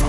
方，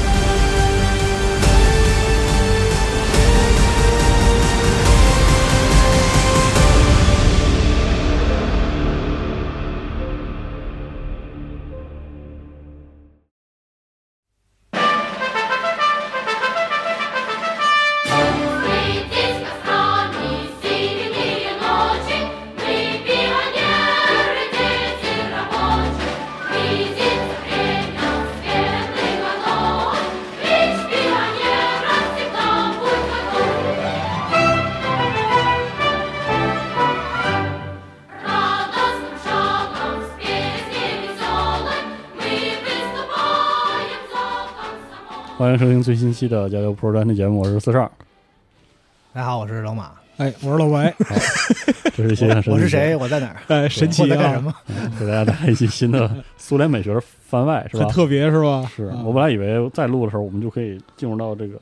Physics, astronomy, CBT and logic, we pioneers in robotics. Physics, время, светлый поток, речь пионера всегда будет готов. Радостным шагом, с песней веселой, мы приступаем за комсомол. 欢迎收听最新期的《加油 Pro 专题节目，我是四十二，大家好，我是老马，哎，我是老白，这是一期很神奇的我是谁？？我在哪儿？哎，神奇我在啊，干什么？嗯给大家带来一期新的苏联美学番外，是吧 很？特别是吧？是啊我本来以为在录的时候，我们就可以进入到这个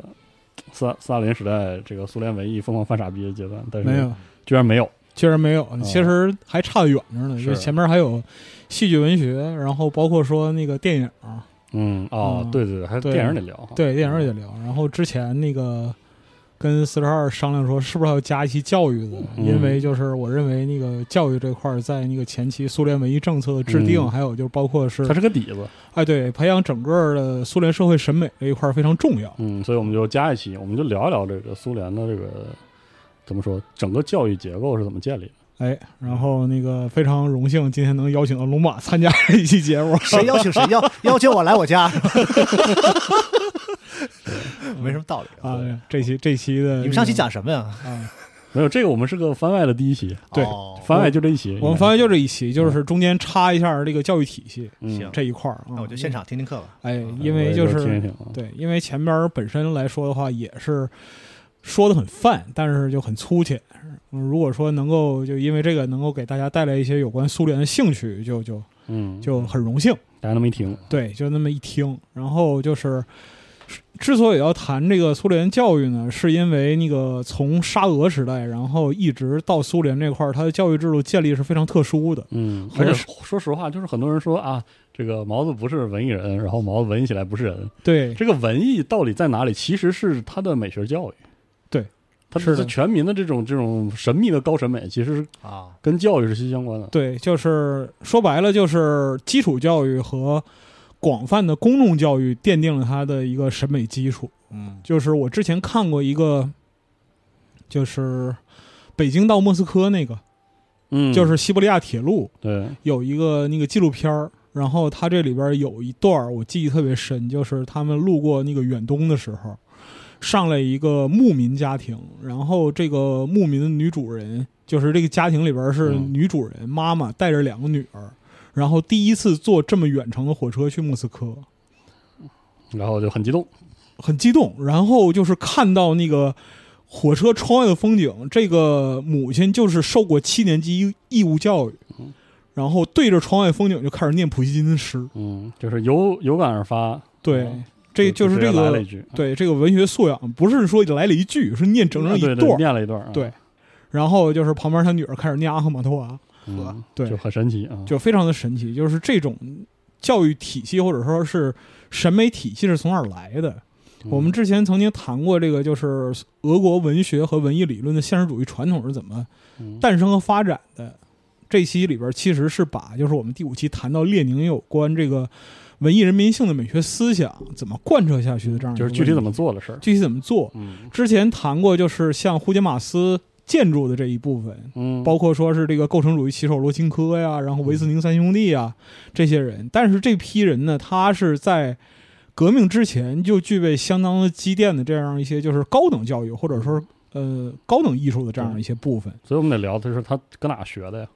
斯大斯大林时代这个苏联文艺疯狂犯傻逼的阶段，但没是哦有，居然没有。确实没有，其实还差得远着呢。是就前面还有戏剧文学，然后包括说那个电影，嗯，哦，嗯对对对，还有对电影得聊啊嗯哈。对电影也聊。然后之前那个跟四十二商量说，是不是要加一期教育的？嗯因为就是我认为那个教育这块儿，在那个前期苏联文艺政策的制定，嗯还有就包括是它是个底子，哎对培养整个的苏联社会审美这一块儿非常重要。嗯，所以我们就加一期，我们就聊一聊这个苏联的这个怎么说，整个教育结构是怎么建立的。哎，然后那个非常荣幸今天能邀请到龙马参加这一期节目。谁邀请谁邀 邀请我来我家？没什么道理啊，这期这期的你们上期那个讲什么呀？啊，没有这个，我们是个番外的第一期，对哦番外就这一期。我们应该翻译就这一期，就是中间插一下这个教育体系嗯行这一块儿啊。嗯那我就现场听啊听课吧。哎，嗯因为我就也听一是听啊。对，因为前边儿本身来说的话也是说的很泛，但是就很粗浅。嗯如果说能够就因为这个能够给大家带来一些有关苏联的兴趣，就就嗯，就很荣幸。大家都没听，对，就那么一听，然后就是。之所以要谈这个苏联教育呢，是因为那个从沙俄时代，然后一直到苏联这块儿，它的教育制度建立是非常特殊的。嗯，很而且少说实话，就是很多人说啊，这个毛子不是文艺人，然后毛子文艺起来不是人，对，这个文艺到底在哪里？其实是他的美学教育，对，他是的全民的这种这种神秘的高审美，其实是嗯啊，跟教育是息息相关的。对，就是说白了，就是基础教育和广泛的公众教育奠定了它的一个审美基础。嗯，就是我之前看过一个，就是北京到莫斯科那个，嗯，就是西伯利亚铁路，对，有一个那个纪录片儿，然后它这里边有一段儿我记忆特别深，就是他们路过那个远东的时候，上来一个牧民家庭，然后这个牧民的女主人，就是这个家庭里边是嗯女主人、妈妈带着两个女儿，然后第一次坐这么远程的火车去莫斯科，然后就很激动，很激动，然后就是看到那个。火车窗外的风景，这个母亲就是受过七年级义务教育，然后对着窗外风景就开始念普希金的诗。嗯，就是有有感而发，对嗯，这就是直接这来了个一句，对这个文学素养，不是说来了一句，是念整整一对对段儿。念了一段，啊对，然后就是旁边他女儿开始念阿赫玛托娃，嗯，对就很神奇啊，就非常的神奇。就是这种教育体系或者说是审美体系是从哪儿来的？嗯我们之前曾经谈过这个，就是俄国文学和文艺理论的现实主义传统是怎么嗯诞生和发展的。这期里边其实是把就是我们第五期谈到列宁有关这个文艺人民性的美学思想怎么贯彻下去的这样一就个问是题，具体怎么做的事儿。具体怎么做。嗯之前谈过，就是像胡杰马斯建筑的这一部分，嗯，包括说是这个构成主义旗手罗琴科呀，然后维斯宁三兄弟啊这些人，但是这批人呢，他是在革命之前就具备相当的积淀的这样一些就是高等教育或者说呃高等艺术的这样一些部分。所以我们得聊，就是他搁哪学的呀？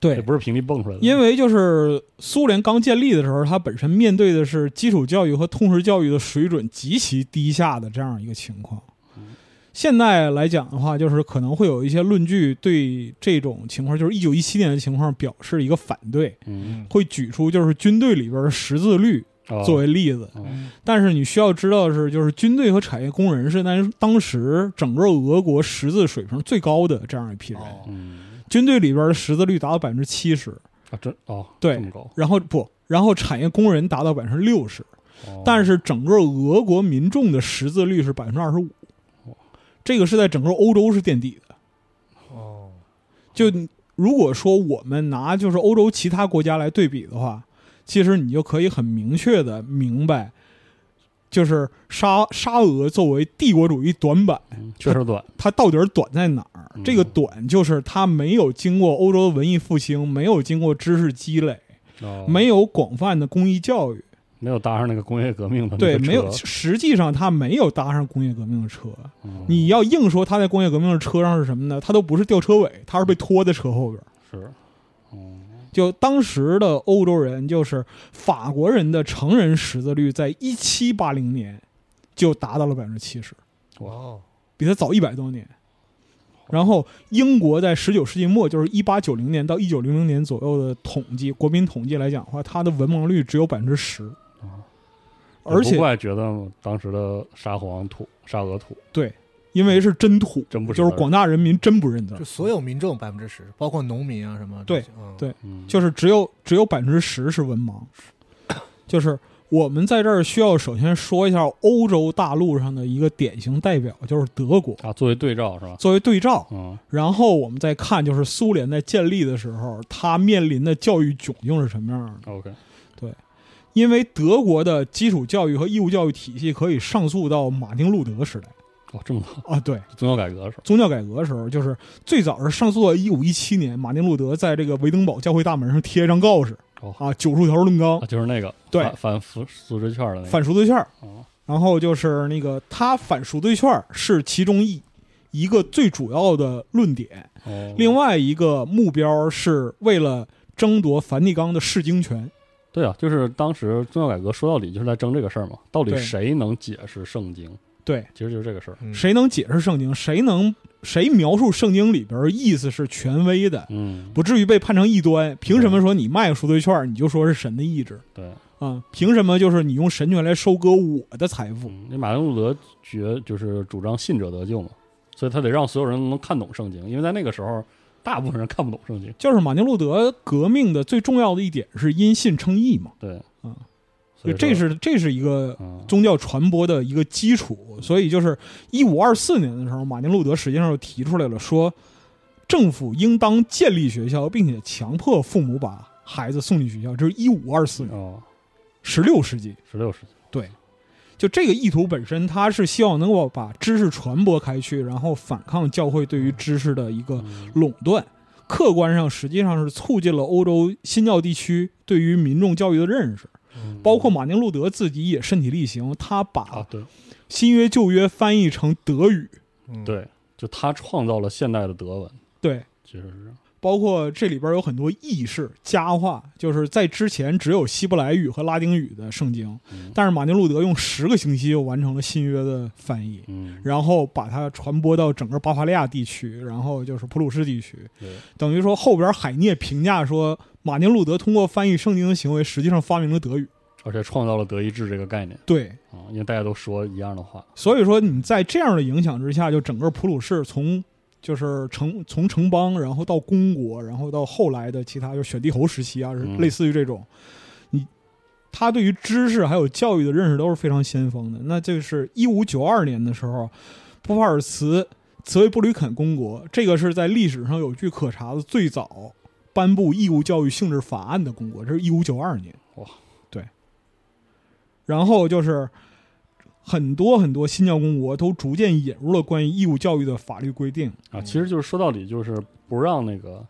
对也，不是平地蹦出来的。因为就是苏联刚建立的时候，它本身面对的是基础教育和通识教育的水准极其低下的这样一个情况。现在来讲的话，就是可能会有一些论据对这种情况，就是一九一七年的情况表示一个反对，嗯，会举出就是军队里边的识字率哦作为例子。嗯但是你需要知道的是，就是军队和产业工人是当当时整个俄国识字水平最高的这样一批人，哦嗯军队里边的识字率达到百分之七十。啊，真哦，对这么高。然后不，然后产业工人达到百分之六十，哦但是整个俄国民众的识字率是百分之二十五，这个是在整个欧洲是垫底的。哦，就嗯你如果说我们拿就是欧洲其他国家来对比的话，其实你就可以很明确的明白，就是沙沙俄作为帝国主义短板，嗯确实短，它到底儿短在哪儿？嗯这个短就是它没有经过欧洲的文艺复兴，没有经过知识积累，哦 没有广泛的公益教育。没有搭上那个工业革命的那对，个车没有，实际上它没有搭上工业革命的车。嗯你要硬说它在工业革命的车上是什么呢？它都不是吊车尾，它是被拖在车后边儿。是，嗯就当时的欧洲人，就是法国人的成人识字率，在一七八零年就达到了百分之七十，哦，比它早一百多年。然后英国在十九世纪末，就是一八九零年到一九零零年左右的统计，国民统计来讲的话，它的文盲率只有百分之十，而也且哦不怪觉得当时的沙皇土、沙俄土，因为是真土，真不是就是广大人民真不认字儿就，所有民众百分之十，包括农民啊什么嗯对这些，嗯对嗯，就是只有只有百分之十是文盲，就是我们在这儿需要首先说一下欧洲大陆上的一个典型代表，就是德国啊，作为对照是吧？作为对照，嗯，然后我们再看就是苏联在建立的时候，它面临的教育窘境是什么样的。 OK，因为德国的基础教育和义务教育体系可以上溯到马丁路德时代哦，这么高， 啊，对，宗教改革的时候，宗教改革的时候，就是最早是上溯到一五一七年，马丁路德在这个维登堡教会大门上贴一张告示哦啊，九十条论纲啊，就是那个对反反复组织券的那个，反赎罪券儿哦，然后就是那个他反赎罪券儿是其中一一个最主要的论点，哦另外一个目标是为了争夺梵蒂冈的释经权。对啊，就是当时宗教改革说到底就是在争这个事儿嘛，到底对谁能解释圣经？对，其实就是这个事儿。嗯谁能解释圣经，谁能谁描述圣经里边儿意思是权威的，嗯，不至于被判成异端。凭什么说你卖个赎罪券儿你就说是神的意志？对，啊，凭什么就是你用神权来收割我的财富？嗯，那马丁路德觉就是主张信者得救嘛，所以他得让所有人都能看懂圣经，因为在那个时候，大部分人看不懂圣经。就是马丁路德革命的最重要的一点是因信称义嘛，对，嗯，所以就说这是这是一个嗯宗教传播的一个基础。所以就是一五二四年的时候，马丁路德实际上就提出来了说，政府应当建立学校，并且强迫父母把孩子送进学校。这是一五二四年，哦，十六世纪。十六世纪，就这个意图本身，它是希望能够把知识传播开去，然后反抗教会对于知识的一个嗯垄断，客观上实际上是促进了欧洲新教地区对于民众教育的认识，包括马丁路德自己也身体力行，他嗯啊把，对《新约旧约》翻译成德语，嗯对，就他创造了现代的德文，对，其实是包括这里边有很多意式佳话，就是在之前只有希伯来语和拉丁语的圣经嗯，但是马丁路德用十个星期就完成了新约的翻译。嗯，然后把它传播到整个巴伐利亚地区，然后就是普鲁士地区，对，等于说后边海涅评价说，马丁路德通过翻译圣经的行为，实际上发明了德语。而且创造了德意志这个概念对，啊，因为大家都说一样的话，所以说你在这样的影响之下，就整个普鲁士从就是城从城邦，然后到公国，然后到后来的其他就选帝侯时期啊，嗯类似于这种，你他对于知识还有教育的认识都是非常先锋的。那就是一五九二年的时候，布法尔茨茨威布吕肯公国，这个是在历史上有据可查的最早颁布义务教育性质法案的公国，这是一五九二年。哇，对。然后就是很多很多新教公国都逐渐引入了关于义务教育的法律规定。啊，其实就是说到底就是不让那个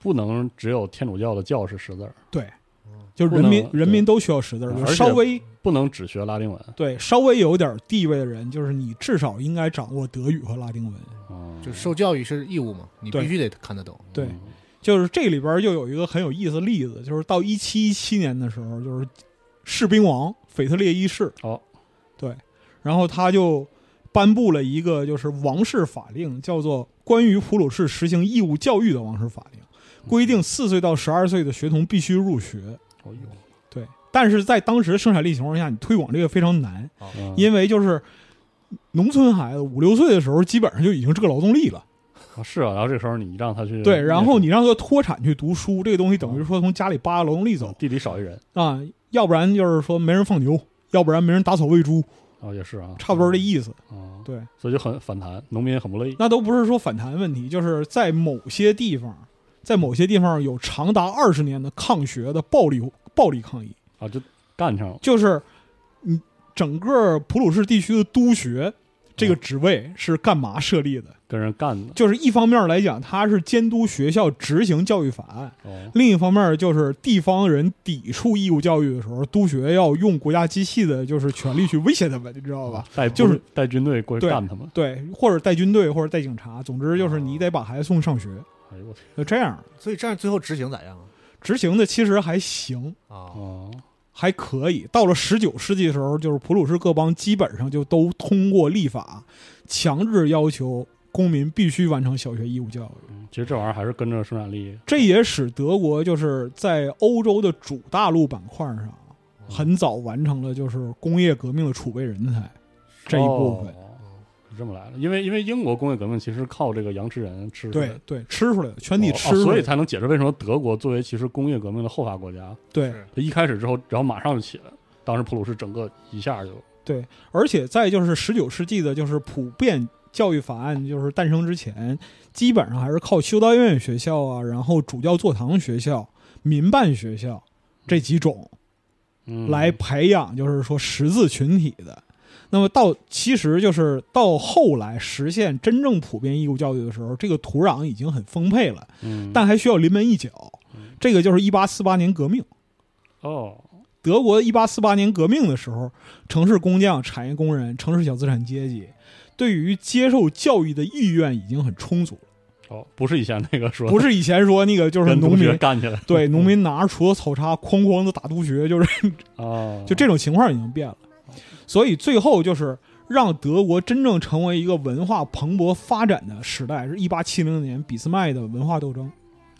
不能只有天主教的教是识字儿，对，就是人民不能人民都需要识字儿，对就而且是稍微不能只学拉丁文。对稍微有点地位的人，就是你至少应该掌握德语和拉丁文。嗯，就受教育是义务嘛，你对必须得看得懂。对，就是这里边就有一个很有意思的例子，就是到一七一七年的时候，就是士兵王腓特烈一世，哦，对，然后他就颁布了一个就是王室法令，叫做《关于普鲁士实行义务教育的王室法令》，规定四岁到十二岁的学童必须入学。哦哟对，但是在当时生产力情况下，你推广这个非常难，嗯因为就是农村孩子五六岁的时候，基本上就已经是个劳动力了。啊是啊，然后这时候你让他去对，然后你让他脱产去读书，这个东西等于说从家里扒劳动力走嗯地里少一人啊，要不然就是说没人放牛，要不然没人打扫喂猪，啊，也是啊，差不多这意思。啊，对，所以就很反弹，农民很不乐意。那都不是说反弹问题，就是在某些地方，在某些地方有长达二十年的抗学的暴力暴力抗议，啊，就干上了。就是你整个普鲁士地区的督学这个嗯职位是干嘛设立的？跟人干的。就是一方面来讲，它是监督学校执行教育法案。哦，另一方面，就是地方人抵触义务教育的时候，督学要用国家机器的，就是权力去威胁他们，你知道吧？带就是带军队过去对干他们。对，或者带军队，或者带警察，总之就是你得把孩子送上学，哎呦我天！就这样。所以这样最后执行咋样啊？执行的其实还行，啊，哦，还可以。到了十九世纪的时候，就是普鲁士各邦基本上就都通过立法，强制要求公民必须完成小学义务教育。其实这玩意儿还是跟着生产力。这也使德国就是在欧洲的主大陆板块上，嗯很早完成了就是工业革命的储备人才这一部分。哦是这么来的，因为因为英国工业革命其实靠这个羊吃人吃出来对的对，吃出来了，全体哦吃哦出来所了以才能解释为什么德国作为其实工业革命的后发国家，对是它一开始之后，然后马上就起来了。当时普鲁士整个一下就对，而且再就是十九世纪的，就是普遍教育法案就是诞生之前，基本上还是靠修道院学校啊，然后主教座堂学校、民办学校这几种嗯来培养，就是说识字群体的。那么到其实就是到后来实现真正普遍义务教育的时候，这个土壤已经很丰沛了，嗯但还需要临门一脚。这个就是一八四八年革命。哦，德国一八四八年革命的时候，城市工匠、产业工人、城市小资产阶级，对于接受教育的意愿已经很充足了，哦，不是以前那个说不是以前说那个就是跟农同学民嗯干起来，对农民拿着锄头、草叉哐哐的打督学，就是哦，就这种情况已经变了。所以最后就是让德国真正成为一个文化蓬勃发展的时代，是一八七零年俾斯麦的文化斗争，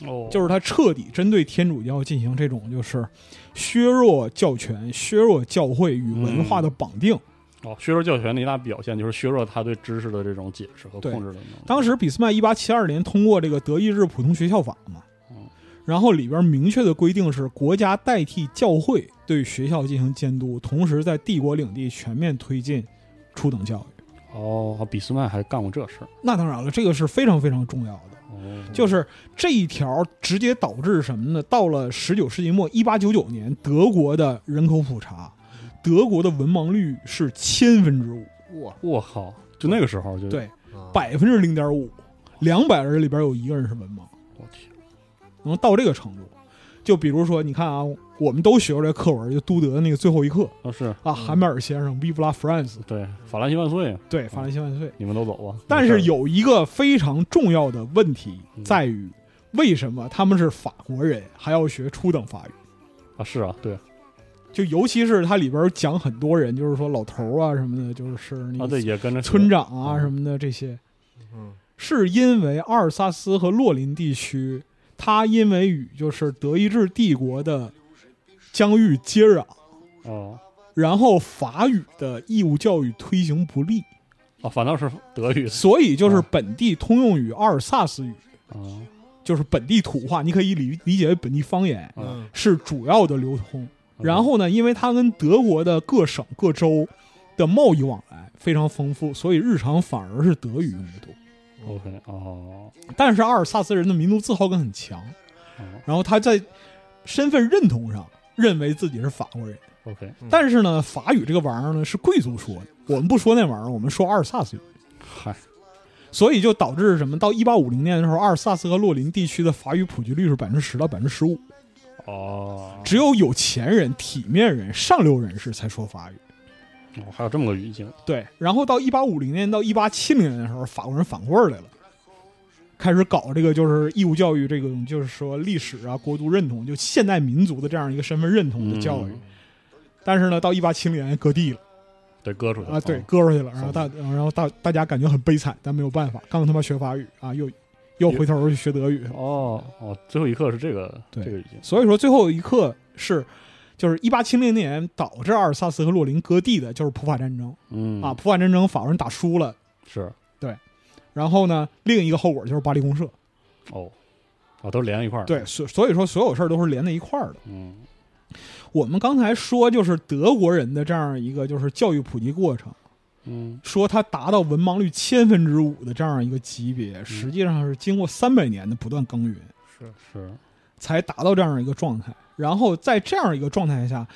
哦，就是他彻底针对天主教进行这种就是削弱教权、削弱教会与文化的绑定。哦，削弱教权的一大表现就是削弱他对知识的这种解释和对控制的能力。当时俾斯麦一八七二年通过这个德意志普通学校法嘛嗯，然后里边明确的规定是国家代替教会对学校进行监督，同时在帝国领地全面推进初等教育。哦，俾斯麦还干过这事儿。那当然了，这个是非常非常重要的。哦，就是这一条直接导致什么呢？到了十九世纪末，一八九九年，德国的人口普查，德国的文盲率是千分之五，哇，我靠，就那个时候就，对，啊百分之零点五，两百人里边有一个人是文盲。我天，能到这个程度。就比如说，你看啊，我们都学过这课文，就都德的那个最后一课那是啊，韩梅尔先生 “Vive la France”，对法兰西万岁，对，法兰西万岁。你们都走吧。但没是事儿有一个非常重要的问题嗯在于，为什么他们是法国人还要学初等法语？啊，是啊，对就尤其是它里边讲很多人，就是说老头儿啊什么的，就是那啊，对个也跟着村学长啊什么的这些，嗯，是因为阿尔萨斯和洛林地区，它因为与就是德意志帝国的疆域接壤，哦然后法语的义务教育推行不力，哦，反倒是德语所以就是本地通用语阿尔萨斯语，啊就是本地土话，你可以理理解为本地方言啊，嗯是主要的流通。嗯然后呢，因为它跟德国的各省各州的贸易往来非常丰富，所以日常反而是德语用的多。 OK 哦但是阿尔萨斯人的民族自豪感很强，嗯然后他在身份认同上认为自己是法国人， ，OK，嗯但是呢，法语这个玩意儿呢是贵族说的，我们不说那玩意儿，我们说阿尔萨斯语，嗨，所以就导致什么？到一八五零年的时候，阿尔萨斯和洛林地区的法语普及率是百分之十到百分之十五，哦，只有有钱人、体面人、上流人士才说法语。哦还有这么个语境，对，然后到一八五零年到一八七零年的时候，法国人反过味儿来了，开始搞这个就是义务教育，这种就是说历史啊、国度认同，就现代民族的这样一个身份认同的教育。嗯但是呢，到一八七零年割地了得割出去啊，对，嗯割出去了，然后大然后大大家感觉很悲惨，但没有办法，刚他妈学法语啊，又又回头去学德语。哦哦，最后一刻是这个对这个语境，所以说最后一刻是。就是一八七零年导致阿尔萨斯和洛林割地的，就是普法战争嗯啊！，普法战争法国人打输了，是然后呢，另一个后果就是巴黎公社，哦，啊，都连在一块儿，，对，所所以说所有事儿都是连在一块儿的。嗯我们刚才说就是德国人的这样一个就是教育普及过程，嗯说他达到文盲率千分之五的这样一个级别，实际上是经过三百年的不断耕耘是是，才达到这样一个状态。然后在这样一个状态下，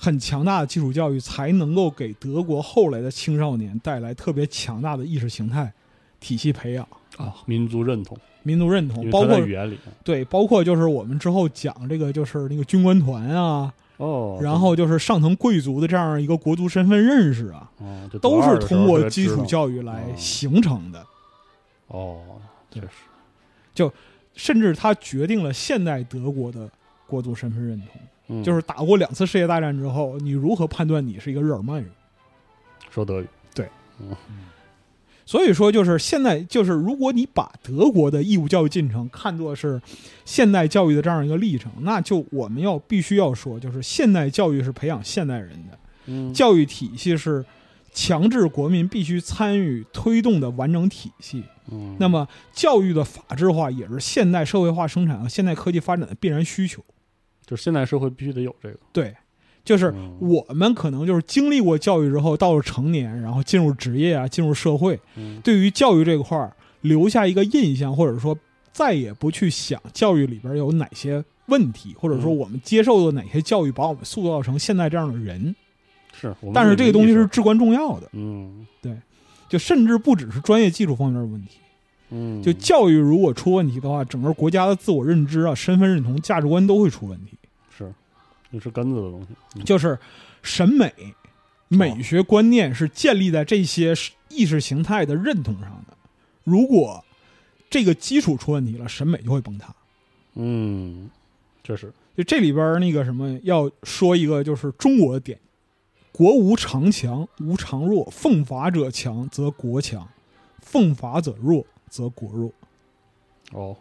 很强大的基础教育才能够给德国后来的青少年带来特别强大的意识形态体系培养、啊，民族认同，民族认因同，为哦包它在括语言里，对，包括就是我们之后讲这个就是那个军官团啊，哦，然后就是上层贵族的这样一个国族身份认识啊，哦，这都多二是的时候通过才基知础道教育来形成的，哦，确对实，甚至它决定了现代德国的国族身份认同。嗯就是打过两次世界大战之后，你如何判断你是一个日耳曼人？说德语，所以说，就是现在，就是如果你把德国的义务教育进程看作是现代教育的这样一个历程，那就我们要必须要说，就是现代教育是培养现代人的，嗯教育体系是强制国民必须参与推动的完整体系。嗯那么，教育的法制化也是现代社会化生产和现代科技发展的必然需求。就是现代社会必须得有这个，对，就是嗯我们可能就是经历过教育之后，到了成年，然后进入职业啊，进入社会，嗯对于教育这块儿留下一个印象，或者说再也不去想教育里边有哪些问题，或者说嗯我们接受的哪些教育把我们塑造成现在这样的人。是，我们但是这个有东西意识是，至关重要的。嗯就甚至不只是专业技术方面的问题，嗯，就教育如果出问题的话，整个国家的自我认知啊、身份认同、价值观都会出问题。是，就是根子的东西，嗯就是审美、美学观念是建立在这些意识形态的认同上的。如果这个基础出问题了，审美就会崩塌。嗯，确实，就这里边儿那个什么，要说一个就是中国的点，国无常强，无常弱，奉法者强则国强，奉法者弱则国弱。哦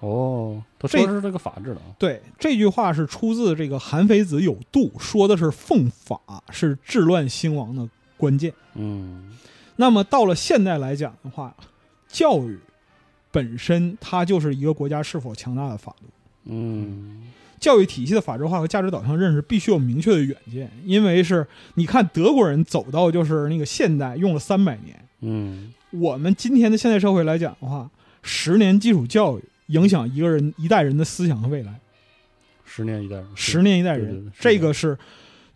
哦，他这说的是这个法治的啊，对，这句话是出自这个韩非子有度，说的是奉法是治乱兴亡的关键。嗯那么到了现代来讲的话，教育本身它就是一个国家是否强大的法律。嗯教育体系的法制化和价值导向认识必须有明确的远见，因为是你看德国人走到就是那个现代用了三百年，嗯我们今天的现代社会来讲的话，十年基础教育影响一个人一代人的思想和未来。十年一代人，十年一代对对对人是，这个是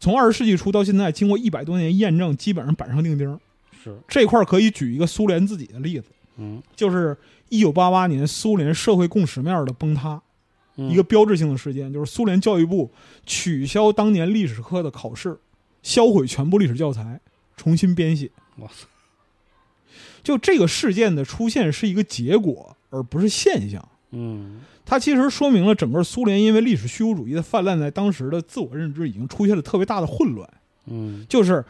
从二十世纪初到现在，经过一百多年验证，基本上板上钉钉。是，这块儿可以举一个苏联自己的例子，嗯，就是一九八八年苏联社会共识面的崩塌，嗯一个标志性的事件就是苏联教育部取消当年历史课的考试，销毁全部历史教材，重新编写。哇塞，就这个事件的出现是一个结果，而不是现象。嗯它其实说明了整个苏联因为历史虚无主义的泛滥，在当时的自我认知已经出现了特别大的混乱。嗯，就是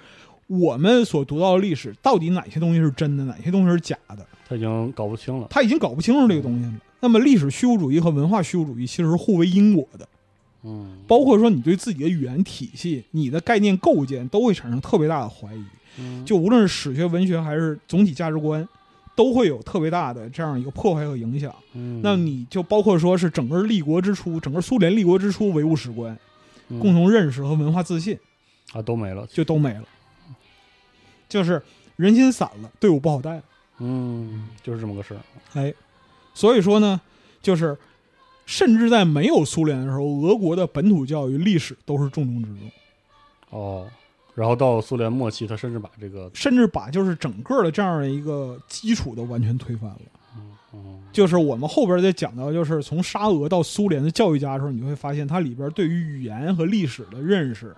我们所读到的历史，到底哪些东西是真的，哪些东西是假的，他已经搞不清了，他已经搞不清楚这个东西了。那么，历史虚无主义和文化虚无主义其实是互为因果的，嗯，包括说你对自己的语言体系、你的概念构建都会产生特别大的怀疑。嗯就无论是史学、文学还是总体价值观，都会有特别大的这样一个破坏和影响。嗯那你就包括说是整个立国之初，整个苏联立国之初唯物史观、嗯共同认识和文化自信。啊都没了，就都没了，就是人心散了，队伍不好带了。嗯嗯，就是这么个事儿，哎，所以说呢，就是甚至在没有苏联的时候，俄国的本土教育历史都是重中之重，哦，然后到苏联末期，他甚至把这个，甚至把就是整个的这样的一个基础都完全推翻了。嗯，就是我们后边再讲到，就是从沙俄到苏联的教育家的时候，你会发现它里边对于语言和历史的认识，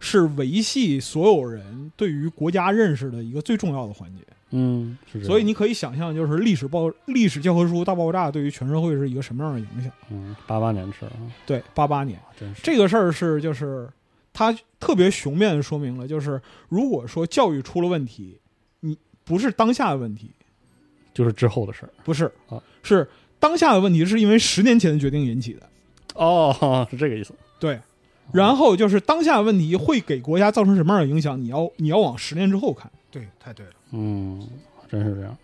是维系所有人对于国家认识的一个最重要的环节。嗯，是这样所以你，可以想象，就是历史爆、历史教科书大爆炸对于全社会是一个什么样的影响？嗯，八八年的事儿啊，对，八八年真是，这个事儿是就是它特别雄辩的说明了，就是如果说教育出了问题，你不是当下的问题，就是之后的事儿。不是啊，是当下的问题是因为十年前的决定引起的。哦，是这个意思。对，然后就是当下问题会给国家造成什么样的影响，你要你要往十年之后看。对，太对了，嗯，真是这样。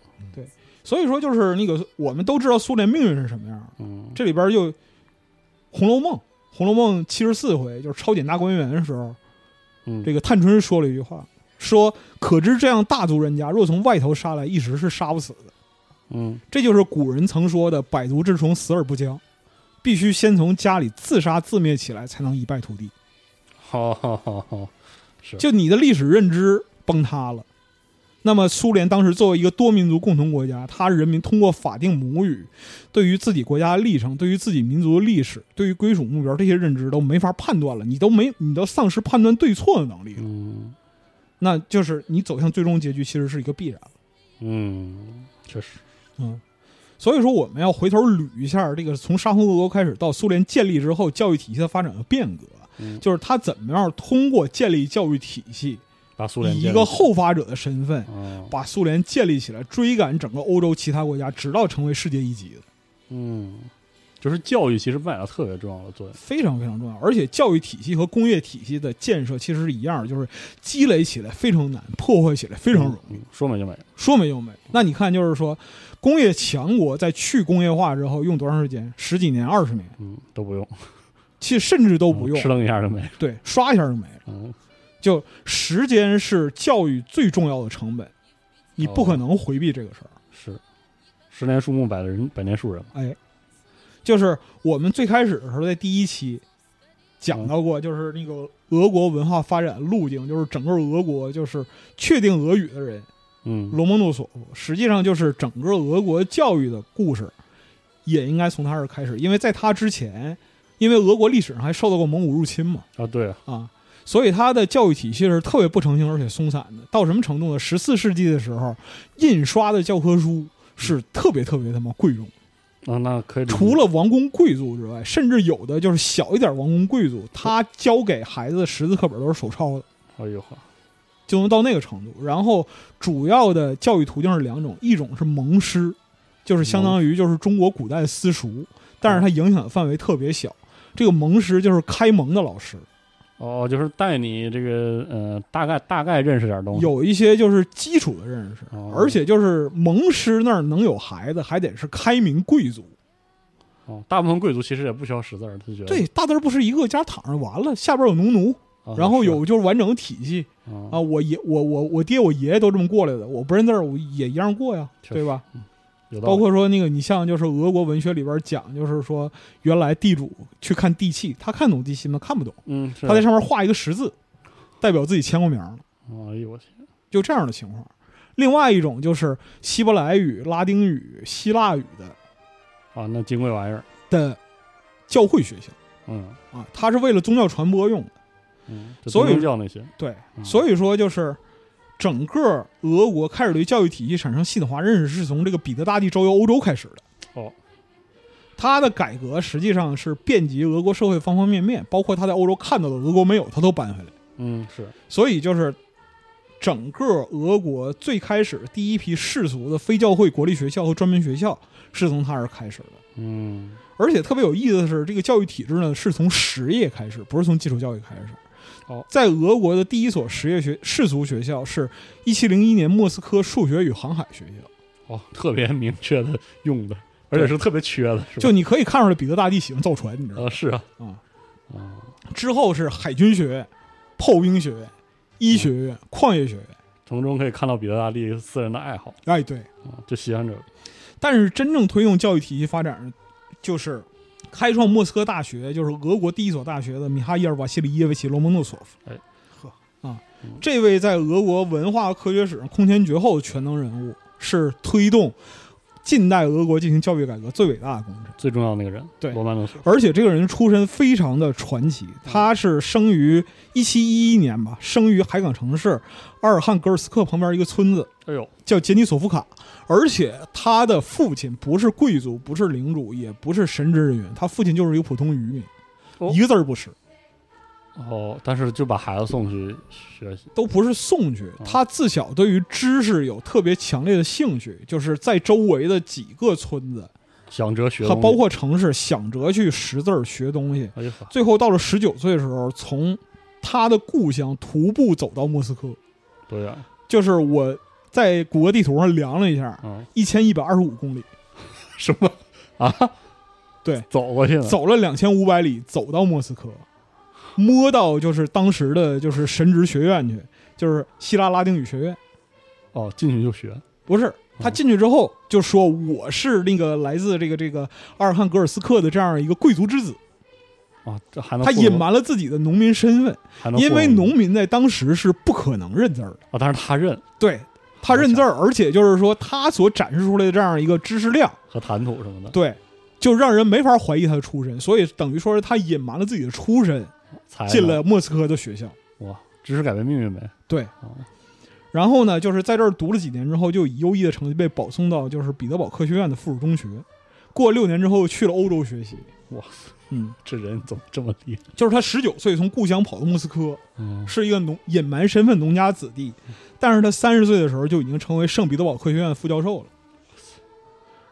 所以说，就是那个我们都知道苏联命运是什么样的，嗯，这里边就《红楼梦》，《红楼梦》七十四回就是抄检大观园的时候，嗯这个探春说了一句话，说：“可知这样大族人家，若从外头杀来，一时是杀不死的。嗯”这就是古人曾说的“百足之虫，死而不僵”，必须先从家里自杀自灭起来，才能一败涂地。好好好好，就你的历史认知崩塌了。那么，苏联当时作为一个多民族共同国家，它人民通过法定母语，对于自己国家的历程、对于自己民族的历史、对于归属目标这些认知都没法判断了，你都没，你都丧失判断对错的能力了。嗯那就是你走向最终结局，其实是一个必然。嗯，确实，嗯，所以说我们要回头捋一下这个从沙皇俄国开始到苏联建立之后教育体系的发展和变革，嗯就是它怎么样通过建立教育体系，把苏联以建一立个，后发者的身份，嗯把苏联建立起来，追赶整个欧洲其他国家，直到成为世界一级的，嗯，就是教育其实扮演了特别重要的作用。非常非常重要。而且教育体系和工业体系的建设其实是一样的，就是积累起来非常难，破坏起来非常容易，嗯说美就美。说没就没。那你看，就是说，工业强国在去工业化之后用多长时间？十几年、二十年，嗯，都不用，嗯其实甚至都不用吃，楞一下就没了。对，刷一下就没了。嗯，就时间是教育最重要的成本，你不可能回避这个事儿。是，十年树木，百人百年树人。哎，就是我们最开始的时候，在第一期讲到过，就是那个俄国文化发展路径，就是整个俄国就是确定俄语的人嗯，罗蒙诺索夫，实际上就是整个俄国教育的故事，也应该从他这儿开始，因为在他之前，因为俄国历史上还受到过蒙古入侵嘛，啊，对啊，啊。所以它的教育体系是特别不成形而且松散的，到什么程度呢？十四世纪的时候，印刷的教科书是特别特别他妈贵重的那那可以理解。除了王公贵族之外，甚至有的就是小一点王公贵族，他教给孩子的识字课本都是手抄的，哎呦呵，就能到那个程度。然后主要的教育途径是两种，一种是蒙师，就是相当于就是中国古代私塾，但是它影响的范围特别小。这个蒙师就是开蒙的老师，哦，就是带你这个呃，大概大概认识点东西。有一些就是基础的认识哦，而且就是蒙师那儿能有孩子，还得是开明贵族。哦，大部分贵族其实也不需要识字儿，他就觉得对，，大字儿不是一个加躺上完了，下边有农奴，啊然后是有就是完整的体系。啊啊，我爷我我我爹我爷爷都这么过来的，我不认字儿我也一样过呀，确实对吧？有道理包括说那个你像就是俄国文学里边讲，就是说原来地主去看地契，他看懂地契吗？看不懂，嗯，是他在上面画一个十字，代表自己签过名儿了，哎呦我去，就这样的情况。另外一种就是希伯来语、拉丁语、希腊语的啊，那金贵玩意儿，的教会学校嗯啊，它是为了宗教传播用的。嗯，就所以宗教那些，对，嗯所以说就是整个俄国开始对教育体系产生系统化认识，是从这个彼得大帝周游欧洲开始的。哦，他的改革实际上是遍及俄国社会方方面面，包括他在欧洲看到的俄国没有，他都搬回来。嗯是，所以就是整个俄国最开始第一批世俗的非教会国立学校和专门学校是从他这儿开始的。嗯而且特别有意思的是，这个教育体制呢是从实业开始，不是从基础教育开始。哦，在俄国的第一所实业学世俗学校是1701年莫斯科数学与航海学校，哦，特别明确的用的，而且是特别缺的，是吧？就你可以看出来彼得大帝喜欢造船，你知道吗？呃是啊，啊啊，之后是海军学院、炮兵学院、医学院、矿业学院。从中可以看到彼得大帝私人的爱好哎，对，啊，就喜欢这个，但是真正推动教育体系发展，就是开创莫斯科大学，就是俄国第一所大学的米哈伊尔·瓦西里耶维奇·罗蒙诺索夫。哎，呵啊嗯，这位在俄国文化科学史上空前绝后的全能人物，是推动近代俄国进行教育改革最伟大的功臣。最重要的那个人，对罗曼诺夫，而且这个人出身非常的传奇，他是生于一七一一年吧，生于海港城市阿尔汉格尔斯克旁边一个村子，哎呦，叫杰尼索夫卡，而且他的父亲不是贵族，不是领主，也不是神职人员，他父亲就是一个普通渔民，哦一个字儿不识，哦，但是就把孩子送去学习，都不是送去。他自小对于知识有特别强烈的兴趣，就是在周围的几个村子，想哲学东他西，包括城市，想着去识字儿学东西。哎呦呵，最后到了十九岁的时候，从他的故乡徒步走到莫斯科，对啊呀，就是我在谷歌地图上量了一下， 嗯，一千一百二十五公里。什么啊？对，走过去了，走了两千五百里，走到莫斯科，摸到就是当时的就是神职学院去，就是希腊拉丁语学院。哦，进去就学，不是，他进去之后就说我是那个来自这个这个阿尔汉格尔斯克的这样一个贵族之子，啊，这还能他糊弄隐，瞒了自己的农民身份，还能因为糊弄农民在当时是不可能认字儿的。啊，但是他认对。他认字儿，而且就是说，他所展示出来的这样一个知识量，和谈吐什么的，对，就让人没法怀疑他的出身，所以等于说是他隐瞒了自己的出身，才进了莫斯科的学校。哇，知识改变命运呗，对哦，然后呢，就是在这儿读了几年之后，就以优异的成绩被保送到就是彼得堡科学院的附属中学。过了六年之后，去了欧洲学习。哇，嗯，这人怎么这么厉害？就是他十九岁从故乡跑到莫斯科，嗯，是一个农隐瞒身份农家子弟，但是他三十岁的时候就已经成为圣彼得堡科学院副教授了。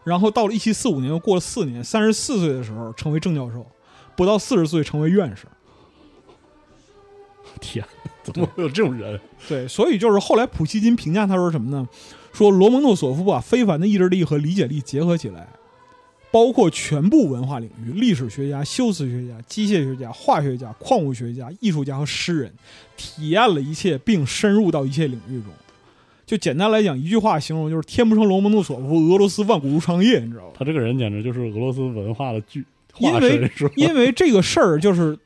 然后到了一七四五年，又过了四年，三十四岁的时候成为正教授，不到四十岁成为院士。天， 怎么会有这种人？对，所以就是后来普希金评价他说什么呢？说罗蒙诺索夫把非凡的意志力和理解力结合起来，包括全部文化领域，历史学家、修辞学家、机械学家、化学家、矿物学家、艺术家和诗人，体验了一切，并深入到一切领域中。就简单来讲，一句话形容就是天不生罗蒙诺索夫，俄罗斯万古如长夜，你知道吧？他这个人简直就是俄罗斯文化的巨因化为身，是吧？因为这个事儿就是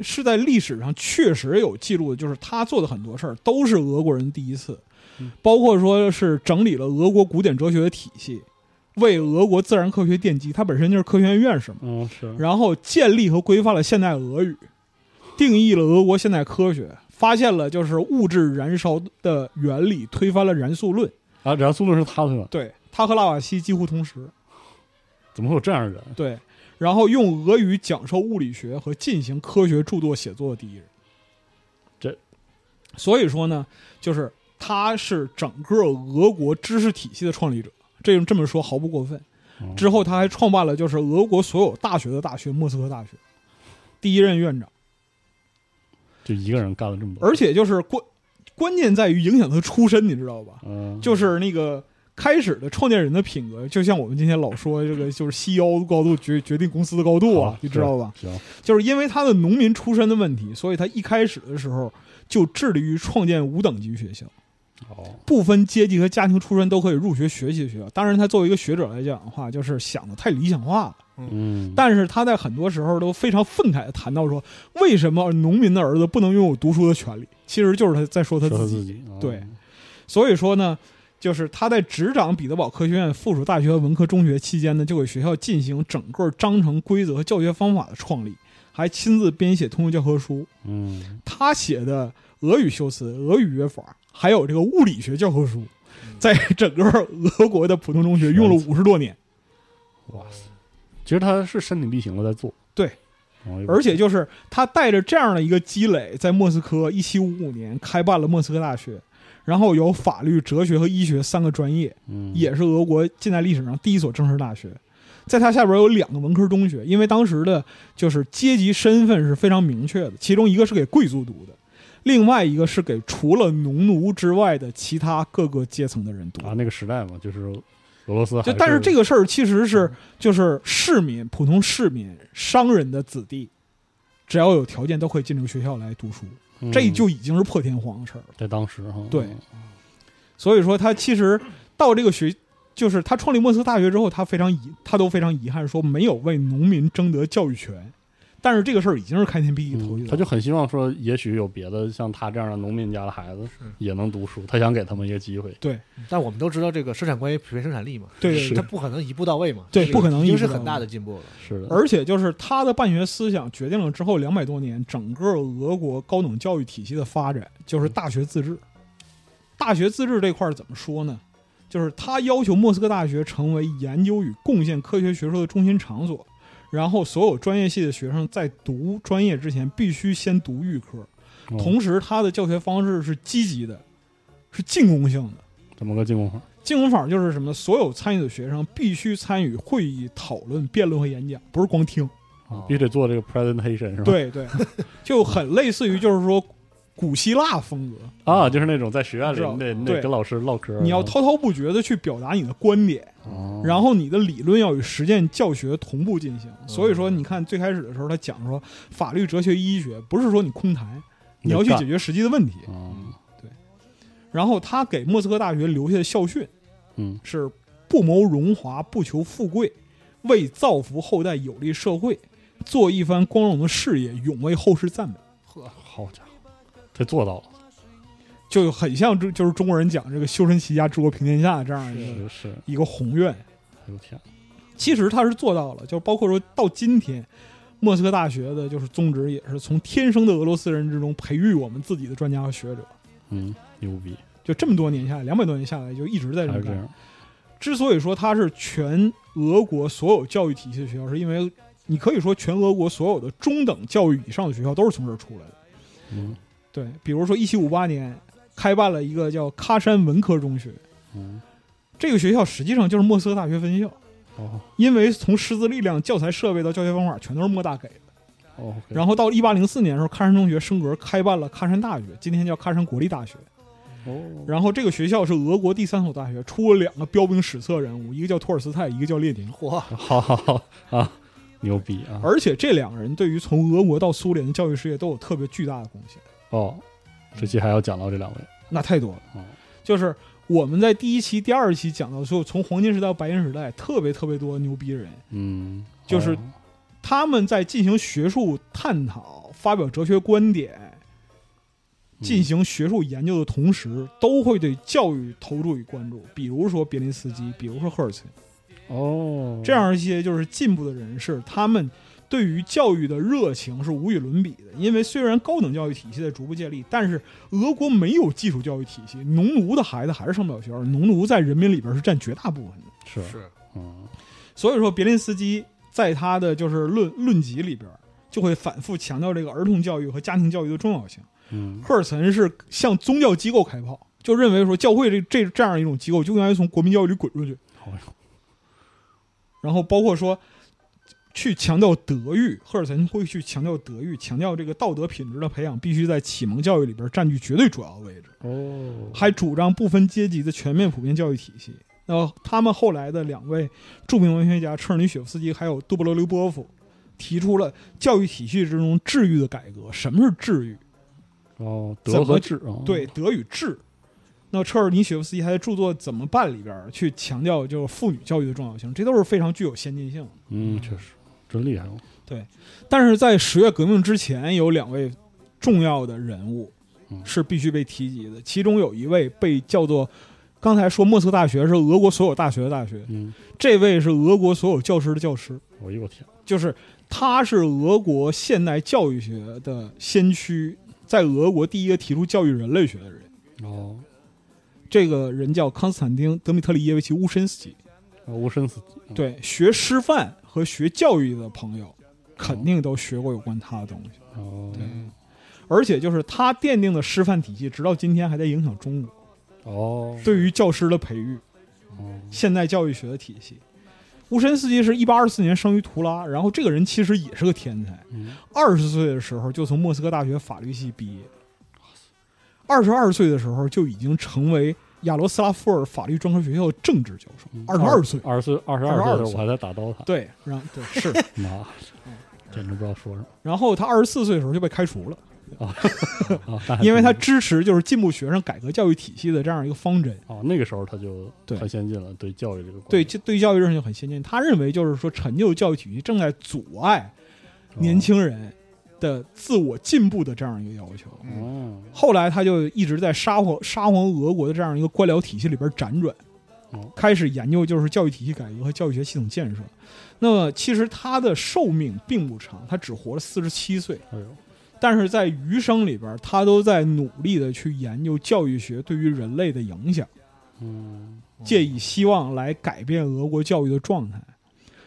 是在历史上确实有记录的，就是他做的很多事儿都是俄国人第一次嗯，包括说是整理了俄国古典哲学的体系，为俄国自然科学奠基。他本身就是科学院院士嘛， 嗯，是然后建立和规范了现代俄语，定义了俄国现代科学，发现了就是物质燃烧的原理，推翻了燃素论。啊，然后苏顿是他推翻，对他和拉瓦锡几乎同时。怎么会有这样的人？对，然后用俄语讲授物理学和进行科学著作写作的第一人。这，所以说呢，就是他是整个俄国知识体系的创立者，这这么说毫不过分。哦之后他还创办了就是俄国所有大学的大学——莫斯科大学，第一任院长。就一个人干了这么多，而且就是关关键在于影响他出身，你知道吧？嗯，就是那个开始的创建人的品格，就像我们今天老说这个，就是西腰高度决决定公司的高度啊好，你知道吧？？是行，就是因为他的农民出身的问题，所以他一开始的时候就致力于创建五等级学校，哦，不分阶级和家庭出身都可以入学学习的学校。当然，他作为一个学者来讲的话，就是想的太理想化了。嗯，但是他在很多时候都非常愤慨地谈到说，为什么农民的儿子不能拥有读书的权利？其实就是他在说他说自他己。自己，啊对所以说呢，就是他在执掌彼得堡科学院附属大学和文科中学期间呢，就给学校进行整个章程、规则和教学方法的创立，还亲自编写通用教科书。嗯，他写的俄语修辞、俄语约法，还有这个物理学教科书，在整个俄国的普通中学用了五十多年，哇塞，其实他是身体力行的在做，对哦，而且就是他带着这样的一个积累，在莫斯科一七五五年开办了莫斯科大学，然后有法律、哲学和医学三个专业，嗯也是俄国近代历史上第一所正式大学。在它下边有两个文科中学，因为当时的就是阶级身份是非常明确的，其中一个是给贵族读的，另外一个是给除了农奴之外的其他各个阶层的人读的啊，那个时代嘛，就是俄罗斯还，嗯就但是这个个事儿其实是就是市民、普通市民、商人的子弟，只要有条件都可以进这个学校来读书，嗯这就已经是破天荒的事儿了。在当时哈，对所以说他其实到这个学就是他创立莫斯科大学之后，他非常遗，他都非常遗憾说没有为农民争得教育权。但是这个事儿已经是开天辟地头一嗯遭他就很希望说，也许有别的像他这样的农民家的孩子也能读书，他想给他们一个机会。对但我们都知道这个生产关系匹配生产力嘛，对是对它对，不可能一步到位嘛，对是不可能已经一步是到很大位的进步了。是的，而且就是他的办学思想决定了之后两百多年整个俄国高等教育体系的发展，就是大学自治。大学自治这块儿怎么说呢？就是他要求莫斯科大学成为研究与贡献科学学术的中心场所，然后所有专业系的学生在读专业之前必须先读预科，嗯同时他的教学方式是积极的，是进攻性的。怎么个进攻法？进攻法就是什么？所有参与的学生必须参与会议、讨论、辩论和演讲，不是光听。啊必须得做这个 presentation 是吧？哦 对对，就很类似于就是说古希腊 风格，啊，就是那种在学院里知道你得你对得跟老师唠嗑，啊你要然后滔滔不绝的去表达你的观点，哦然后你的理论要与实践教学同步进嗯行。所以说，你看最开始的时候，他讲说法律、哲学、医学，不是说你空谈，你要去解决实际的问题。嗯然后他给莫斯科大学留下的校训嗯是“不谋荣华，不求富贵，为造福后代有利社会，做一番光荣的事业，永为后世赞美。”好家伙，他做到了，就很像中就是中国人讲这个修身齐家治国平天下这样一个是是，一个宏愿。哎呦天，其实他是做到了，就包括说到今天，莫斯科大学的就是宗旨也是从天生的俄罗斯人之中培育我们自己的专家和学者。嗯，牛逼，就这么多年下来，两百多年下来，就一直在这还么是这干。样，之所以说它是全俄国所有教育体系的学校，是因为你可以说全俄国所有的中等教育以上的学校都是从这儿出来的。嗯对，比如说一七五八年开办了一个叫喀山文科中学，嗯，这个学校实际上就是莫斯科大学分校，哦因为从师资力量、教材设备到教学方法，全都是莫大给的。哦，然后到一八零四年的时候，喀山中学升格开办了喀山大学，今天叫喀山国立大学。后哦，然后这个学校是俄国第三所大学，出了两个标兵史册人物，一个叫托尔斯泰，一个叫列宁。嚯，好好好啊，牛逼啊，而且这两个人对于从俄国到苏联的教育事业都有特别巨大的贡献，哦，这期还要讲到这两位，那太多了嗯。就是我们在第一期、第二期讲到说，从黄金时代到白银时代，特别特别多牛逼人，嗯，就是哦他们在进行学术探讨、发表哲学观点、进行学术研究的同时，都会对教育投注与关注。比如说别林斯基，比如说赫尔茨，哦，这样一些就是进步的人士，他们对于教育的热情是无与伦比的。因为虽然高等教育体系在逐步建立，但是俄国没有技术教育体系，农奴的孩子还是上不了学校，农奴在人民里边是占绝大部分的。是是嗯所以说，别林斯基在他的就是论论集里边，就会反复强调这个儿童教育和家庭教育的重要性。嗯赫尔岑是向宗教机构开炮，就认为说教会这这这样一种机构就应该从国民教育里滚出去。哎呦然后包括说去强调德育，赫尔岑会去强调德育，强调这个道德品质的培养必须在启蒙教育里边占据绝对主要的位置。哦，还主张不分阶级的全面普遍教育体系。那么他们后来的两位著名文学家车尔尼雪夫斯基还有杜布罗留波夫，提出了教育体系之中治愈的改革。什么是治愈？哦，怎德么和志啊，哦对，，德与治。那么车尔尼雪夫斯基还在著作《怎么办》里边儿去强调就是妇女教育的重要性，这都是非常具有先进性的。嗯，确实真厉害哦，但是在十月革命之前，有两位重要的人物嗯是必须被提及的，其中有一位被叫做刚才说莫斯科大学是俄国所有大学的大学，嗯，这位是俄国所有教师的教师，我一个天，就是他是俄国现代教育学的先驱，在俄国第一个提出教育人类学的人。哦，这个人叫康斯坦丁·德米特里耶维奇·乌申斯基，哦无声死机，嗯，对学师范和学教育的朋友肯定都学过有关他的东西。哦，而且就是他奠定的师范体系，直到今天还在影响中国哦，对于教师的培育，现代教育学的体系。乌申斯基是一八二四年生于图拉，然后这个人其实也是个天才，嗯，二十岁的时候就从莫斯科大学法律系毕业，二十二岁的时候就已经成为亚罗斯拉夫尔法律专科学校政治教授，二十二岁，嗯二十岁，二十22二岁岁，我还在打 DOTA，对，然后对是，妈，简直不知道说什么。然后他二十四岁的时候就被开除了，啊，那还因为真他是支持就是进步学生改革教育体系的这样一个方针。哦，那个时候他就对太先进了，对教育这个观对念这对教育认识就很先进，他认为就是说陈旧教育体系正在阻碍年轻人的自我进步的这样一个要求。哦后来他就一直在沙皇沙皇俄国的这样一个官僚体系里边辗转哦，开始研究就是教育体系改革和教育学系统建设。那么其实他的寿命并不长，他只活了四十七岁，哎呦，但是在余生里边，他都在努力的去研究教育学对于人类的影响。嗯，借以希望来改变俄国教育的状态。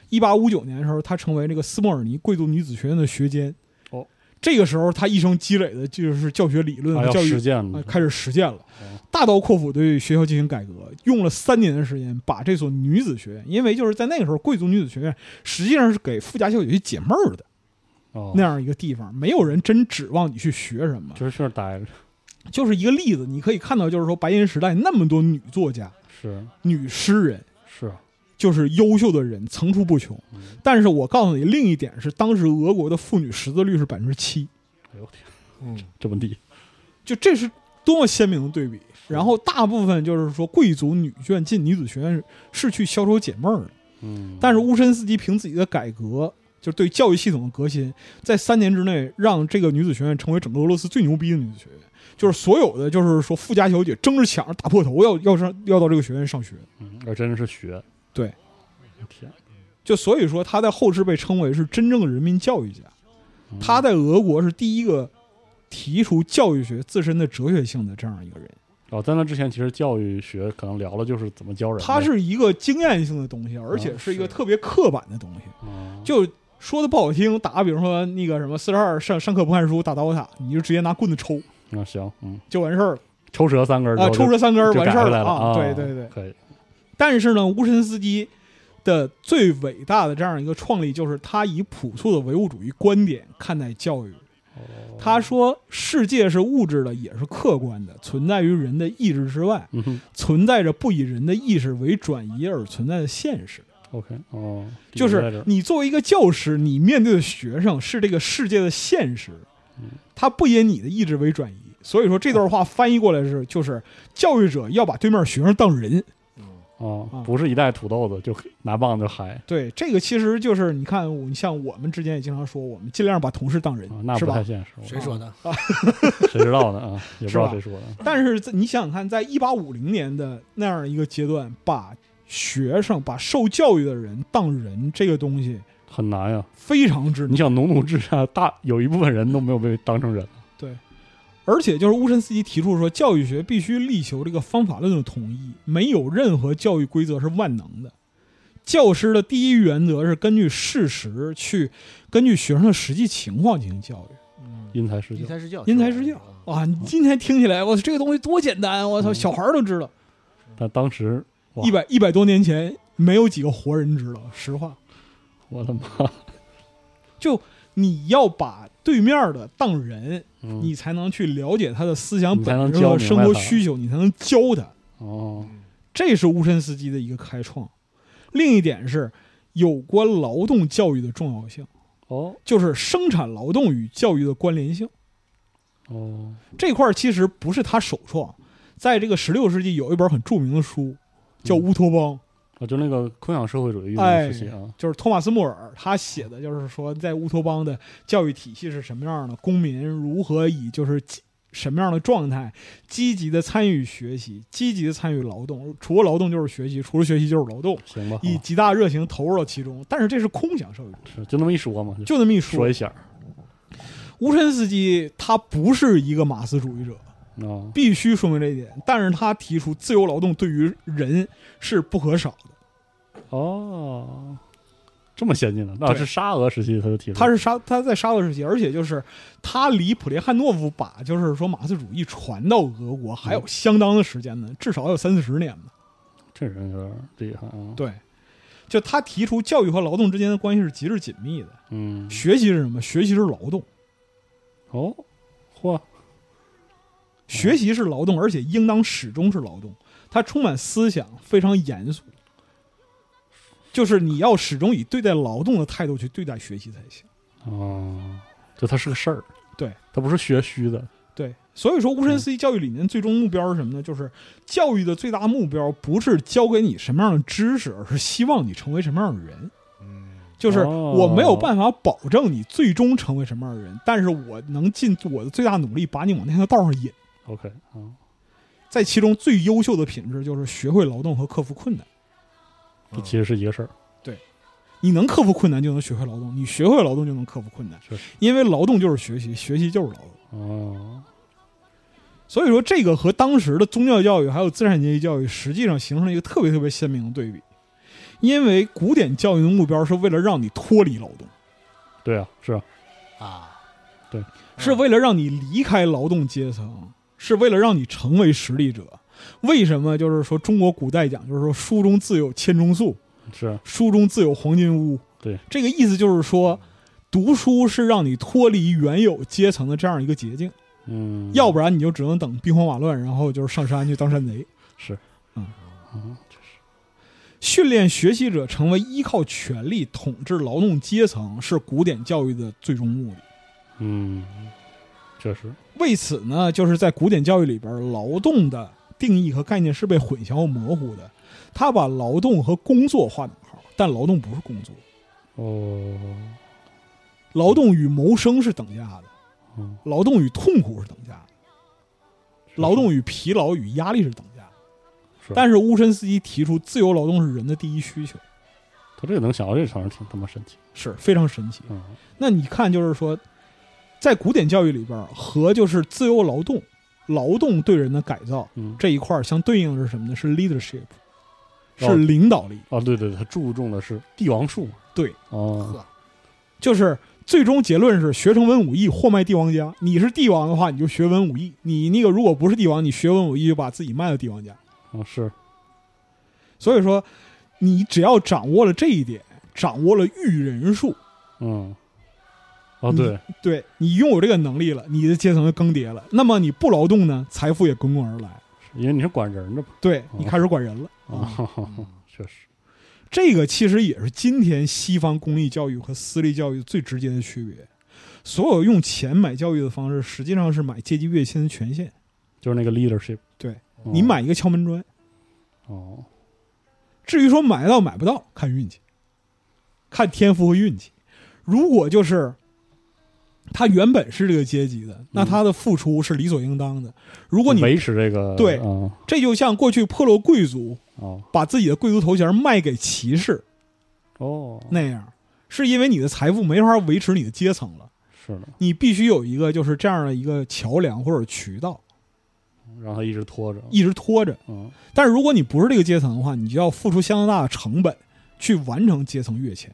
一八五九年的时候，她成为这个斯莫尔尼贵族女子学院的学监。哦，这个时候她一生积累的就是教学理论还和要教育实践啊了，开始实践了哦，大刀阔斧对学校进行改革，用了三年的时间把这所女子学院，因为就是在那个时候，贵族女子学院实际上是给富家小姐去解闷儿的哦那样一个地方，没有人真指望你去学什么，就是这儿待着，就是一个例子。你可以看到，就是说白银时代那么多女作家、是女诗人，是啊，就是优秀的人层出不穷嗯。但是我告诉你，另一点是，当时俄国的妇女识字率是百分之七，哎呦天，嗯，这么低，就这是多么鲜明的对比。然后大部分就是说，贵族女眷进女子学院是去消愁解闷儿的。嗯，但是乌申斯基凭自己的改革，就是对教育系统的革新，在三年之内让这个女子学院成为整个俄罗斯最牛逼的女子学院。就是所有的，就是说富家小姐争着抢着打破头要要上要到这个学院上学，嗯那真是学，对哎呦天，就所以说他在后世被称为是真正的人民教育家。嗯他在俄国是第一个提出教育学自身的哲学性的这样一个人。哦，在那之前其实教育学可能聊了就是怎么教人呗，它是一个经验性的东西，而且是一个特别刻板的东西。哦就说的不好听，打比如说那个什么四十二上上课不看书打刀塔，你就直接拿棍子抽那行，嗯，就完事儿了抽蛇三根儿之啊，后就抽出三根儿就完改事儿回来了啊。对对对。可以，但是呢，乌申斯基的最伟大的这样一个创立，就是他以朴素的唯物主义观点看待教育。哦他说，世界是物质的，也是客观的，存在于人的意志之外，嗯哼存在着不以人的意识为转移而存在的现实。 ，OK，哦，就在这是儿你作为一个教师，你面对的学生是这个世界的现实，嗯他不以你的意志为转移。所以说这段话翻译过来是，就是教育者要把对面学生当人，哦啊，不是一袋土豆子就拿棒就嗨，对，这个其实就是你看，我你像我们之间也经常说，我们尽量把同事当人，啊，那是不太吧？现实。我谁说的？谁知道呢？啊，也不知是道吧谁说的。但是在你想想看，在一八五零年的那样一个阶段，把学生、把受教育的人当人，这个东西很难呀！非常之你难。想，农奴之下，大有一部分人都没有被当成人。而且就是乌申斯基提出说，教育学必须力求这个方法论的统一，没有任何教育规则是万能的。教师的第一原则是根据事实去，根据学生的实际情况进行教育。因材施嗯因教，材施教，因材施教啊！你今天听起来，我操，这个东西多简单！我操，嗯小孩儿都知道。但当时哇一百一百多年前，没有几个活人知道。实话，我的妈！就你要把对面的当人， 嗯你才能去了解他的思想你才能本质教和明生白活他需求，你才能教他。哦，这是乌申斯基的一个开创。另一点是有关劳动教育的重要性，哦，就是生产劳动与教育的关联性。哦，这块儿其实不是他首创，在这个十六世纪有一本很著名的书叫《乌托邦》，啊，就那个空想社会主义运哎动时期啊，就是托马斯·莫尔他写的，就是说在乌托邦的教育体系是什么样的，公民如何以就是积什么样的状态积极的参与学习，积极的参与劳动，除了劳动就是学习，除了学习就是劳动，行吧，以啊极大热情投入到其中。但是这是空想社会主义，是就那么一说嘛，就就那么一说说一。下儿乌申斯基他不是一个马克思主义者，啊，必须说明这一点。但是他提出自由劳动对于人是不可少的。哦，这么先进的，那对是沙俄时期他就提出，他是沙他在沙俄时期，而且就是他离普列汉诺夫把就是说马克思主义传到俄国还有相当的时间呢，至少有三四十年呢。这人有点厉害啊，对，就他提出教育和劳动之间的关系是极致紧密的。嗯，学习是什么？学习是劳动，哦，嚯，学习是劳动，而且应当始终是劳动。它充满思想，非常严肃。就是你要始终以对待劳动的态度去对待学习才行。啊哦，就他是个事儿，对，他不是学虚的，对，所以说无神思教育理念最终目标是什么呢？就是教育的最大目标不是教给你什么样的知识，而是希望你成为什么样的人。嗯就是哦我没有办法保证你最终成为什么样的人，但是我能尽我的最大努力把你往那条道上引。 OK，嗯，在其中最优秀的品质就是学会劳动和克服困难。这其实是一个事儿，你能克服困难，就能学会劳动；你学会劳动，就能克服困难确实。因为劳动就是学习，学习就是劳动。哦，所以说，这个和当时的宗教教育还有资产阶级教育，实际上形成了一个特别特别鲜明的对比。因为古典教育的目标是为了让你脱离劳动，对啊，是啊，啊，是为了让你离开劳动阶层，是为了让你成为实力者。为什么？就是说，中国古代讲，就是说，书中自有千钟粟，是啊书中自有黄金屋。对，这个意思就是说，读书是让你脱离原有阶层的这样一个捷径，嗯，要不然你就只能等兵荒马乱，然后就是上山去当山贼。是，嗯嗯，训练学习者成为依靠权力统治劳动阶层，是古典教育的最终目的。嗯，确实，为此呢，就是在古典教育里边，劳动的定义和概念是被混淆和模糊的。他把劳动和工作划等号，但劳动不是工作，哦，劳动与谋生是等价的，嗯，劳动与痛苦是等价的，劳动与疲劳与压力是等价的。是但是乌申斯基提出，自由劳动是人的第一需求，他这个能想到这层儿挺他妈神奇，是非常神奇。嗯，那你看，就是说，在古典教育里边儿，和就是自由劳动、劳动对人的改造嗯这一块儿相对应的是什么呢？是 leadership，哦是领导力。啊，对对，他注重的是帝王术嘛，对，哦，呵，就是最终结论是学成文武艺，祸卖帝王家。你是帝王的话，你就学文武艺；你那个如果不是帝王，你学文武艺就把自己卖到帝王家。嗯，是，所以说，你只要掌握了这一点，掌握了育人术，嗯，哦，嗯对，对你拥有这个能力了，你的阶层就更迭了。那么你不劳动呢，财富也滚滚而来。因为你是管人的嘛，对哦你开始管人了。啊，哦嗯嗯 确实，这个其实也是今天西方公立教育和私立教育最直接的区别。所有用钱买教育的方式，实际上是买阶级跃迁的权限。就是那个 leadership，对哦你买一个敲门砖，哦，至于说买到买不到，看运气，看天赋和运气。如果就是他原本是这个阶级的，那他的付出是理所应当的。如果你维持这个，对嗯，这就像过去破落贵族哦，把自己的贵族头衔卖给骑士哦，那样，是因为你的财富没法维持你的阶层了。是的，你必须有一个就是这样的一个桥梁或者渠道，让他一直拖着，一直拖着。嗯，但是如果你不是这个阶层的话，你就要付出相当大的成本去完成阶层跃迁。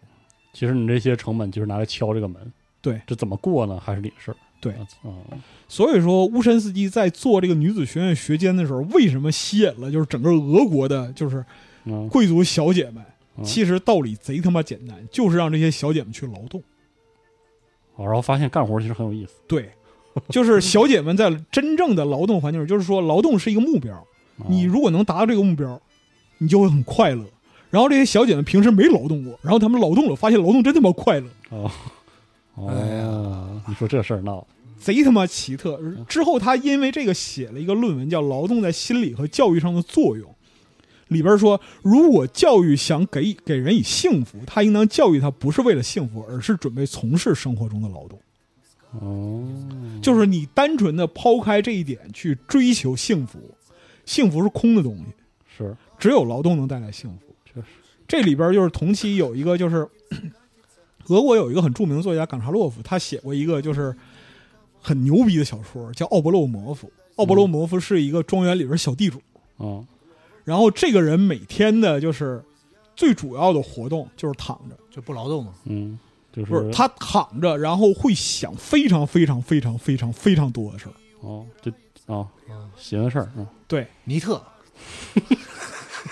其实你这些成本就是拿来敲这个门，对这怎么过呢？还是你的事儿，对啊嗯，所以说，乌申斯基在做这个女子学院学监的时候，为什么吸引了就是整个俄国的，就是嗯，贵族小姐们？嗯其实道理贼他妈简单，就是让这些小姐们去劳动。哦，然后发现干活其实很有意思，对，就是小姐们在真正的劳动环境中，就是说劳动是一个目标，哦你如果能达到这个目标，你就会很快乐。然后这些小姐们平时没劳动过，然后她们劳动了，发现劳动真他妈快乐，哦，哎哦，你说这事儿闹的，贼他妈奇特。之后她因为这个写了一个论文，叫《劳动在心理和教育上的作用》，里边说，如果教育想给给人以幸福，他应当教育他不是为了幸福，而是准备从事生活中的劳动。哦，就是你单纯的抛开这一点去追求幸福，幸福是空的东西，是，只有劳动能带来幸福。确实，这里边就是同期有一个就是 俄国有一个很著名的作家冈察洛夫，他写过一个就是很牛逼的小说，叫《奥伯洛摩夫》。奥伯洛摩夫是一个庄园里边小地主，嗯，然后这个人每天的就是最主要的活动就是躺着，就不劳动嘛，嗯，就是不是他躺着，然后会想非常非常非常非常非常多的事儿。哦，这哦嗯，闲事儿啊，对，尼特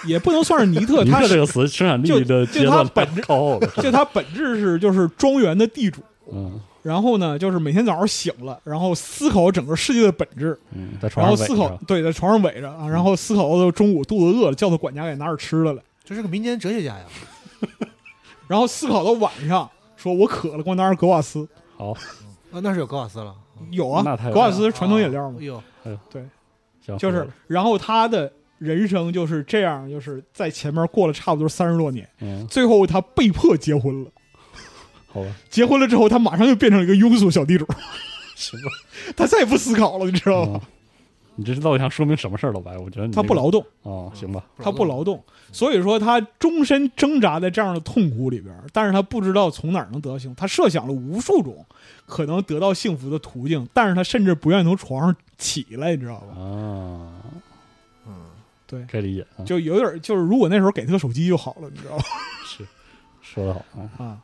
也不能算是 尼特，你他这是这个词生产力就的就阶他段太本质高 了，就他本质是就是庄园的地主，嗯然后呢，就是每天早上醒了，然后思考整个世界的本质，嗯，在床上然后围思考着对，在床上围着啊，然后思考到中午肚子饿了，叫他管家给拿点吃的来，这是个民间哲学家呀，然后思考到晚上，说我渴了，给我拿点格瓦斯，好，啊，那是有格瓦斯了，有啊那太，有格瓦斯传统饮啊料嘛哎，呦，行，就是，然后他的人生就是这样，就是在前面过了差不多三十多年，嗯，最后他被迫结婚了。好吧，结婚了之后，他马上就变成了一个庸俗小 地主，行吧，他再也不思考了，你知道吗？嗯你这是到底想说明什么事儿，老白？我觉得你他嗯不劳动，啊，行吧，他不劳动，所以说他终身挣扎在这样的痛苦里边，但是他不知道从哪儿能得到幸福，他设想了无数种可能得到幸福的途径，但是他甚至不愿意从床上起来，你知道吧？啊，嗯，可以理解啊，就有点儿就是，如果那时候给他个手机就好了，你知道吧？说得好啊，啊。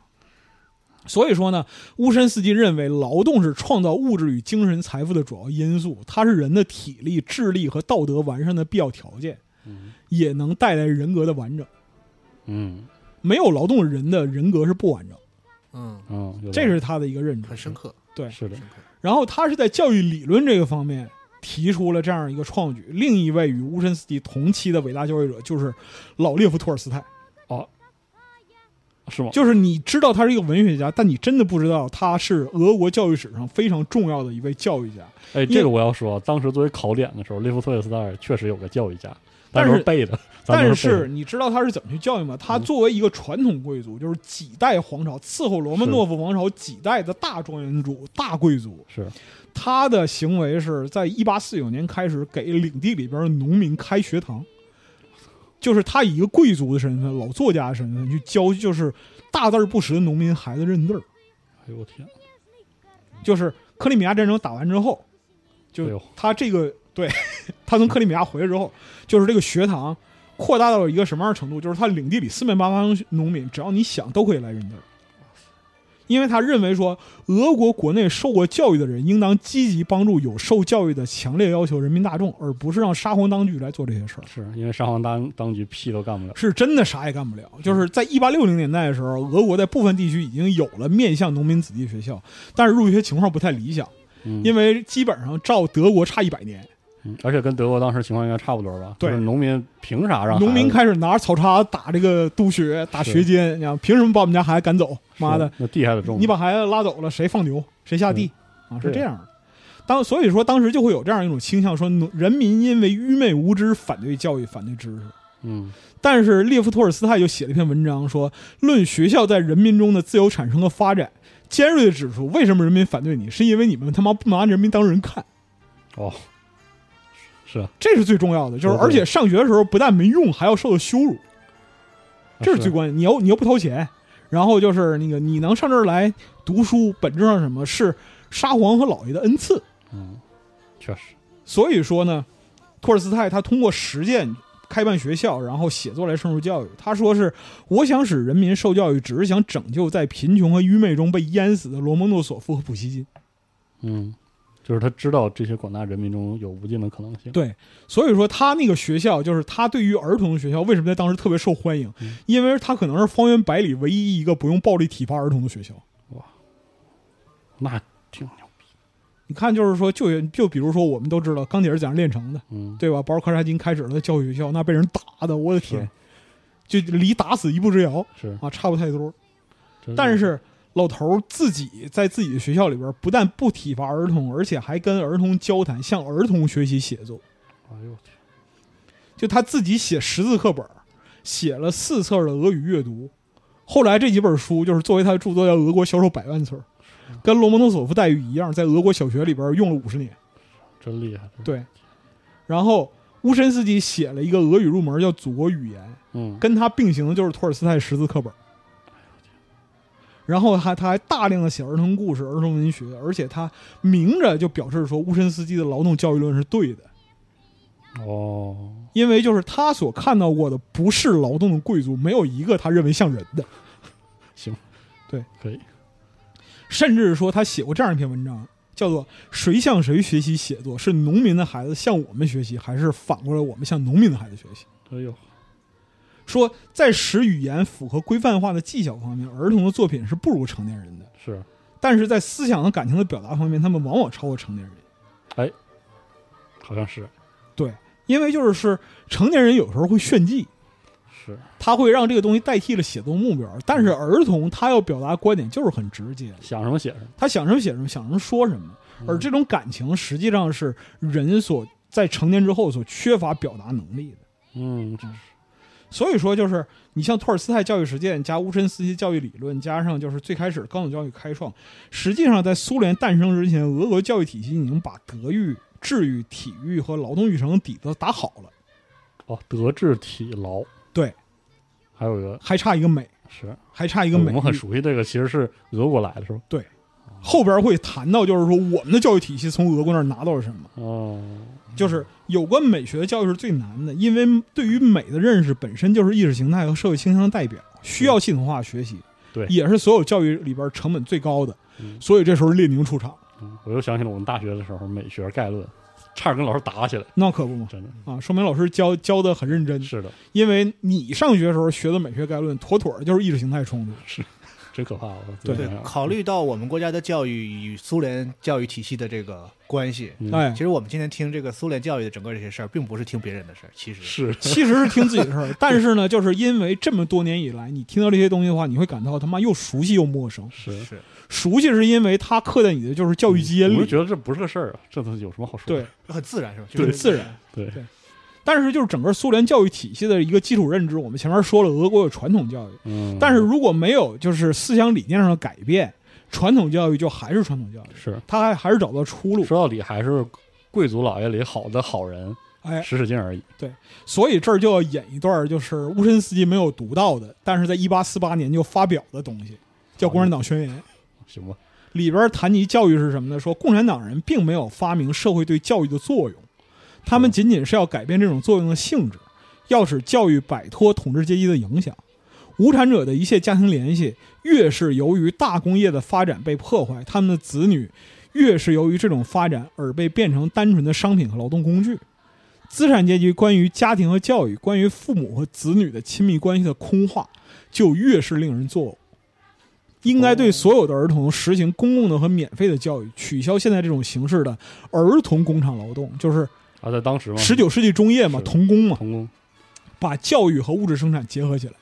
所以说呢，乌申斯基认为劳动是创造物质与精神财富的主要因素，它是人的体力、智力和道德完善的必要条件，也能带来人格的完整。嗯没有劳动，人的人格是不完整，嗯，嗯，有道理这是他的一个认知很。深刻，对，是的深，刻，然后他是在教育理论这个方面提出了这样一个创举。另一位与乌申斯基同期的伟大教育者就是老列夫·托尔斯泰。哦是吗？就是你知道他是一个文学家，但你真的不知道他是俄国教育史上非常重要的一位教育家。哎，因这为个我要说，当时作为考点的时候，列夫托尔斯泰确实有个教育家，但咱都是是背的，咱但都是背是的你知道他是怎么去教育吗？他嗯作为一个传统贵族，就是几代皇朝伺候罗曼诺夫王朝几代的大庄园主、大贵族，是他的行为是在一八四九年开始给领地里边的农民开学堂，就是他以一个贵族的身份、老作家的身份去教，就是大字儿不识的农民孩子认字儿。哎呦我天，就是克里米亚战争打完之后，哎就呦他这个对 他从克里米亚回来之后，就是这个学堂扩大到一个什么样的程度？就是他领地里四面八方农民，只要你想都可以来认字儿。因为他认为说，俄国国内受过教育的人应当积极帮助有受教育的，强烈要求人民大众，而不是让沙皇当局来做这些事儿。是因为沙皇当当局屁都干不了，是真的啥也干不了。就是在一八六零年代的时候，俄国在部分地区已经有了面向农民子弟学校，但是入学情况不太理想，嗯因为基本上照德国差一百年，嗯而且跟德国当时情况应该差不多吧？对就是农民凭啥让农民孩子开始拿草叉打这个督学、打是学监，你知道吗凭什么把我们家孩子赶走？妈的是，嗯那地还得种，你把孩子拉走了，谁放牛，谁下地啊？是这样的。当所以说，当时就会有这样一种倾向，说农人民因为愚昧无知，反对教育，反对知识。嗯但是列夫·托尔斯泰就写了一篇文章说，论学校在人民中的自由产生和发展，尖锐地指出，为什么人民反对你，是因为你们他妈不拿人民当人看，哦，是啊，这是最重要的。就是对对而且上学的时候不但没用，还要受到羞辱，这啊是最关键。你又你又不掏钱，然后就是那个你能上这儿来读书，本质上什么是沙皇和老爷的恩赐。嗯，确实所以说呢，托尔斯泰他通过实践开办学校，然后写作来深入教育。他说是我想使人民受教育，只是想拯救在贫穷和愚昧中被淹死的罗蒙诺索夫和普希金。嗯，就是他知道这些广大人民中有无尽的可能性，对，所以说他那个学校就是他对于儿童学校为什么在当时特别受欢迎，嗯因为他可能是方圆百里唯一一个不用暴力体罚儿童的学校。那挺牛逼，你看，就是说，就就比如说，我们都知道钢铁是怎样炼成的，嗯，对吧？保尔柯察金开始了教育学校，那被人打的，我的天，就离打死一步之遥是，啊，差不太多。真但是老头儿自己在自己的学校里边，不但不体罚儿童，而且还跟儿童交谈，向儿童学习写作。哎呦我天，就他自己写识字课本儿，写了四册的俄语阅读。后来这几本书就是作为他的著作，在俄国销售百万册儿，跟罗蒙诺索夫待遇一样，在俄国小学里边用了五十年。真厉害，对，然后乌申斯基写了一个俄语入门叫《祖国语言》，嗯，跟他并行的就是托尔斯泰识字课本。然后还他还大量的写儿童故事、儿童文学，而且他明着就表示说乌申斯基的劳动教育论是对的，哦，因为就是他所看到过的不是劳动的贵族，没有一个他认为像人的。可以，甚至说他写过这样一篇文章，叫做《谁向谁学习写作？是农民的孩子向我们学习，还是反过来我们向农民的孩子学习？哎呦，说在使语言符合规范化的技巧方面，儿童的作品是不如成年人的，是，但是在思想和感情的表达方面，他们往往超过成年人。好像是，对，因为就是是成年人有时候会炫技，是他会让这个东西代替了写作目标。但是儿童他要表达观点就是很直接的，想什么写什么，他想什么写什么，想什么说什么。而这种感情实际上是人所在成年之后所缺乏表达能力的。嗯，所以说，就是你像托尔斯泰教育实践加乌申斯基教育理论，加上就是最开始高等教育开创，实际上在苏联诞生之前，俄国教育体系已经把德育、智育、体育和劳动育成底子打好了，哦，德智体劳，对，还有一个还差一个美，是还差一个我美。们很熟悉这个，其实是俄国来的是吧？后边会谈到，就是说我们的教育体系从俄国那儿拿到了什么，哦，就是有关美学的教育是最难的，因为对于美的认识本身就是意识形态和社会倾向的代表，需要系统化学习，对也是所有教育里边成本最高的嗯。所以这时候列宁出场，嗯我又想起了我们大学的时候美学概论，差点跟老师打起来，那可不嘛。真的啊，说明老师教教的很认真，是的，因为你上学的时候学的美学概论，妥妥的就是意识形态冲突。真可怕。我对自己对啊想，想考虑到我们国家的教育与苏联教育体系的这个关系，嗯哎其，实我们今天听这个苏联教育的整个这些事儿，并不是听别人的事儿，其实是其实是听自己的事 儿，但是呢，就是因为这么多年以来，你听到这些东西的话，你会感到他妈又熟悉又陌生。是，嗯是熟悉是因为它刻在你的就是教育基因我就里，觉得这不是个事儿啊，这都有什么好说对的？，很自然，是吧？就是很自然。对对但是就是整个苏联教育体系的一个基础认知，我们前面说了，俄国有传统教育，嗯，但是如果没有就是思想理念上的改变，传统教育就还是传统教育，是它还还是找不到出路。说到底还是贵族老爷里好的好人哎，使使劲而已。所以这儿就要演一段，就是乌申斯基没有读到的，但是在一八四八年就发表的东西，叫《共产党宣言》。行吧，里边谈及教育是什么呢？说共产党人并没有发明社会对教育的作用，他们仅仅是要改变这种作用的性质，要使教育摆脱统治阶级的影响。无产者的一切家庭联系，越是由于大工业的发展被破坏，他们的子女越是由于这种发展而被变成单纯的商品和劳动工具。资产阶级关于家庭和教育、关于父母和子女的亲密关系的空话，就越是令人作呕。应该对所有的儿童实行公共的和免费的教育，取消现在这种形式的儿童工厂劳动，就是啊，在当时嘛，十九世纪中叶嘛，是童工嘛，童工，把教育和物质生产结合起来，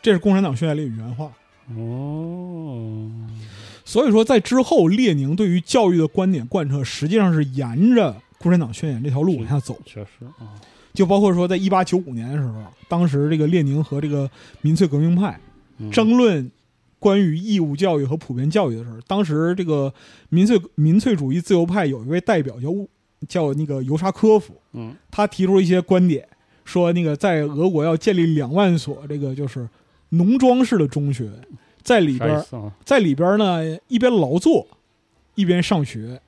这是共产党宣言里的原话。哦，所以说，在之后，列宁对于教育的观点贯彻，实际上是沿着共产党宣言这条路往下走。确实啊，就包括说，在一八九五年的时候，当时这个列宁和这个民粹革命派嗯争论关于义务教育和普遍教育的时候，当时这个民粹民粹主义自由派有一位代表叫乌叫那个尤沙科夫，嗯，他提出了一些观点，说那个在俄国要建立两万所这个就是农庄式的中学，在里啥边意思啊？在里边呢一边劳作，一边上学。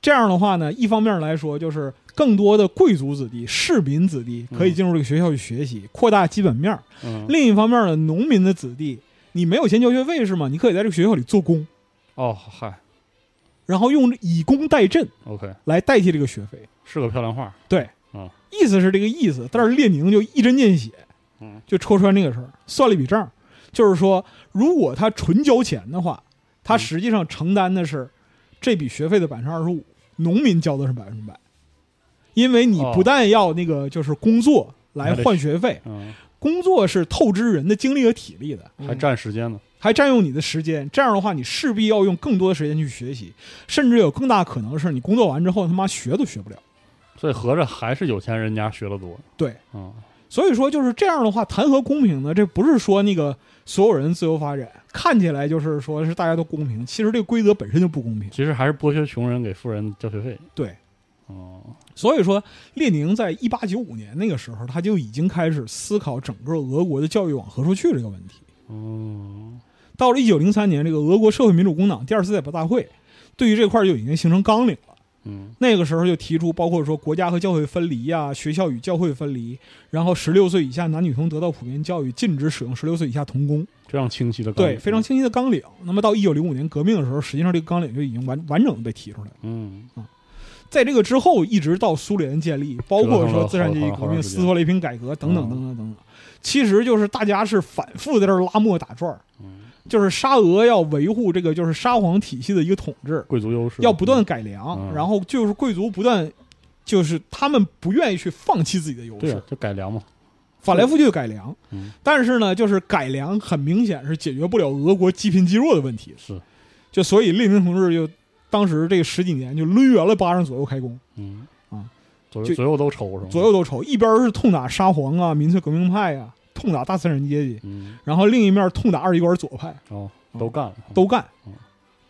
这样的话呢，一方面来说，就是更多的贵族子弟、市民子弟可以进入这个学校去学习，扩大基本面儿；嗯，另一方面呢，农民的子弟，你没有钱交学费是吗？你可以在这个学校里做工，哦，嗨然后用以工代赈，OK，来代替这个学费。是个漂亮话，对，嗯意思是这个意思。但是列宁就一针见血嗯，就戳穿这个事儿，算了一笔账，就是说，如果他纯交钱的话，他嗯实际上承担的是这笔学费的百分之二十五，农民交的是百分之百，因为你哦不但要那个就是工作来换学费，嗯，工作是透支人的精力和体力的。还占时间呢，还占用你的时间，这样的话，你势必要用更多的时间去学习，甚至有更大可能是你工作完之后他妈学都学不了。所以合着还是有钱人家学的多。对，嗯，所以说就是这样的话，谈何公平呢？这不是说那个所有人自由发展，看起来就是说是大家都公平，其实这个规则本身就不公平。其实还是剥削穷人，给富人交学费。对，哦，所以说列宁在一八九五年那个时候，他就已经开始思考整个俄国的教育往何处去这个问题。嗯哦，到了一九零三年，这个俄国社会民主工党第二次代表大会对于这块儿就已经形成纲领了。嗯，那个时候就提出，包括说国家和教会分离呀、学校与教会分离，然后十六岁以下男女童得到普遍教育，禁止使用十六岁以下童工。非常清晰的，对，非常，清晰的纲领。那么到一九零五年革命的时候，实际上这个纲领就已经完完整的被提出来了。嗯，在这个之后，一直到苏联建立，包括说资产阶级好革好好命、斯托雷平改革等等嗯等等等等，其实就是大家是反复在这儿拉磨打转儿嗯，就是沙俄要维护这个就是沙皇体系的一个统治，贵族优势要不断改良，嗯然后就是贵族不断。就是他们不愿意去放弃自己的优对啊势，，就改良嘛，翻来覆去的改良。嗯但是呢，就是改良很明显是解决不了俄国积贫积弱的问题。是，就所以列宁同志就当时这十几年就抡圆了巴掌左右开弓，嗯啊，左右就左右都抽是吗？左右都抽，一边是痛打沙皇啊、民粹革命派啊，痛打大资产阶级，嗯然后另一面痛打二极管左派，哦都干了，嗯都干。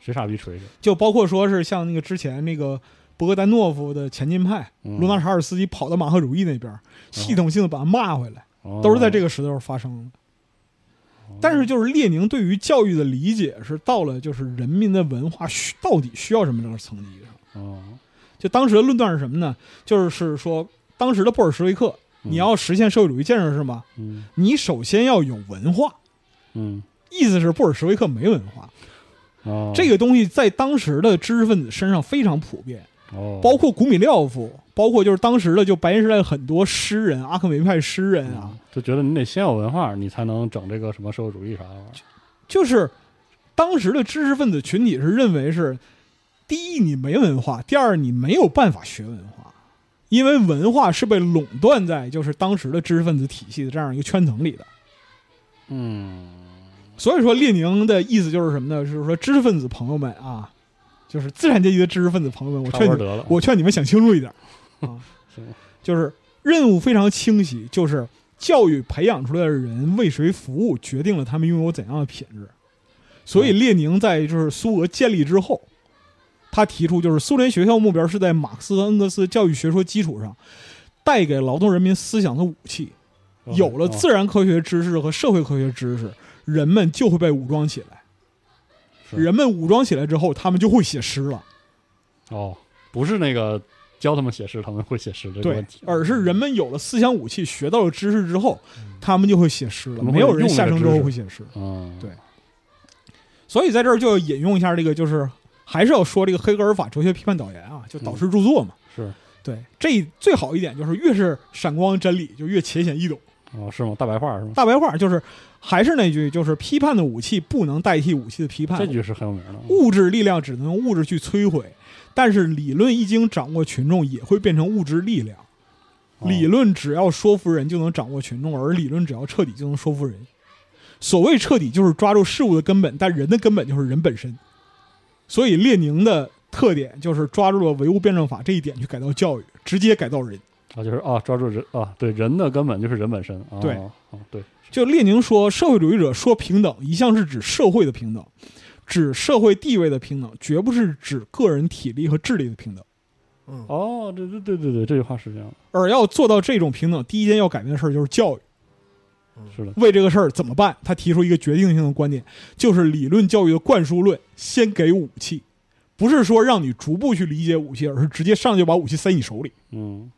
谁傻逼锤谁。就包括说是像那个之前那个博格丹诺夫的前进派，嗯卢纳查尔斯基跑到马赫主义那边，系统性的把他骂回来，哦都是在这个时候发生的。但是就是列宁对于教育的理解是到了就是人民的文化需到底需要什么这个层级上。哦就当时的论断是什么呢？就是是说当时的布尔什维克，嗯你要实现社会主义建设是吗？嗯你首先要有文化。嗯意思是布尔什维克没文化，哦这个东西在当时的知识分子身上非常普遍。哦包括古米廖夫，包括就是当时的就白银时代很多诗人，阿克美派诗人啊，嗯就觉得你得先有文化，你才能整这个什么社会主义啥玩意儿。就是当时的知识分子群体是认为是，第一你没文化，第二你没有办法学文化，因为文化是被垄断在就是当时的知识分子体系的这样一个圈层里的。嗯所以说，列宁的意思就是什么呢？就是说，知识分子朋友们啊，就是资产阶级的知识分子朋友们，我差劝不你多得了我劝你们想清楚一点啊行，就是任务非常清晰，就是教育培养出来的人为谁服务，决定了他们拥有怎样的品质。所以，列宁在就是苏俄建立之后，他提出就是苏联学校目标是在马克思和恩格斯教育学说基础上，带给劳动人民思想的武器。哦嗯有了自然科学知识和社会科学知识，人们就会被武装起来。是人们武装起来之后，他们就会写诗了，哦，不是那个教他们写诗，他们会写诗这个对问题，，而是人们有了思想武器，学到了知识之后，他们就会写诗了。他嗯们会没有人用这下个生之知后识会写诗，嗯对所以在这儿就要引用一下这个，就是还是要说这个黑格尔法哲学批判导言啊，就导嗯师著作嘛。是对，这最好一点就是越是闪光真理，就越浅显易懂。哦是吗？大白话是吗？大白话就是，还是那句，就是批判的武器不能代替武器的批判。这句是很有名的。物质力量只能用物质去摧毁，但是理论一经掌握群众，也会变成物质力量。哦理论只要说服人就能掌握群众，而理论只要彻底就能说服人。所谓彻底，就是抓住事物的根本，但人的根本就是人本身。所以，列宁的特点就是抓住了唯物辩证法这一点去改造教育，直接改造人。啊，就是啊，抓住人啊，对人的根本就是人本身啊，对啊，对，就列宁说，社会主义者说平等，一向是指社会的平等，指社会地位的平等，绝不是指个人体力和智力的平等。嗯，哦，对对对对对，这句话是这样的，而要做到这种平等，第一件要改变的事儿就是教育。是的，为这个事儿怎么办？他提出一个决定性的观点，就是理论教育的灌输论，先给武器，不是说让你逐步去理解武器，而是直接上来就把武器塞你手里，嗯，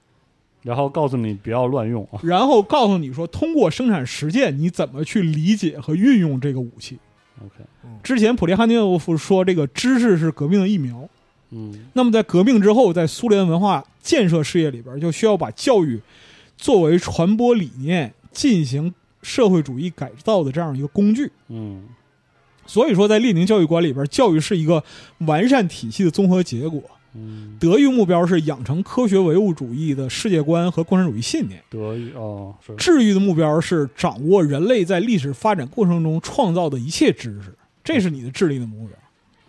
然后告诉你不要乱用啊，然后告诉你说，通过生产实践，你怎么去理解和运用这个武器。 ，OK，之前普列汉涅夫说，这个知识是革命的疫苗。嗯那么在革命之后，在苏联文化建设事业里边，就需要把教育作为传播理念进行社会主义改造的这样一个工具。嗯所以说，在列宁教育观里边，教育是一个完善体系的综合结果。嗯，德育目标是养成科学唯物主义的世界观和共产主义信念；德语哦是，治愈的目标是掌握人类在历史发展过程中创造的一切知识，这是你的智力的目标。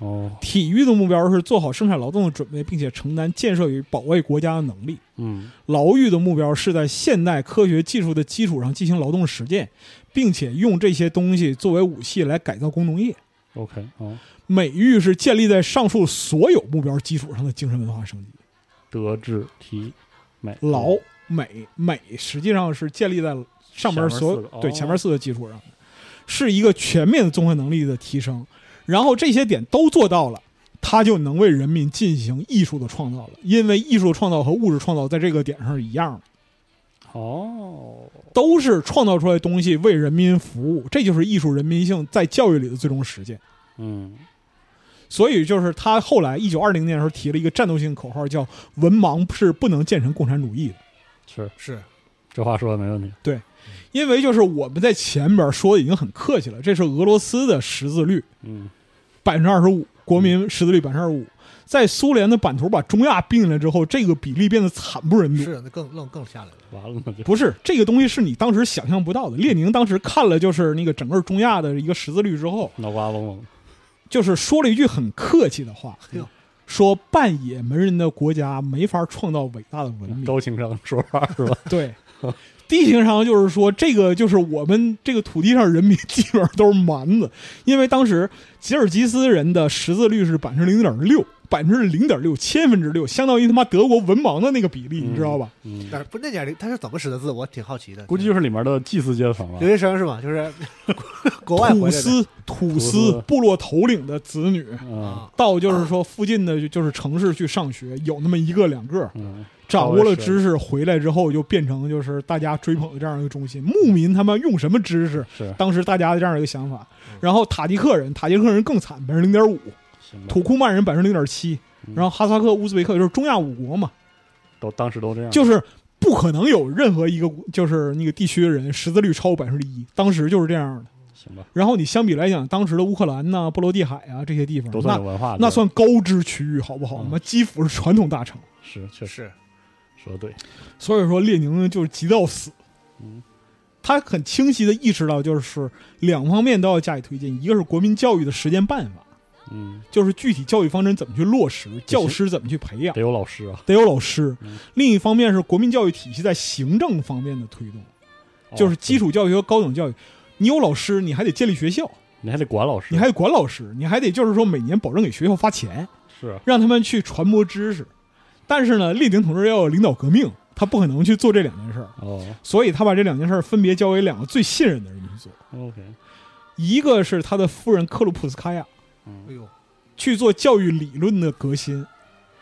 哦，体育的目标是做好生产劳动的准备，并且承担建设与保卫国家的能力。嗯牢狱的目标是在现代科学技术的基础上进行劳动实践，并且用这些东西作为武器来改造工农业。 ，OK，哦，美育是建立在上述所有目标基础上的精神文化升级。德智体美劳美美实际上是建立在上面所前面四有个哦对前面四个基础上的，是一个全面的综合能力的提升。然后这些点都做到了，它就能为人民进行艺术的创造了。因为艺术创造和物质创造在这个点上是一样的，哦，都是创造出来的东西为人民服务，这就是艺术人民性在教育里的最终实践。嗯所以就是他后来一九二零年的时候提了一个战斗性口号，叫“文盲是不能建成共产主义的是，是这话说的没问题，”，因为就是我们在前边说的已经很客气了，这是俄罗斯的识字率嗯百分之二十五，国民识字率百分之二十五，在苏联的版图把中亚并进来之后，这个比例变得惨不忍睹。是那更更更下来了。完了就不是这个东西是你当时想象不到的。列宁当时看了就是那个整个中亚的一个识字率之后，脑瓜嗡嗡。就是说了一句很客气的话哎呦，说半野蛮人的国家没法创造伟大的文明。高情商说话是吧？对，低情商就是说，这个就是我们这个土地上人民 基本上都是蛮子，因为当时吉尔吉斯人的识字率是百分之零点六，百分之零点六，千分之六，相当于他妈德国文盲的那个比例，你知道吧？嗯，但是不那点儿他是怎么识的字，我挺好奇的。估计就是里面的祭祀阶层了留。学生是吧？就是国外回土来的司、土土司司部落头领的子女。嗯啊，到就是说附近的就就是城市去上学，有那么一个两个嗯，掌握了知识，回来之后就变成就是大家追捧的这样一个中心。牧民他们用什么知识？是当时大家的这样一个想法。然后塔吉克人，塔吉克人更惨，百分之零点五；行吧土库曼人百分之零点七，嗯然后哈萨克、乌兹别克就是中亚五国嘛，都当时都这样，就是不可能有任何一个就是那个地区的人识字率超过百分之一，当时就是这样的。行吧，然后你相比来讲，当时的乌克兰呐、波罗的海啊这些地方，都算那有文化的，那算高知区域好不好？嗯那基辅是传统大城，是确实是说的对，所以说列宁就是急到死嗯。他很清晰的意识到，就是两方面都要加以推进，一个是国民教育的实践办法，嗯，就是具体教育方针怎么去落实，教师怎么去培养得，有老师啊，得有老师嗯。另一方面是国民教育体系在行政方面的推动，哦就是基础，础教育和高等教育。你有老师，你还得建立学校，你还得管老师，你还得管老师，你还得就是说每年保证给学校发钱，是让他们去传播知识。但是呢，列宁同志要领导革命，他不可能去做这两件事儿，哦所以他把这两件事儿分别交给两个最信任的人去做， ，OK，一个是他的夫人克鲁普斯卡娅哎呦，去做教育理论的革新，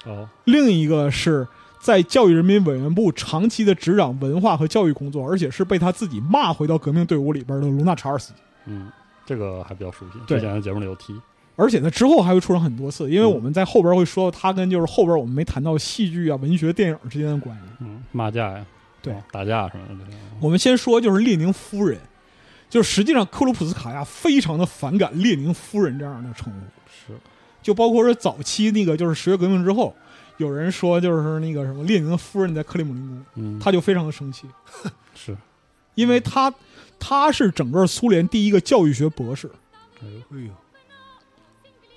哦，另一个是在教育人民委员部长期的执掌文化和教育工作，而且是被他自己骂回到革命队伍里边的卢纳查尔斯基。嗯，这个还比较熟悉，对之前的节目里有提，而且呢，之后还会出场很多次，因为嗯我们在后边会说到他跟就是后边我们没谈到戏剧啊、文学、电影之间的关系。嗯，骂架呀，对哦，打架什么的，我们先说就是列宁夫人，就是实际上克鲁普斯卡娅非常的反感列宁夫人这样的称呼，是，就包括说早期那个就是十月革命之后，有人说就是那个什么列宁的夫人在克里姆林宫，嗯，他就非常的生气，是，因为他他是整个苏联第一个教育学博士，哎呦哎呦，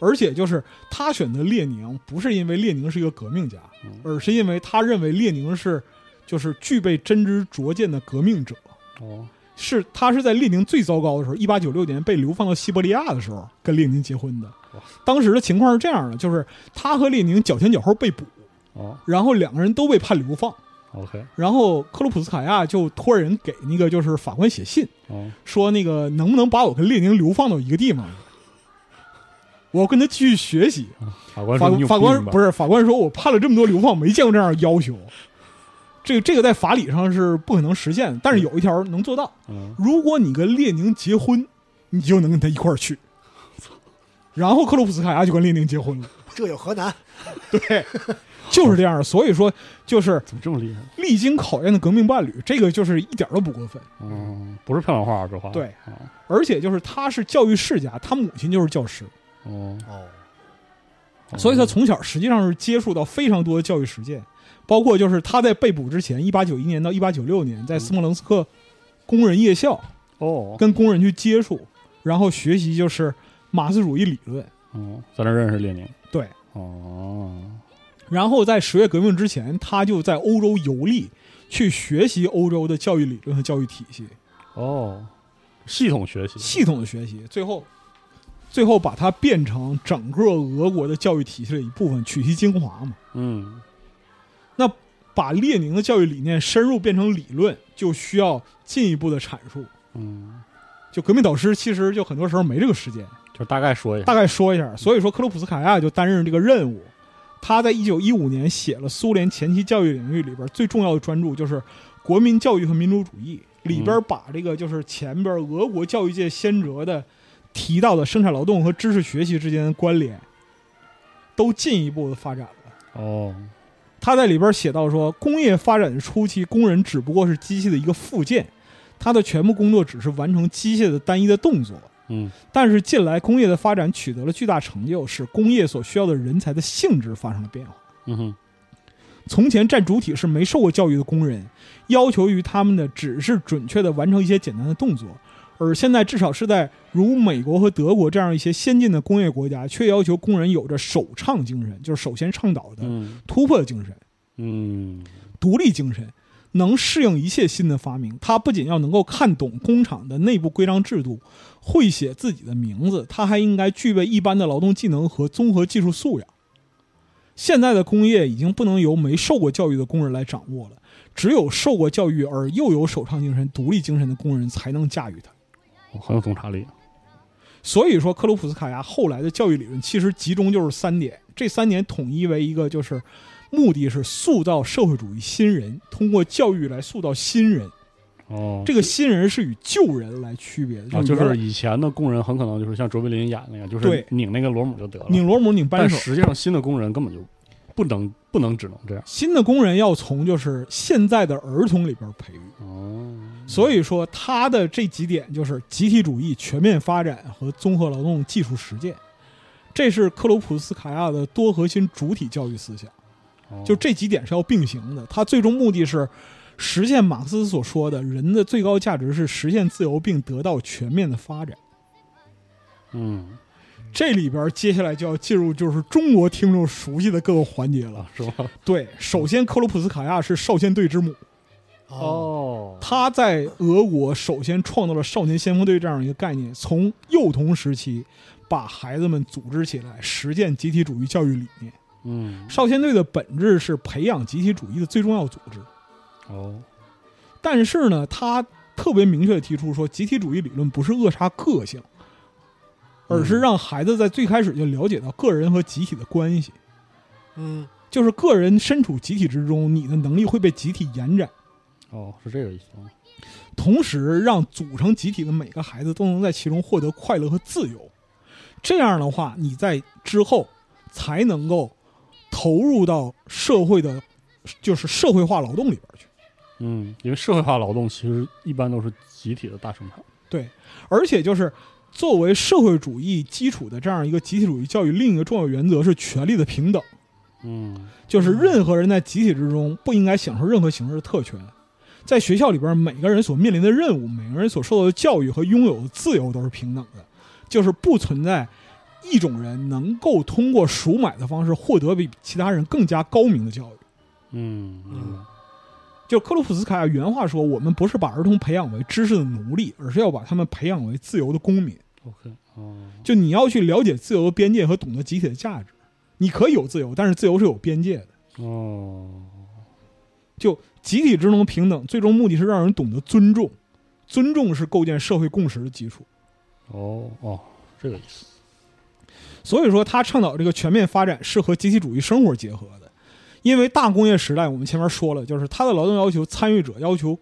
而且就是他选择列宁不是因为列宁是一个革命家，而是因为他认为列宁是就是具备真知灼见的革命者。哦，是他是在列宁最糟糕的时候，一八九六年被流放到西伯利亚的时候跟列宁结婚的哇。当时的情况是这样的，就是他和列宁脚前脚后被捕，哦然后两个人都被判流放， ，OK，然后克鲁普斯卡娅就托人给那个就是法官写信，哦，说那个能不能把我跟列宁流放到一个地方，我要跟他继续学习。法官法说你有法官病吧不是法官说，我判了这么多流放，没见过这样的要求。这个这个在法理上是不可能实现的，但是有一条能做到，嗯，如果你跟列宁结婚，你就能跟他一块儿去。然后克鲁普斯卡娅就跟列宁结婚了，这有河南，对，就是这样的。所以说，就是怎么这么厉害？历经考验的革命伴侣，这个就是一点都不过分。嗯，不是漂亮话，这话，对哦而且就是他是教育世家，他母亲就是教师，哦，哦，所以他从小实际上是接触到非常多的教育实践，包括就是他在被捕之前，一八九一年到一八九六年，在斯莫棱斯克工人夜校哦，跟工人去接触，然后学习就是马克思主义理论。嗯，在那儿认识列宁，对，哦，然后在十月革命之前，他就在欧洲游历，去学习欧洲的教育理论和教育体系，哦，系统学习，系统的学习，最后，最后把它变成整个俄国的教育体系的一部分，取其精华嘛。嗯，那把列宁的教育理念深入变成理论，就需要进一步的阐述。嗯，就革命导师其实就很多时候没这个时间，就是大概说一下大，概说一下。所以说，克鲁普斯卡娅就担任这个任务。他在一九一五年写了苏联前期教育领域里边最重要的专著，就是《国民教育和民主主义》里边把这个就是前边俄国教育界先哲的提到的生产劳动和知识学习之间的关联，都进一步的发展了。哦，他在里边写到说，工业发展初期，工人只不过是机器的一个附件，他的全部工作只是完成机械的单一的动作。嗯但是近来工业的发展取得了巨大成就，使工业所需要的人才的性质发生了变化。嗯哼从前占主体是没受过教育的工人，要求于他们的只是准确地完成一些简单的动作，而现在至少是在如美国和德国这样一些先进的工业国家，却要求工人有着首倡精神，就是首先倡导的嗯突破的精神、嗯独立精神，能适应一切新的发明。他不仅要能够看懂工厂的内部规章制度，会写自己的名字，他还应该具备一般的劳动技能和综合技术素养。现在的工业已经不能由没受过教育的工人来掌握了，只有受过教育而又有首创精神、独立精神的工人才能驾驭它。我很有洞察力。所以说，克鲁普斯卡娅后来的教育理论其实集中就是三点，这三点统一为一个，就是目的是塑造社会主义新人，通过教育来塑造新人。哦，这个新人是与旧人来区别的，啊，就原来是以前的工人很可能就是像卓别林演那样，就对是拧那个螺母就得了。拧螺母、拧扳但手。实际上，新的工人根本就不能不能只能这样。新的工人要从就是现在的儿童里边培育，哦，所以说他的这几点就是集体主义、全面发展和综合劳动技术实践，这是克罗普斯卡亚的多核心主体教育思想。哦就这几点是要并行的。它最终目的是实现马克思所说的人的最高价值是实现自由并得到全面的发展。嗯这里边接下来就要进入就是中国听众熟悉的各个环节了。啊，是吧？对，首先克罗普斯卡娅是少先队之母，哦，哦，她在俄国首先创造了少年先锋队这样一个概念，从幼童时期把孩子们组织起来，实践集体主义教育理念。嗯，少先队的本质是培养集体主义的最重要组织。哦，但是呢，他特别明确地提出说，集体主义理论不是扼杀个性，而是让孩子在最开始就了解到个人和集体的关系。嗯，就是个人身处集体之中，你的能力会被集体延展，哦，是这个意思吗？同时让组成集体的每个孩子都能在其中获得快乐和自由。这样的话，你在之后才能够投入到社会的，就是社会化劳动里边去。嗯，因为社会化劳动其实一般都是集体的大生产。对，而且就是作为社会主义基础的这样一个集体主义教育，另一个重要原则是权利的平等，嗯就是任何人在集体之中不应该享受任何形式的特权。在学校里边，每个人所面临的任务，每个人所受到的教育和拥有的自由都是平等的，就是不存在一种人能够通过赎买的方式获得比其他人更加高明的教育。嗯嗯就克鲁普斯卡娅原话说：“我们不是把儿童培养为知识的奴隶，而是要把他们培养为自由的公民。” ，OK，哦，就你要去了解自由的边界和懂得集体的价值。你可以有自由，但是自由是有边界的。哦，就集体之中的平等，最终目的是让人懂得尊重，尊重是构建社会共识的基础。哦，哦，这个意思。所以说，他倡导这个全面发展是和集体主义生活结合的。因为大工业时代，我们前面说了，就是他的劳动要求参与者要求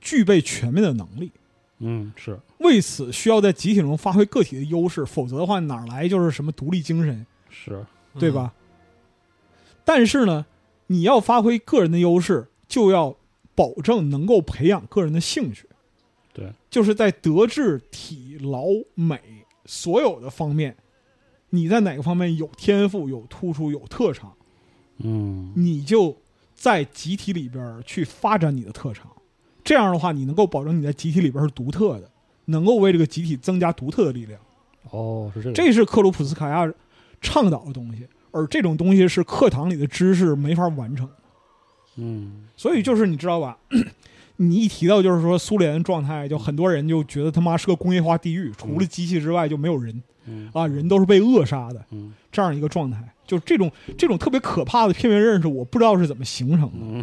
具备全面的能力，嗯，是，为此需要在集体中发挥个体的优势，否则的话哪来就是什么独立精神？是，对嗯吧？但是呢，你要发挥个人的优势，就要保证能够培养个人的兴趣，对，就是在德智体劳美所有的方面，你在哪个方面有天赋、有突出、有特长，嗯你就在集体里边儿去发展你的特长。这样的话，你能够保证你在集体里边儿是独特的，能够为这个集体增加独特的力量。哦，是这个，这是克鲁普斯卡娅倡导的东西，而这种东西是课堂里的知识没法完成。嗯所以就是你知道吧， 你一提到就是说苏联状态，就很多人就觉得他妈是个工业化地狱，除了机器之外就没有人嗯啊，人都是被扼杀的嗯这样一个状态。就这种这种特别可怕的片面认识，我不知道是怎么形成的，嗯，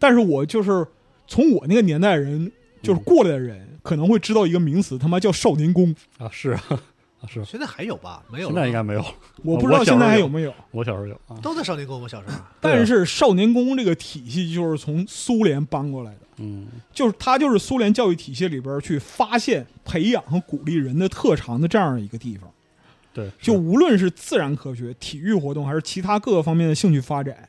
但是我就是从我那个年代人嗯就是过来的人，可能会知道一个名词，他妈叫少年宫，啊，是啊， 啊是啊，现在还有吧？没有现了吧，在应该没有，我不知我小道时候现在还有有没有。我小时候有啊，都在少年宫。我小时候，但是少年宫这个体系就是从苏联搬过来的，嗯就是它就是苏联教育体系里边去发现、培养和鼓励人的特长的这样一个地方。对，就是无论是自然科学、体育活动，还是其他各个方面的兴趣发展，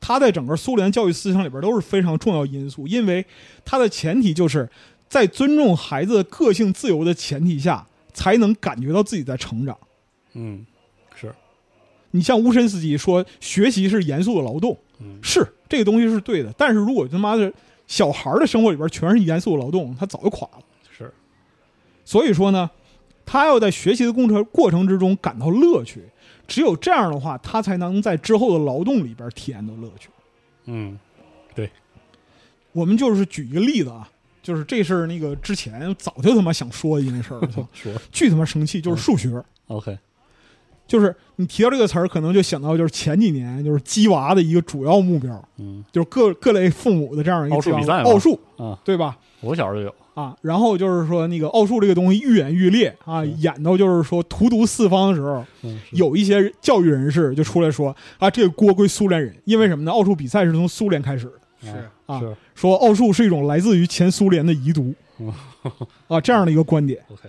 它在整个苏联教育思想里边都是非常重要因素，因为它的前提就是在尊重孩子的个性自由的前提下，才能感觉到自己在成长。嗯，是，你像乌申斯基说，学习是严肃的劳动，嗯是这个东西是对的。但是如果他妈的小孩儿的生活里边全是严肃的劳动，他早就垮了。是，所以说呢，他要在学习的过程过程之中感到乐趣，只有这样的话，他才能在之后的劳动里边体验到乐趣。嗯，我们就是举一个例子啊，就是这是那个之前早就他妈想说的一件事儿，我操说巨他妈生气，就是数学。 ，OK，就是你提到这个词儿，可能就想到就是前几年就是鸡娃的一个主要目标，嗯就是各各类父母的这样一个奥数这样比赛嘛奥数啊，对吧？我小时候就有，啊，然后就是说那个奥数这个东西愈演愈烈啊，演到就是说荼毒四方的时候，嗯，是有一些教育人士就出来说啊，这个锅归苏联人，因为什么呢？奥数比赛是从苏联开始的，是啊是说奥数是一种来自于前苏联的遗毒嗯，啊，这样的一个观点。 ，OK，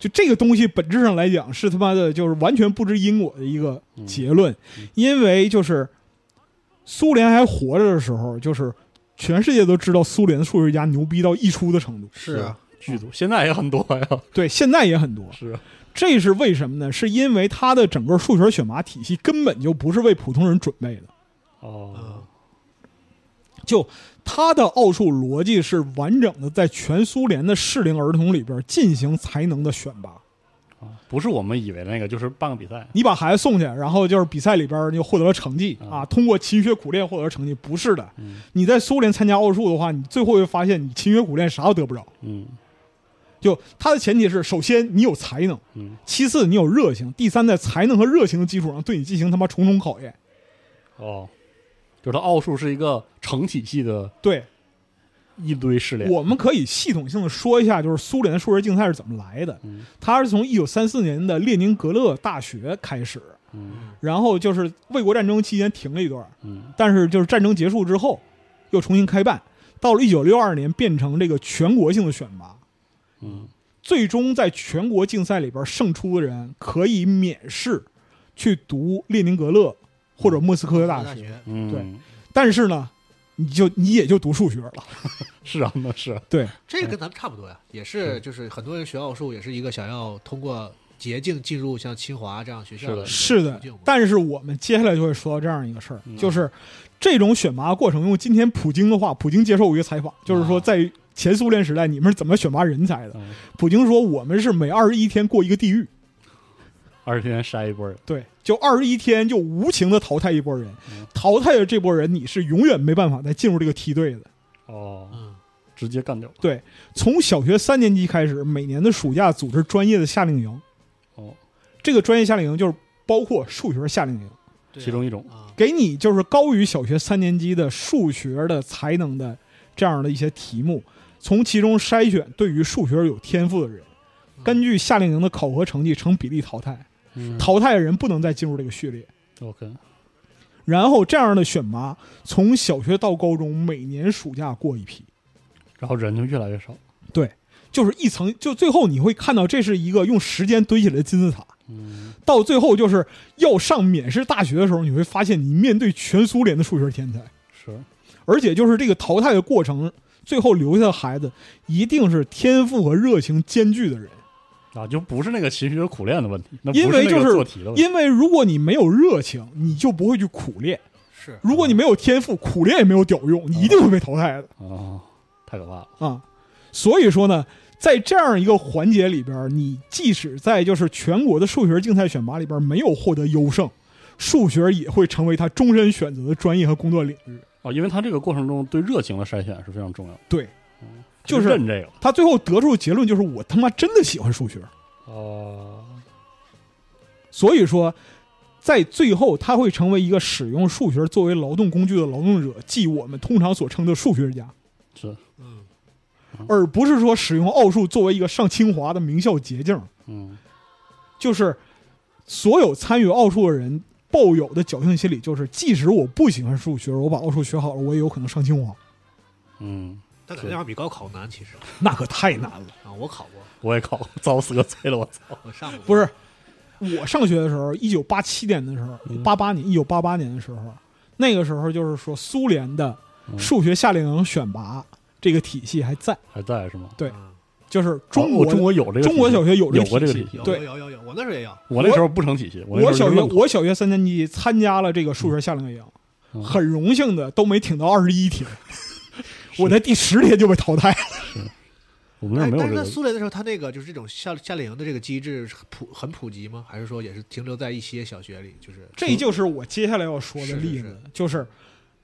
就这个东西本质上来讲是他妈的，就是完全不知因果的一个结论，因为就是苏联还活着的时候，就是全世界都知道苏联的数学家牛逼到溢出的程度。是啊，剧组现在也很多呀，对，现在也很多。是，啊这是为什么呢？是因为他的整个数学选拔体系根本就不是为普通人准备的，哦，就他的奥数逻辑是完整的，在全苏联的适龄儿童里边进行才能的选拔。呃不是我们以为的那个，就是办个比赛，你把孩子送去，然后就是比赛里边儿就获得了成绩嗯啊，通过勤学苦练获得成绩，不是的。嗯你在苏联参加奥数的话，你最后会发现你勤学苦练啥都得不着。嗯就它的前提是，首先你有才能，嗯，其次你有热情，第三在才能和热情的基础上对你进行他妈重重考验。哦，就是它奥数是一个成体系的对，一堆试炼，我们可以系统性的说一下，就是苏联的数学竞赛是怎么来的。嗯它是从一九三四年的列宁格勒大学开始，嗯然后就是卫国战争期间停了一段，嗯但是就是战争结束之后又重新开办，到了一九六二年变成这个全国性的选拔，嗯最终在全国竞赛里边胜出的人可以免试去读列宁格勒或者莫斯科大大学，学嗯，对，但是呢，你就你也就读数学了，是啊，那是啊对这个跟咱们差不多呀，也是就是很多人学奥数也是一个想要通过捷径进入像清华这样学校是的的是的途径嘛，但是我们接下来就会说到这样一个事儿，嗯就是这种选拔过程。用今天普京的话，普京接受过一个采访，啊就是说在前苏联时代，你们是怎么选拔人才的？嗯普京说，我们是每二十一天过一个地狱，二十天筛一波人，对，就二十一天就无情的淘汰一波人，嗯淘汰的这波人，你是永远没办法再进入这个梯队的。哦，嗯，直接干掉，对，从小学三年级开始，每年的暑假组织专业的夏令营，哦，这个专业夏令营就是包括数学夏令营。对啊其中一种啊，给你就是高于小学三年级的数学的才能的这样的一些题目，从其中筛选对于数学有天赋的人，根据夏令营的考核成绩成比例淘汰，嗯淘汰的人不能再进入这个序列。 ，OK，然后这样的选拔，从小学到高中，每年暑假过一批，然后人就越来越少，对，就是一层，就最后你会看到这是一个用时间堆起来的金字塔。嗯到最后就是要上免试大学的时候，你会发现你面对全苏联的数学天才，是，而且就是这个淘汰的过程，最后留下的孩子一定是天赋和热情兼具的人，啊，就不是那个勤学苦练的问题，那不因为那就个是做题的问题，因为如果你没有热情，你就不会去苦练；是如果你没有天赋，苦练也没有屌用，你一定会被淘汰的哦，太可怕了，啊。所以说呢，在这样一个环节里边，你即使在就是全国的数学竞赛选拔里边没有获得优胜，数学也会成为他终身选择的专业和工作领域。哦，因为他这个过程中对热情的筛选是非常重要的，对，就是认这个，他最后得出的结论就是我他妈真的喜欢数学。哦，所以说，在最后，他会成为一个使用数学作为劳动工具的劳动者，即我们通常所称的数学家，是，嗯而不是说使用奥数作为一个上清华的名校捷径。嗯就是所有参与奥数的人抱有的侥幸心理，就是即使我不喜欢数学，我把奥数学好了，我也有可能上清华。嗯，但肯定要比高考难，其实那可太难了。啊，我考过，我也考过，遭死个罪了，我操，我上过，不是，我上学的时候，一九八七年的时候，嗯八八年，一九八八年的时候，那个时候就是说嗯苏联的数学夏令营选拔这个体系还在，还在是吗？对嗯就是中国、哦中国有这个中国小学有有过这这个个体系体系有对有有有，我那时候也有。我那时候不成体系，我我那时小候就是学愣考我小学三年级参加了这个数学夏令营，嗯很荣幸的都没挺到二十一天，我在第十天就被淘汰了。我们那儿没哎但有是哎这个，在苏联的时候，他那个就是这种夏夏令营的这个机制是普很普及吗？还是说也是停留在一些小学里？就是这就是我接下来要说的嗯是是例子，是就是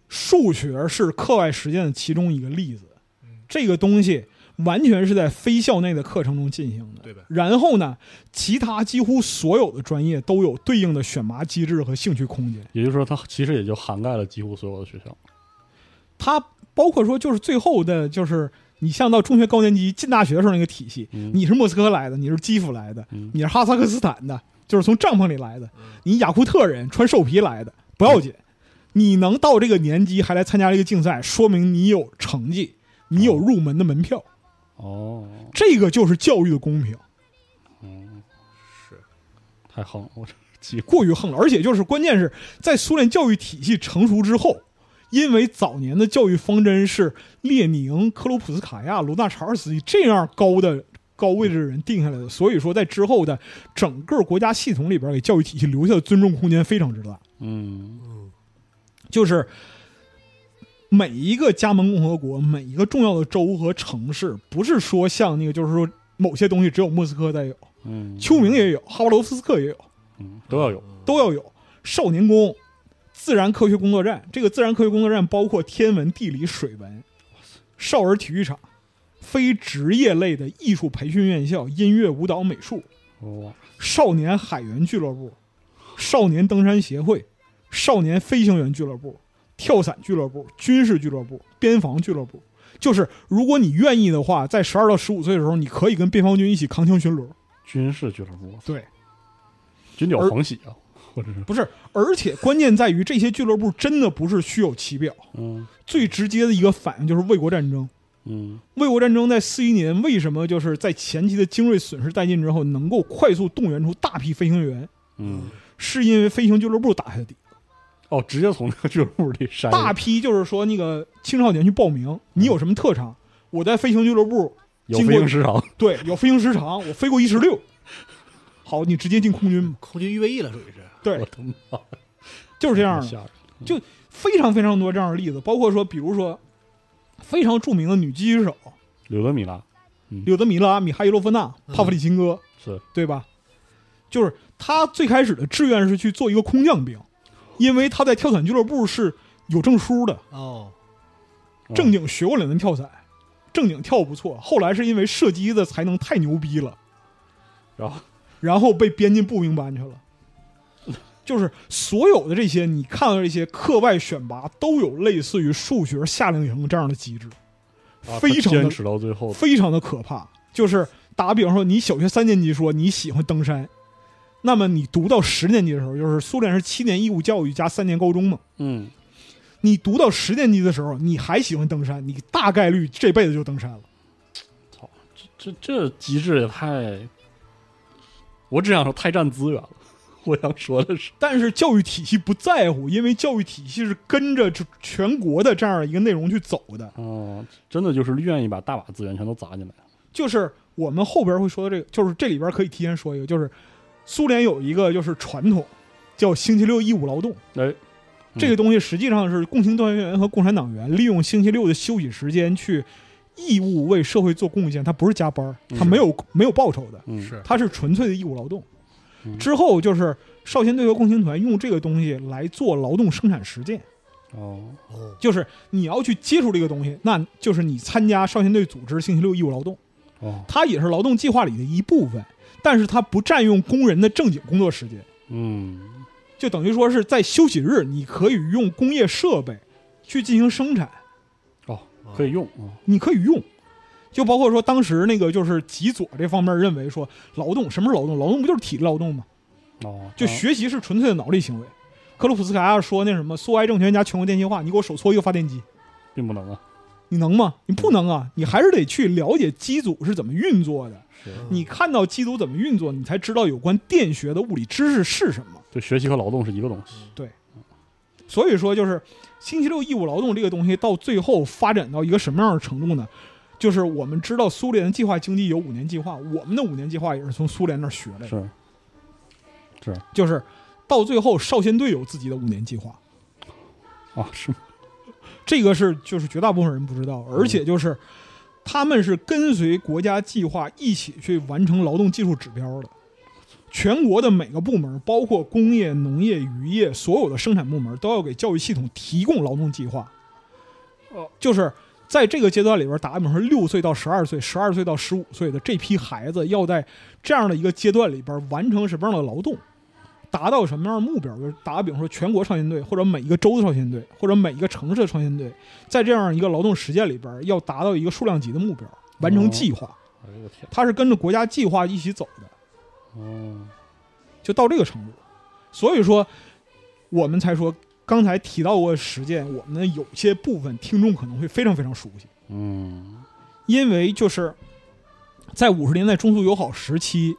数学是课外实践的其中一个例子。嗯这个东西完全是在非校内的课程中进行的，对吧然后呢，其他几乎所有的专业都有对应的选拔机制和兴趣空间。也就是说，它其实也就涵盖了几乎所有的学校。它包括说，就是最后的，就是你像到中学高年级进大学的时候那个体系，嗯你是莫斯科来的，你是基辅来的，嗯你是哈萨克斯坦的，就是从帐篷里来的，你雅库特人穿兽皮来的，不要紧，你能到这个年级还来参加这个竞赛，说明你有成绩，你有入门的门票，哦，这个就是教育的公平，是太横了，我这几乎过于横了。而且就是关键是在苏联教育体系成熟之后。因为早年的教育方针是列宁、克鲁普斯卡娅、罗纳查尔斯基这样高的高位置的人定下来的，所以说在之后的整个国家系统里边，给教育体系留下的尊重空间非常之大。嗯就是每一个加盟共和国、每一个重要的州和城市，不是说像那个，就是说某些东西只有莫斯科才有，嗯，丘明也有，哈巴罗夫斯克也有，嗯都要有，都要有少年宫、自然科学工作站。这个自然科学工作站包括天文、地理、水文、少儿体育场、非职业类的艺术培训院校、音乐、舞蹈、美术、哇，少年海员俱乐部、少年登山协会、少年飞行员俱乐部、跳伞俱乐部、军事俱乐部、边防俱乐部。就是如果你愿意的话，在十二到十五岁的时候，你可以跟边防军一起扛枪巡逻。军事俱乐部，啊对，军鸟而狂喜啊，或者是不是，而且关键在于这些俱乐部真的不是虚有其表。嗯最直接的一个反应就是卫国战争。嗯卫国战争在四一年为什么就是在前期的精锐损失殆尽之后，能够快速动员出大批飞行员，嗯，是因为飞行俱乐部打下的底。哦，直接从那个俱乐部里筛大批就是说那个青少年去报名，你有什么特长？我在飞行俱乐部，有经飞过行时长，对，有飞行时长，我飞过一十六。好，你直接进空军吧。空军预备役了，属于是。对我，他妈就是这样的。 吓人非常非常多这样的例子，包括说，比如说非常著名的女狙击手柳德米拉柳德米拉·米哈伊洛夫娜·帕夫里琴科，是对吧？就是她最开始的志愿是去做一个空降兵，因为她在跳伞俱乐部是有证书的，哦，正经学过两年跳伞，正经跳不错。后来是因为射击的才能太牛逼了，然后然后被编进步兵班去了。就是所有的这些，你看到这些课外选拔都有类似于数学夏令营这样的机制，啊非他常坚的持到最后，非常的可怕。就是打比方说，你小学三年级说你喜欢登山，那么你读到十年级的时候，就是苏联是七年义务教育加三年高中嘛，嗯，你读到十年级的时候，你还喜欢登山，你大概率这辈子就登山了。这这机制也太，我只想说太占资源了。我想说的是，但是教育体系不在乎，因为教育体系是跟着就全国的这样一个内容去走的。哦，真的就是愿意把大把资源全都砸进来。就是我们后边会说到这个，就是这里边可以提前说一个，就是苏联有一个就是传统叫星期六义务劳动，哎，这个东西实际上是共青团员和共产党员利用星期六的休息时间去义务为社会做贡献，他不是加班，他没有没有报酬的。嗯，是它是纯粹的义务劳动嗯。之后就是少先队和共青团用这个东西来做劳动生产实践，哦，哦，就是你要去接触这个东西，那就是你参加少先队组织星期六义务劳动，哦，它也是劳动计划里的一部分，但是它不占用工人的正经工作时间，嗯，就等于说是在休息日，你可以用工业设备去进行生产，哦，可以用啊，你可以用。就包括说，当时那个就是极左这方面认为说，劳动什么是劳动？劳动不就是体力劳动吗？哦，就啊学习是纯粹的脑力行为。克鲁普斯卡娅说那什么苏维埃政权加全国电气化，你给我手搓一个发电机，并不能啊，你能吗？你不能啊，你还是得去了解机组是怎么运作的。是嗯你看到机组怎么运作，你才知道有关电学的物理知识是什么。就学习和劳动是一个东西。所以说，就是星期六义务劳动这个东西到最后发展到一个什么样的程度呢？就是我们知道苏联计划经济有五年计划，我们的五年计划也是从苏联那儿学来的，是就是到最后少先队有自己的五年计划，啊，是这个是就是绝大部分人不知道，而且就是他们是跟随国家计划一起去完成劳动技术指标的。全国的每个部门，包括工业、农业、渔业，所有的生产部门都要给教育系统提供劳动计划。哦，就是在这个阶段里边，打个比方说，六岁到十二岁、十二岁到十五岁的这批孩子，要在这样的一个阶段里边完成什么样的劳动，达到什么样的目标？就是打个比方说，全国少先队，或者每一个州的少先队，或者每一个城市的少先队，在这样一个劳动实践里边，要达到一个数量级的目标，完成计划，哎呦我天，它是跟着国家计划一起走的，哦，就到这个程度。所以说，我们才说刚才提到过实践，我们的有些部分听众可能会非常非常熟悉。嗯，因为就是在五十年代中苏友好时期，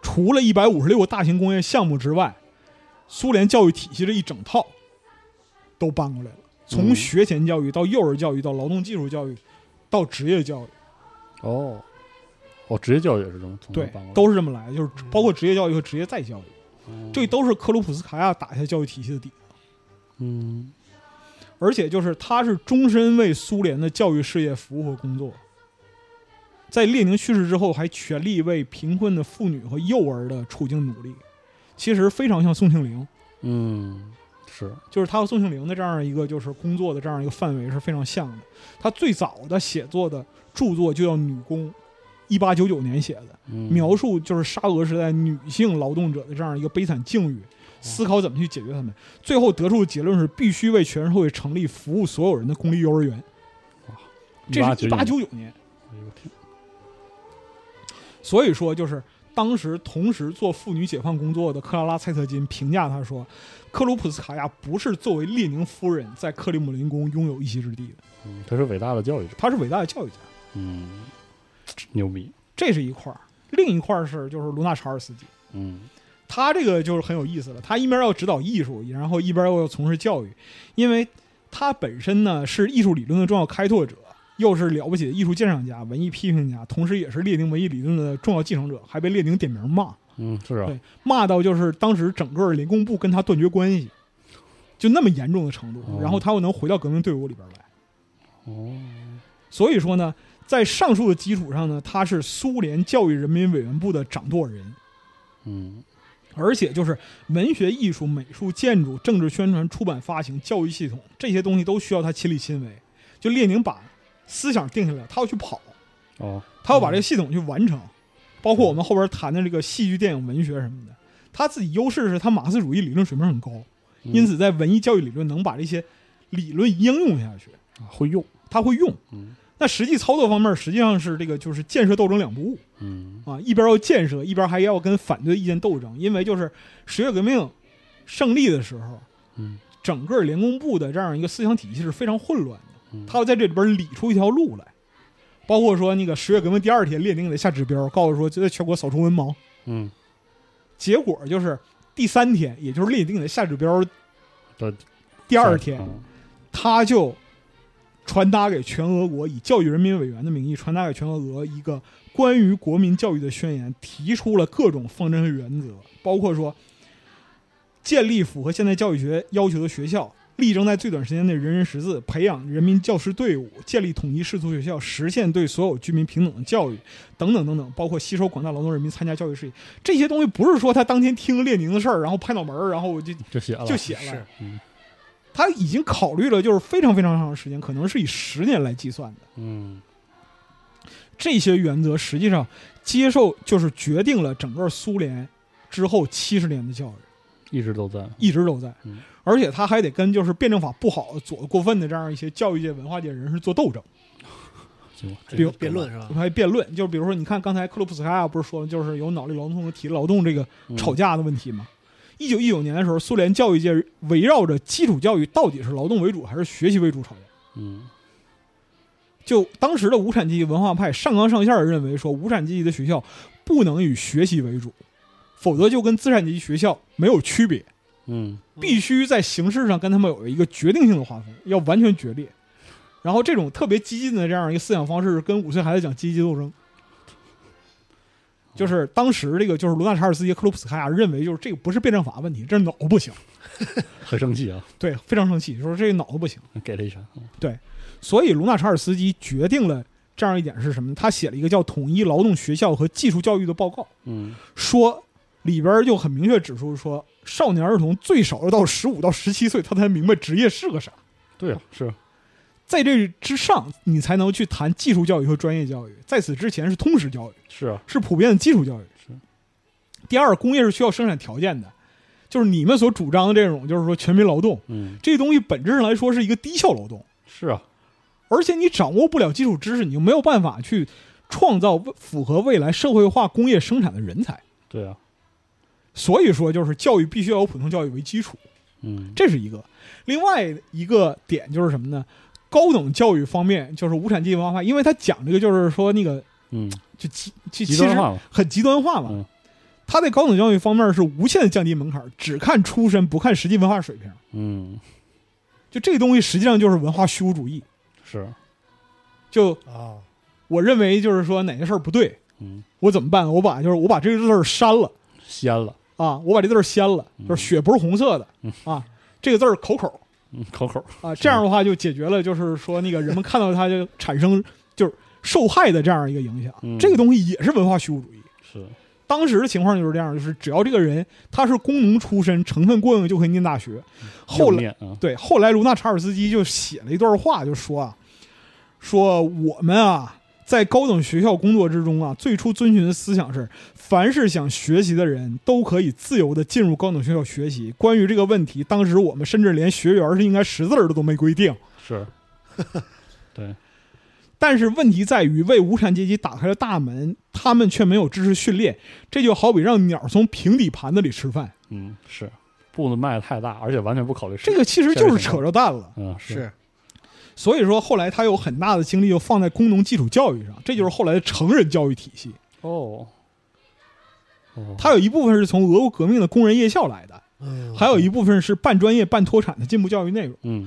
除了一百五十六个大型工业项目之外，苏联教育体系这一整套都搬过来了，从嗯学前教育到幼儿教育到劳动技术教育到职业教育，哦，哦，职业教育也是这么从头对办过，来嗯都是这么来的，就是包括职业教育和职业再教育，哦这都是克鲁普斯卡娅打下教育体系的底。嗯，而且就是他是终身为苏联的教育事业服务和工作，在列宁去世之后，还全力为贫困的妇女和幼儿的处境努力。其实非常像宋庆龄，嗯，是，就是他和宋庆龄的这样一个就是工作的这样一个范围是非常像的。他最早的写作的著作就叫《女工》，一八九九年写的，嗯描述就是沙俄时代女性劳动者的这样一个悲惨境遇，思考怎么去解决他们。最后得出的结论是，必须为全社会成立服务所有人的公立幼儿园。这是一1899八九九年，哎呦我天，所以说就是当时同时做妇女解放工作的克拉拉·蔡特金评价他说，克鲁普斯卡娅不是作为列宁夫人在克里姆林宫拥有一席之地的，嗯他是伟大的教育者，她是伟大的教育家，嗯，牛逼，这是一块儿。另一块儿是就是卢纳查尔斯基，嗯，他这个就是很有意思了。他一边要指导艺术，然后一边又要从事教育，因为他本身呢是艺术理论的重要开拓者，又是了不起的艺术鉴赏家、文艺批评家，同时也是列宁文艺理论的重要继承者，还被列宁点名骂，嗯，是啊对，骂到就是当时整个联共部跟他断绝关系，就那么严重的程度。哦然后他又能回到革命队伍里边来，哦，所以说呢，在上述的基础上呢，他是苏联教育人民委员部的掌舵人。嗯，而且就是文学、艺术、美术、建筑、政治宣传、出版发行、教育系统这些东西都需要他亲力亲为。就列宁把思想定下来，他要去跑，哦，他要把这个系统去完成，包括我们后边谈的这个戏剧、电影、文学什么的。他自己优势是他马克思主义理论水平很高，嗯因此在文艺教育理论能把这些理论应用下去，啊会用，他会用嗯。那实际操作方面，实际上是这个就是建设斗争两不误。嗯，啊，一边要建设，一边还要跟反对意见斗争，因为就是十月革命胜利的时候，嗯，整个联工部的这样一个思想体系是非常混乱的嗯，他要在这里边理出一条路来，包括说那个十月革命第二天，列宁给他下指标，告诉说就在全国扫除文盲，嗯，结果就是第三天，也就是列宁给他下指标到第第二天，嗯他就传达给全俄国，以教育人民委员的名义传达给全俄国一个关于国民教育的宣言，提出了各种方针和原则，包括说建立符合现代教育学要求的学校，力争在最短时间内人人识字，培养人民教师队伍，建立统一市族学校，实现对所有居民平等的教育，等等等等，包括吸收广大劳动人民参加教育事业，这些东西不是说他当天听列宁的事儿，然后拍脑门儿，然后我就就写了，就写了是。他已经考虑了，就是非常非常长的时间，可能是以十年来计算的。嗯，这些原则实际上接受就是决定了整个苏联之后七十年的教育，一直都在，一直都在嗯。而且他还得跟就是辩证法不好、左得过分的这样一些教育界、文化界人士做斗争，行吧嗯比如辩论是吧？还辩论。就比如说，你看刚才克鲁普斯卡娅不是说就是有脑力劳动和体力劳动这个嗯吵，架的问题吗？一九一九年的时候，苏联教育界围绕着基础教育到底是劳动为主还是学习为主吵架。嗯就当时的无产阶级文化派上纲上线儿认为说，无产阶级的学校不能以学习为主，否则就跟资产阶级学校没有区别，嗯必须在形式上跟他们有一个决定性的划分，要完全决裂。然后这种特别激进的这样一个思想方式，跟五岁孩子讲阶级斗争，就是当时这个就是罗纳查尔斯基、克鲁普斯卡娅认为，就是这个不是辩证法问题，这是脑子不行，很生气啊， 对，非常生气，说这个脑子不行。给了一拳。嗯所以卢纳查尔斯基决定了这样一点是什么呢？他写了一个叫《统一劳动学校和技术教育》的报告，嗯，说里边就很明确指出说，少年儿童最少要到十五到十七岁，他才明白职业是个啥。对啊，是在这之上，你才能去谈技术教育和专业教育。在此之前是通识教育，是啊，是普遍的基础教育。是。第二，工业是需要生产条件的，就是你们所主张的这种，就是说全民劳动，嗯，这东西本质上来说是一个低效劳动。是啊，而且你掌握不了基础知识，你就没有办法去创造符合未来社会化工业生产的人才。对啊，所以说，就是教育必须要有普通教育为基础，嗯，这是一个。另外一个点就是什么呢？高等教育方面，就是无产阶级文化化，因为他讲这个就是说那个嗯，就极就极其端实化嘛，很极端化嘛。嗯他在高等教育方面是无限的降低门槛，只看出身不看实际文化水平。嗯，就这个东西实际上就是文化虚无主义。是，啊就啊，我认为就是说哪件事儿不对，嗯，我怎么办？我把就是我把这个字儿删了掀了，啊，我把这字儿掀了，就是血不是红色的嗯啊，这个字儿口口嗯，口口，啊，这样的话就解决了，就是说那个人们看到它就产生就是受害的这样一个影响嗯，这个东西也是文化虚无主义。是，当时的情况就是这样，就是只要这个人他是工农出身，成分过硬就可以念大学。后硬来面啊，对，后来卢纳查尔斯基就写了一段话，就说啊，说我们啊，在高等学校工作之中啊，最初遵循的思想是，凡是想学习的人都可以自由的进入高等学校学习。关于这个问题，当时我们甚至连学员是应该识字儿的都没规定。是，对，但是问题在于，为无产阶级打开了大门，他们却没有知识训练。这就好比让鸟从平底盘子里吃饭，嗯，是，步子迈得太大，而且完全不考虑这个其实就是扯着，着蛋了。嗯，是所以说，后来他有很大的精力就放在工农基础教育上，这就是后来的成人教育体系。哦，哦，它有一部分是从俄国革命的工人夜校来的，嗯，还有一部分是半专业半脱产的进步教育内容。嗯，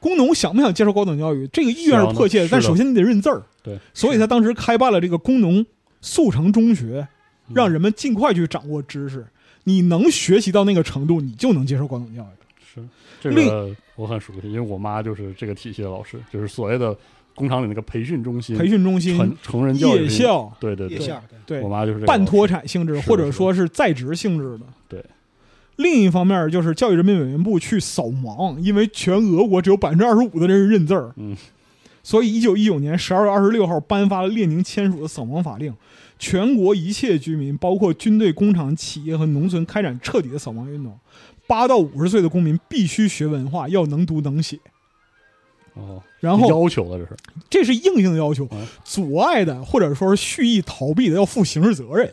工农想不想接受高等教育，这个意愿是迫切想的但是的首先你得认字儿。对，所以他当时开办了这个工农速成中学，嗯让人们尽快去掌握知识。你能学习到那个程度，你就能接受高等教育。嗯是这另个我很熟悉，因为我妈就是这个体系的老师，就是所谓的工厂里那个培训中心、培训中心成、成人教育夜，校，对对夜对，校，对对我，妈就是这个半脱老师，产性质是的或者说是在职性质的。对。另一方面，就是教育人民委员部去扫盲，因为全俄国只有百分之二十五的人认字儿，嗯，所以一九一九年十二月二十六号颁发了列宁签署的扫盲法令，全国一切居民，包括军队、工厂、企业和农村，开展彻底的扫盲运动。八到五十岁的公民必须学文化，要能读能写。哦，然后要求的这是，这是硬性的要求嗯，阻碍的或者说是蓄意逃避的要负刑事责任。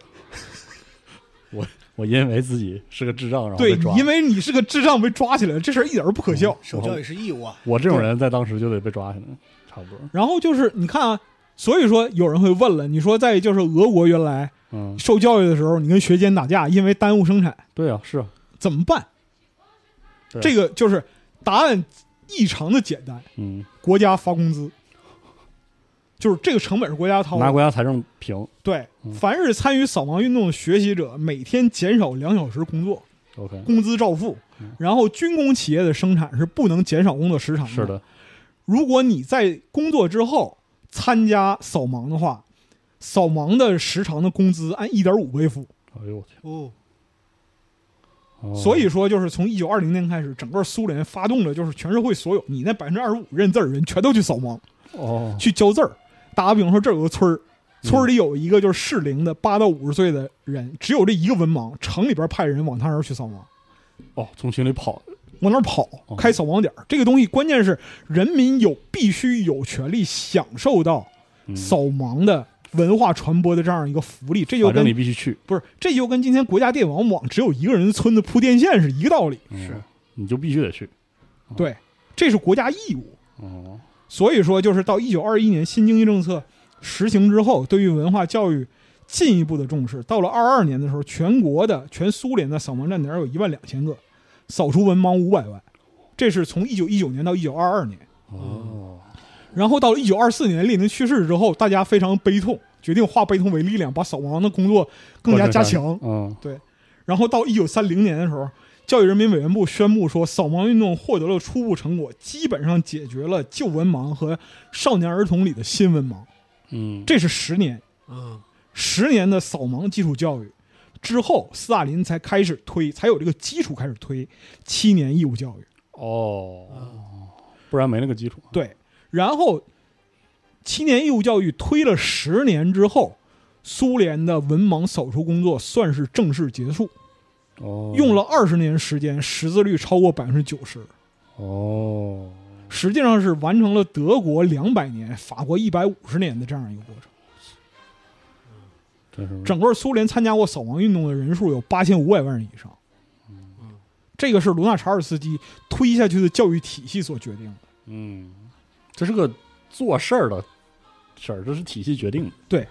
我因为自己是个智障，然后对被抓，，嗯因为你是个智障被抓起来了，这事儿一点儿不可笑。受教育是义务啊，我这种人在当时就得被抓起来，差不多，然后就是你看啊，所以说有人会问了，你说在就是俄国原来嗯，受教育的时候，你跟学监打架，因为耽误生产对啊，是啊，怎么办？对啊这个就是答案异常的简单，嗯，国家发工资，就是这个成本是国家掏拿的。国家财政平，对嗯，凡是参与扫盲运动的学习者，每天减少两小时工作， OK，工资照付嗯。然后军工企业的生产是不能减少工作时长是的，如果你在工作之后参加扫盲的话，扫盲的时长的工资按一点五倍付。哎呦我天哦，，哦所以说，就是从一九二零年开始，整个苏联发动了，就是全社会所有你那百分之二十五认字儿的人全都去扫盲，哦，去教字儿。打个比方说，这有个村儿，嗯村儿里有一个就是适龄的八到五十岁的人，只有这一个文盲，城里边派人往他那儿去扫盲。哦，从群里跑，往那儿跑哦，开扫盲点儿，这个东西关键是人民有必须有权利享受到嗯扫盲的文化传播的这样一个福利，这就反正你跟必须去，不是这就跟今天国家电网网只有一个人的村子铺电线是一个道理。是嗯，你就必须得去，对，这是国家义务。哦，所以说，就是到一九二一年新经济政策实行之后，对于文化教育进一步的重视。到了二二年的时候，全国的全苏联的扫盲站点有一万两千个，扫除文盲五百万，这是从一九一九年到一九二二年。哦，然后到了一九二四年列宁去世之后，大家非常悲痛，决定化悲痛为力量，把扫盲的工作更加加强。嗯然后到一九三零年的时候，教育人民委员部宣布说，扫盲运动获得了初步成果，基本上解决了旧文盲和少年儿童里的新文盲。嗯，这是十年，嗯，十年的扫盲基础教育之后，斯大林才开始推，才有这个基础开始推七年义务教育。哦，不然没那个基础。对，然后七年义务教育推了十年之后，苏联的文盲扫除工作算是正式结束，哦，用了二十年时间，识字率超过百分之九十，哦，实际上是完成了德国两百年、法国一百五十年的这样一个过程。真是整个苏联参加过扫盲运动的人数有八千五百万人以上，这个是卢纳查尔斯基推下去的教育体系所决定的。嗯，这是个做事儿的事儿，这是体系决定的。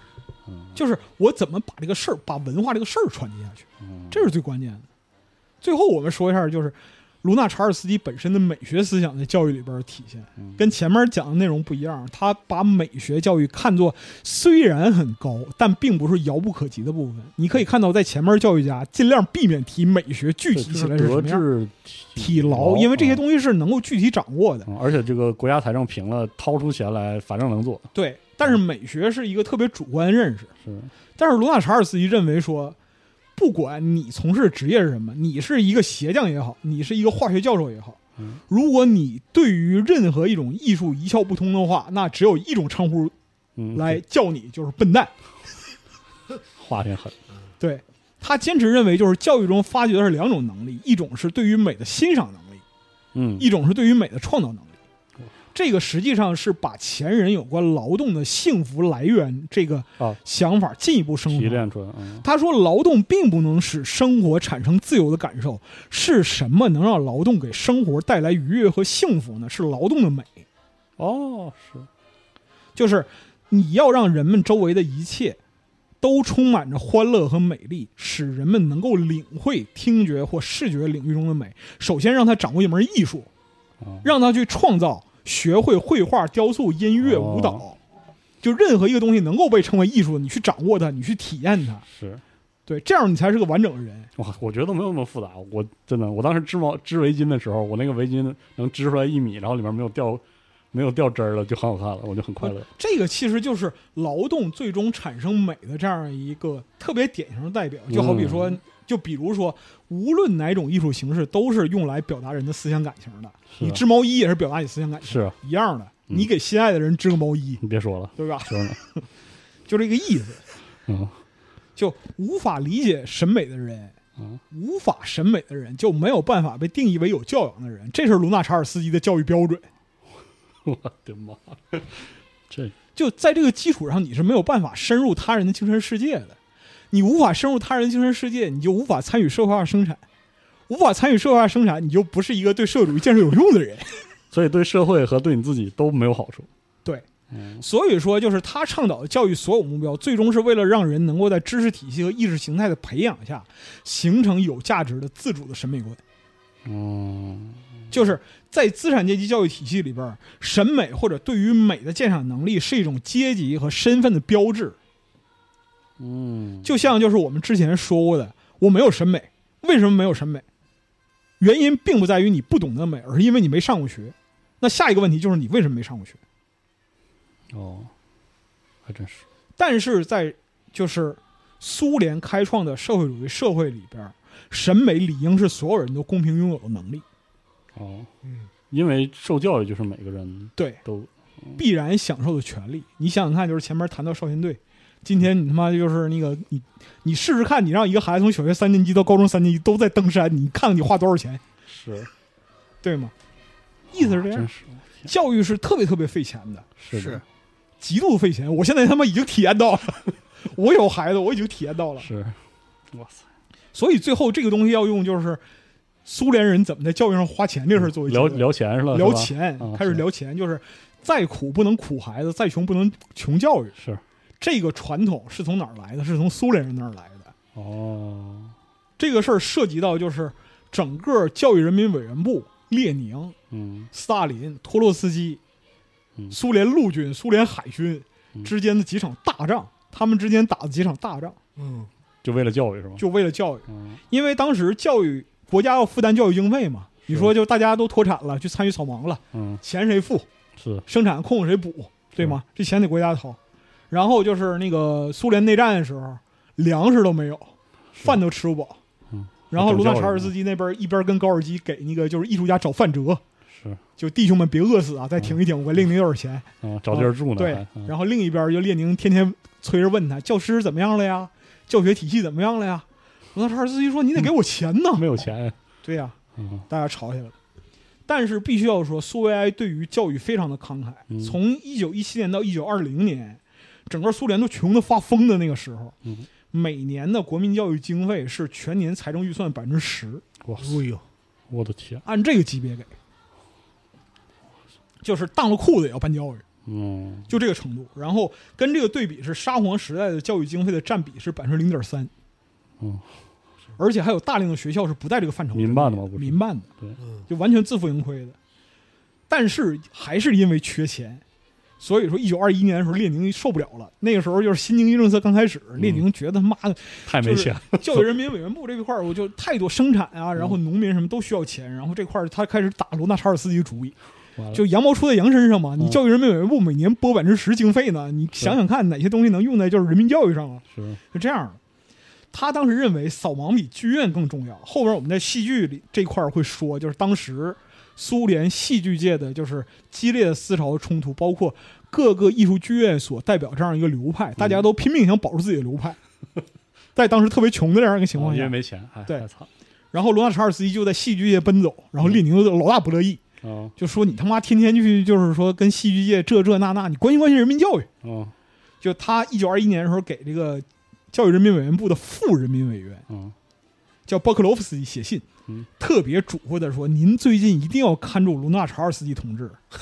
就是我怎么把这个事儿，把文化这个事儿传递下去，嗯这是最关键的。最后我们说一下，就是卢纳查尔斯基本身的美学思想在教育里边儿体现，嗯跟前面讲的内容不一样。他把美学教育看作虽然很高，但并不是遥不可及的部分。你可以看到，在前面教育家尽量避免提美学具对体这起是来是什德么样。智啊体劳，因为这些西、东西是能够具体掌握的。嗯而且这个国家财政平了，掏出钱来，反正能做。对，但是美学是一个特别主观的认识。嗯是，但是罗纳查尔斯基认为说，不管你从事的职业是什么，你是一个鞋匠也好，你是一个化学教授也好嗯，如果你对于任何一种艺术一窍不通的话，那只有一种称呼嗯，来叫你，就是笨蛋。话挺狠。对他坚持认为，就是教育中发掘的是两种能力，一种是对于美的欣赏能力，嗯，一种是对于美的创造能力。哦这个实际上是把前人有关劳动的幸福来源这个啊想法进一步升华。提炼出来。嗯，他说，劳动并不能使生活产生自由的感受，是什么能让劳动给生活带来愉悦和幸福呢？是劳动的美，哦，是，就是你要让人们周围的一切都充满着欢乐和美丽，使人们能够领会听觉或视觉领域中的美。首先，让他掌握一门艺术，哦让他去创造、学会绘画、雕塑、音乐、哦舞蹈，就任何一个东西能够被称为艺术，你去掌握它，你去体验它，是。对，这样你才是个完整的人。 哇，我觉得没有那么复杂。我真的，我当时织毛织围巾的时候，我那个围巾能织出来一米，然后里面没有掉没有掉针儿了，就很好看了，我就很 快乐。这个其实就是劳动最终产生美的这样一个特别典型的代嗯表，就好比说，就比如说，无论哪种艺术形式，都是用来表达人的思想感情的。是你织毛衣也是表达你思想感情，是嗯啊一样的。嗯你给心爱的人织个毛衣，你别说了，对吧？真的，就这个意思。嗯，就无法理解审美的人嗯，无法审美的人就没有办法被定义为有教养的人。这是卢纳查尔斯基的教育标准。 我的妈，这就在这个基础上，你是没有办法深入他人的精神世界的。你无法深入他人的精神世界，你就无法参与社会化生产；无法参与社会化生产，你就不是一个对社会主义建设有用的人。所以对社会和对你自己都没有好处。对，嗯所以说，就是他倡导的教育所有目标，最终是为了让人能够在知识体系和意识形态的培养下，形成有价值的自主的审美观。嗯，就是在资产阶级教育体系里边儿，审美或者对于美的鉴赏能力是一种阶级和身份的标志。嗯，就像就是我们之前说过的，我没有审美，为什么没有审美？原因并不在于你不懂得美，而是因为你没上过学。那下一个问题就是你为什么没上过学？哦，还真是，但是在就是苏联开创的社会主义社会里边儿，审美理应是所有人都公平拥有的能力，哦，嗯，因为受教育就是每个人对，都必然享受的权利。你想想看，就是前面谈到少先队，今天你他妈就是那个你，你试试看，你让一个孩子从小学三年级到高中三年级都在登山，你看看你花多少钱，是对吗？意思是这啊样真。是教育是特别特别费钱的，是是的，极度费钱。我现在他妈已经体验到了，我有孩子，我已经体验到了。是，哇塞，所以最后这个东西要用就是苏联人怎么在教育上花钱这事儿作为聊结嗯论聊钱是吧？聊是吧钱啊，开始是聊钱，就是再苦不能苦孩子，再穷不能穷教育。是这个传统是从哪儿来的？是从苏联人那儿来的。哦。这个事儿涉及到就是整个教育人民委员部、列宁、嗯斯大林、托洛斯基，嗯苏联陆军、苏联海军嗯之间的几场大仗，他们之间打的几场大仗，嗯就为了教育是吗？就为了教育，嗯因为当时教育国家要负担教育经费嘛。你是说就大家都脱产了，去参与扫盲了，嗯钱谁付？是生产空谁补，对吗？这钱得国家掏。然后就是那个苏联内战的时候，粮食都没有，饭都吃不饱。嗯然后还卢整纳教育查尔呢斯基那边一边跟高尔基给那个就是艺术家找饭辙，是就弟兄们别饿死啊，再挺一挺，我给令您有点钱。嗯，找地儿住呢哦对还，嗯然后另一边就列宁天天催着问他教师怎么样了呀，教学体系怎么样了呀？卢纳查尔斯基说：“你得给我钱呢。没有钱，对呀、嗯大家吵起来了。但是必须要说，苏维埃对于教育非常的慷慨。嗯从一九一七年到一九二零年，整个苏联都穷得发疯的那个时候，嗯每年的国民教育经费是全年财政预算百分之十，哇塞，哎呦，我的天，按这个级别给，就是当了裤子也要办教育，嗯就这个程度。然后跟这个对比是沙皇时代的教育经费的占比是百分之零点三，嗯，而且还有大量的学校是不在这个范畴之内民办的吗不是民办的，对嗯就完全自负盈亏的。但是还是因为缺钱，所以说一九二一年的时候，列宁受不了了。那个时候就是新经济政策刚开始，列嗯宁觉得妈的太没钱，教育人民委员部这一块儿，我就太多生产啊，然后嗯农民什么都需要钱，然后这块儿他开始打罗纳查尔斯基主意，完了就羊毛出在羊身上嘛。你嗯教育人民委员部每年拨百分之十经费呢，你是想想看哪些东西能用在就是人民教育上啊？是就这样了。他当时认为扫盲比剧院更重要。后边我们在戏剧里这块儿会说，就是当时苏联戏剧界的就是激烈的思潮冲突，包括各个艺术剧院所代表这样一个流嗯派，大家都拼命想保住自己的流派，在当时特别穷的这样一个情况啊因为下。没钱，哎，对太惨然后罗纳查尔斯基就在戏剧界奔走，然后列宁就老大不乐意，啊就说你他妈天天去就是说跟戏剧界这这那那，你关心关心人民教育。啊就他一九二一年的时候给这个教育人民委员部的副人民委员。啊叫鲍克罗夫斯基写信，嗯特别嘱咐他说：“您最近一定要看住卢纳查尔斯基同志，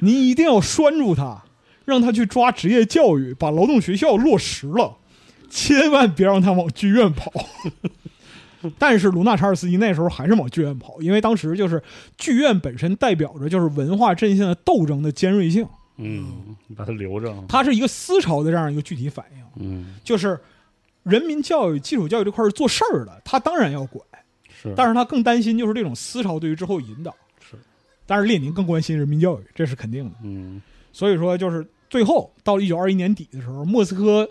您一定要拴住他，让他去抓职业教育，把劳动学校落实了，千万别让他往剧院跑。” 但是卢纳查尔斯基那时候还是往剧院跑，因为当时就是剧院本身代表着就是文化阵线的斗争的尖锐性，嗯，你把它留着，它是一个思潮的这样一个具体反应。嗯就是人民教育、基础教育这块儿是做事儿的，他当然要管，是，但是他更担心就是这种思潮对于之后引导。是，但是列宁更关心人民教育，这是肯定的。嗯所以说，就是最后到了一九二一年底的时候，莫斯科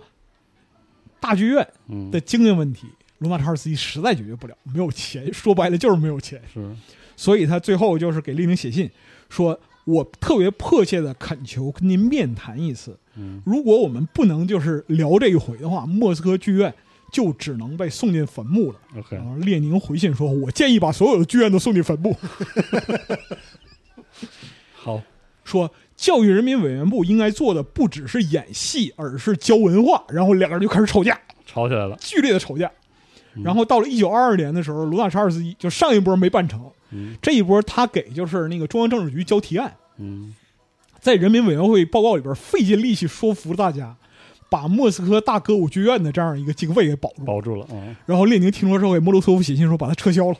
大剧院嗯的经营问题，罗纳查尔斯基实在解决不了，没有钱，说白了就是没有钱，是所以他最后就是给列宁写信说。我特别迫切的恳求跟您面谈一次，嗯如果我们不能就是聊这一回的话，莫斯科剧院就只能被送进坟墓了。 OK 然后列宁回信说：“我建议把所有的剧院都送进坟墓。好，说教育人民委员部应该做的不只是演戏，而是教文化。”然后两个人就开始吵架，吵起来了，剧烈的吵架。嗯然后到了一九二二年的时候，卢纳查尔斯基就上一波没办成，嗯这一波他给就是那个中央政治局交提案，嗯在人民委员会报告里边费尽力气说服大家，把莫斯科大歌舞剧院的这样一个经费给保住。保住了，嗯，然后列宁听说之后给莫洛托夫写信说把它撤销了，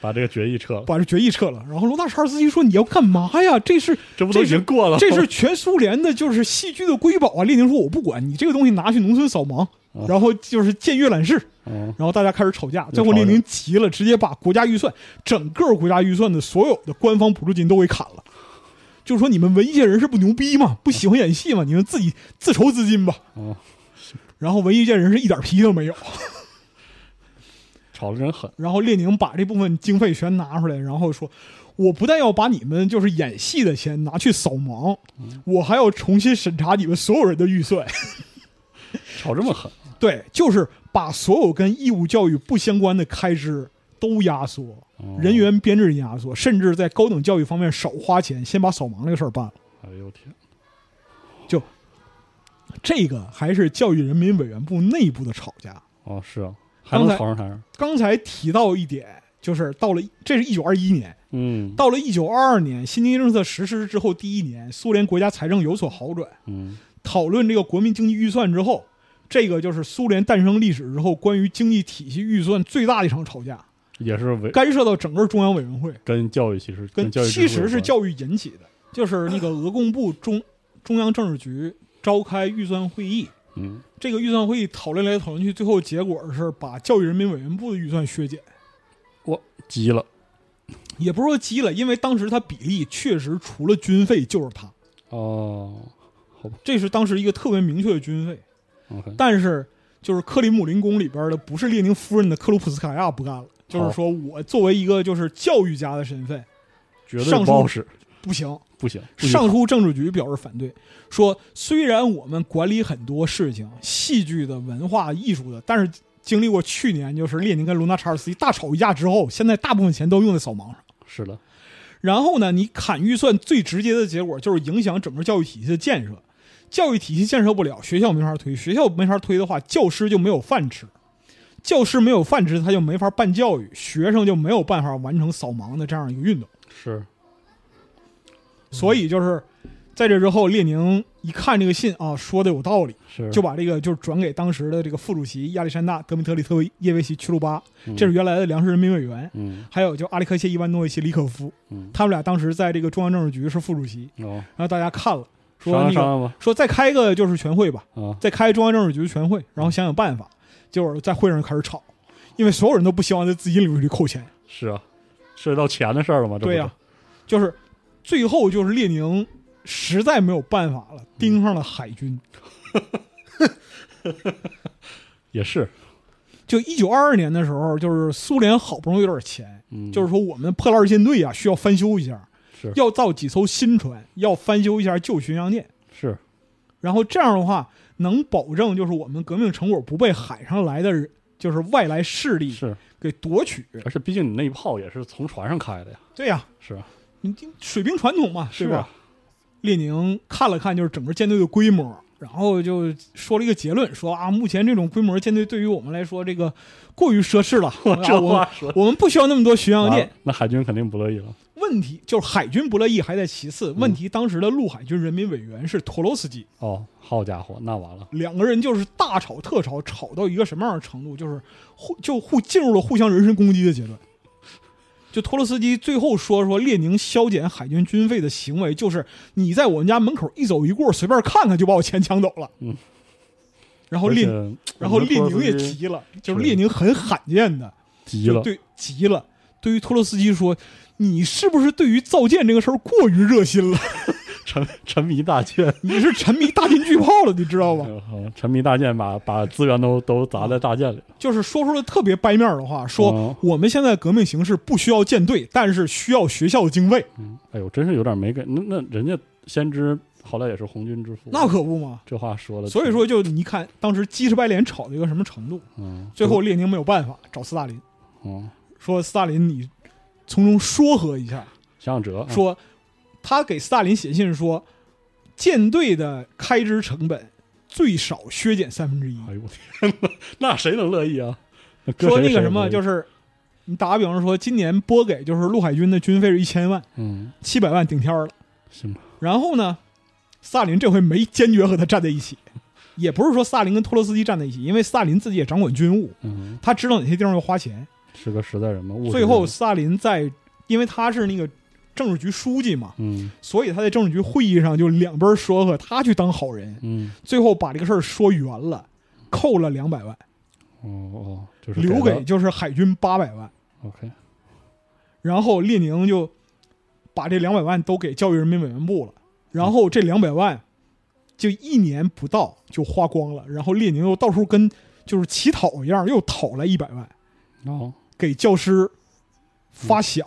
把这个决议撤了，把这决议撤了。然后罗纳查尔斯基说你要干嘛呀？这是 这不都已经过了吗这是全苏联的就是戏剧的瑰宝啊！列宁说我不管你这个东西拿去农村扫盲，然后就是建阅览室。嗯然后大家开始吵架，最啊又后吵列起来宁急了，直接把国家预算整个国家预算的所有的官方补助金都给砍了。就是说你们文艺界人士不牛逼吗？不喜欢演戏吗？你们自己自筹资金吧。嗯，然后文艺界人士一点脾气都没有。吵得真狠，然后列宁把这部分经费全拿出来，然后说：“我不但要把你们就是演戏的钱拿去扫盲，我还要重新审查你们所有人的预算。吵这么狠，对，就是把所有跟义务教育不相关的开支都压缩，哦人员编制压缩，甚至在高等教育方面少花钱，先把扫盲这个事儿办了。哎呦天，这个还是教育人民委员部内部的吵架。哦是啊，还能刚才吵上台上，刚才提到一点，就是到了这是一九二一年，嗯到了一九二二年，新经济政策实施之后第一年，苏联国家财政有所好转。嗯讨论这个国民经济预算之后，这个就是苏联诞生历史之后关于经济体系预算最大的一场吵架，也是为干涉到整个中央委员会，跟教育其实跟嗯教育其实是教教育引起的。就是那个俄共部中中央政治局召开预算会议，嗯这个预算会议讨论来讨论去，最后结果是把教育人民委员部的预算削减，急了也不是说急了，因为当时它比例确实除了军费就是它，哦这是当时一个特别明确的军费。 ，OK，但是就是克里姆林宫里边的不是列宁夫人的克鲁普斯卡娅不干了，就是说我作为一个就是教育家的身份绝对上不好述使，不行。不行，不许上考书政治局表示反对，说虽然我们管理很多事情，戏剧的、文化艺术的，但是经历过去年就是列宁跟罗纳查尔斯基大吵一架之后，现在大部分钱都用在扫盲上。是的，然后呢，你砍预算最直接的结果就是影响整个教育体系的建设。教育体系建设不了，学校没法推，学校没法推的话，教师就没有饭吃，教师没有饭吃，他就没法办教育，学生就没有办法完成扫盲的这样一个运动。是所以就是在这之后，列宁一看这个信啊，说的有道理，是就把这个就是转给当时的这个副主席亚历山大·德米特里特维耶维奇·屈鲁巴，这是原来的粮食人民委员，嗯还有就阿列克谢·伊万诺维奇·里可夫，嗯他们俩当时在这个中央政治局是副主席。哦，然后大家看了，说商量那商个量吧说再开一个就是全会吧，啊，再开中央政治局全嗯会，然后想想办法。结果在会上开始吵，因为所有人都不希望在自己领域里扣钱。是啊，涉及到钱的事儿了嘛，这不对是呀、就是最后就是列宁实在没有办法了，盯上了海军。嗯也是，就一九二二年的时候，就是苏联好不容易有点钱，嗯，就是说我们破烂舰队啊需要翻修一下，是要造几艘新船，要翻修一下旧巡洋舰。是然后这样的话，能保证就是我们革命成果不被海上来的人，就是外来势力是，给夺取。而且毕竟你那一炮也是从船上开的呀，对呀、是啊你你水兵传统嘛，对是吧啊？，列宁看了看就是整个舰队的规模，然后就说了一个结论，说啊，目前这种规模舰队对于我们来说，这个过于 奢侈了。啊这我话们说啊我们不需要那么多巡洋完舰了。，那海军肯定不乐意了，问题就是海军不乐意还在其嗯次，问题当时的陆海军人民委员是陀螺斯基，哦，好家伙，那完了，两个人就是大吵特吵，吵到一个什么样的程度，就是互就互进入了互相人身攻击的阶段。就托洛斯基最后说说列宁削减海军军费的行为，就是你在我们家门口一走一过，随便看看就把我钱抢走了。嗯，然后而且列我们然后列托宁斯也基急了，就是是列宁很罕见的急了，对急了，对于托洛斯基说，你是不是对于造舰这个事儿过于热心了？沉沉迷大舰。你是沉迷大金巨炮了，你知道吧？嗯好沉迷大舰把把资源都都砸啊在大舰里，就是说出了特别掰面儿的话，说哦我们现在革命形势不需要舰队，但是需要学校的经费，哎呦，真是有点没给那那人家先知好歹也是红军之父，那可不嘛。这话说的，所以说，就你看当时鸡翅白脸吵到一个什么程度，嗯，最后列宁没有办法，找斯大林嗯，说：“斯大林，你从中说和一下。想想辙，”嗯说他给斯大林写信说，舰队的开支成本最少削减三分之一。哎呦我天哪， 那谁能乐意啊？搁说谁那个谁什不乐么，意就是你打个比方说，今年拨给就是陆海军的军费是一千万，嗯，七百万顶天儿了。行吧，然后呢，斯大林这回没坚决和他站在一起，也不是说斯大林跟托洛斯基站在一起，因为斯大林自己也掌管军务，嗯，他知道哪些地方要花钱。是个实在人嘛，务实最后，人斯大林在，因为他是那个政治局书记嘛，嗯所以他在政治局会议上就两边说和，他去当好人，嗯，最后把这个事儿说圆了，扣了两百万，哦哦，就是留给给了就是海军八百万， OK，然后列宁就把这两百万都给教育人民委员部了，然后这两百万就一年不到就花光了，然后列宁又到处跟就是乞讨一样又讨来一百万哦给教师发饷，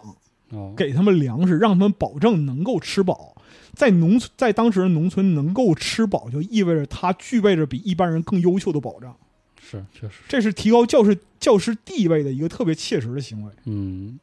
哦，给他们粮食，让他们保证能够吃饱。在农村，在当时的农村能够吃饱，就意味着他具备着比一般人更优秀的保障。是确实，这是提高教师教师地位的一个特别切实的行为。嗯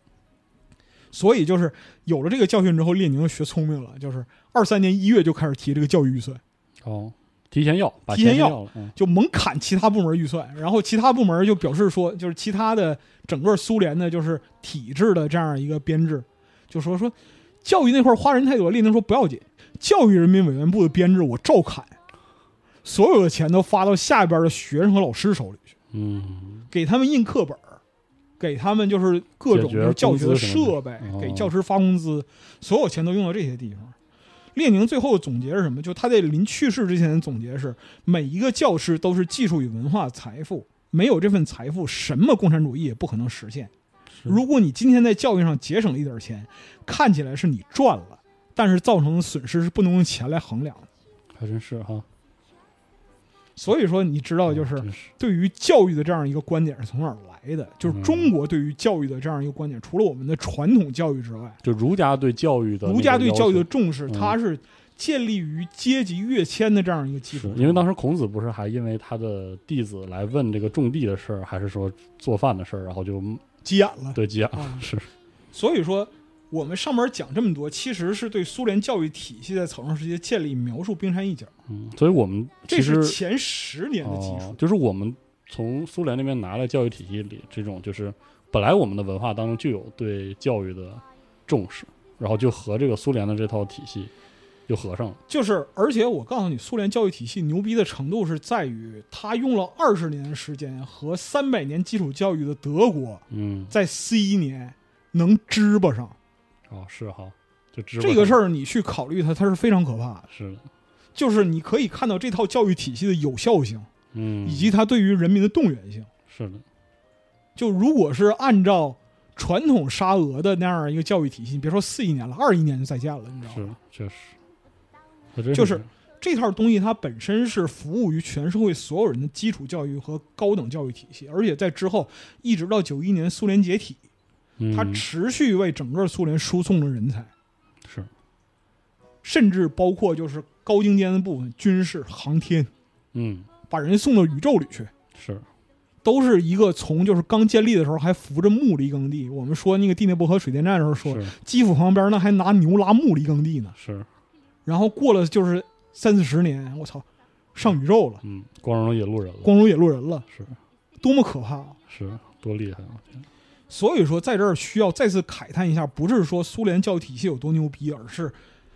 所以就是有了这个教训之后，列宁就学聪明了，就是二三年一月就开始提这个教育预算，哦，提前要，把提前钱要要了，嗯就猛砍其他部门预算，然后其他部门就表示说，就是其他的整个苏联的就是体制的这样一个编制，就说说教育那块儿花人太多，列宁说不要紧，教育人民委员部的编制我照砍，所有的钱都发到下边的学生和老师手里去，嗯，给他们印课本儿。给他们就是各种解决就是教学的工资什么的设备，哦给教师发工资，所有钱都用到这些地方。列宁最后总结是什么？就他在临去世之前的总结是：每一个教师都是技术与文化财富，没有这份财富，什么共产主义也不可能实现。如果你今天在教育上节省了一点钱，看起来是你赚了，但是造成的损失是不能用钱来衡量的。还真是哈。嗯所以说，你知道，哦就是真是对于教育的这样一个观点是从哪儿来的？嗯就是中国对于教育的这样一个观点，除了我们的传统教育之外，就儒家对教育的那个儒家对教育的要求重视，嗯它是建立于阶级跃迁的这样一个基础是上。因为当时孔子不是还因为他的弟子来问这个种地的事儿，还是说做饭的事儿，然后就急眼了， 对急眼了啊，是所以说我们上面讲这么多，其实是对苏联教育体系在草创时期的建立描述冰山一角，嗯，所以我们这其实是前十年的基础哦。就是我们从苏联那边拿来教育体系里这种，就是本来我们的文化当中就有对教育的重视，然后就和这个苏联的这套体系就合上了。就是，而且我告诉你，苏联教育体系牛逼的程度是在于，它用了二十年的时间和三百年基础教育的德国，嗯，在四一年能支巴上。哦，是哈，就知这个事儿儿你去考虑它，它是非常可怕的。是的，就是你可以看到这套教育体系的有效性，嗯，以及它对于人民的动员性。是的，就如果是按照传统沙俄的那样一个教育体系，你别说四一年了，二一年就再见了，你知道是吗？的确实，还真哦就是这套东西它本身是服务于全社会所有人的基础教育和高等教育体系，而且在之后一直到九一年苏联解体，它嗯持续为整个苏联输送了人才，是甚至包括就是高精尖的部分，军事、航天，嗯把人送到宇宙里去。是都是一个从就是刚建立的时候还扶着木犁耕地，我们说那个第聂伯河水电站的时候说，是基辅旁边那还拿牛拉木犁耕地呢，是然后过了就是三四十年，我操，上宇宙了，嗯，光荣的引路人了，光荣野路人了，是多么可怕啊！是多厉害啊！天所以说，在这儿需要再次慨叹一下，不是说苏联教育体系有多牛逼，而是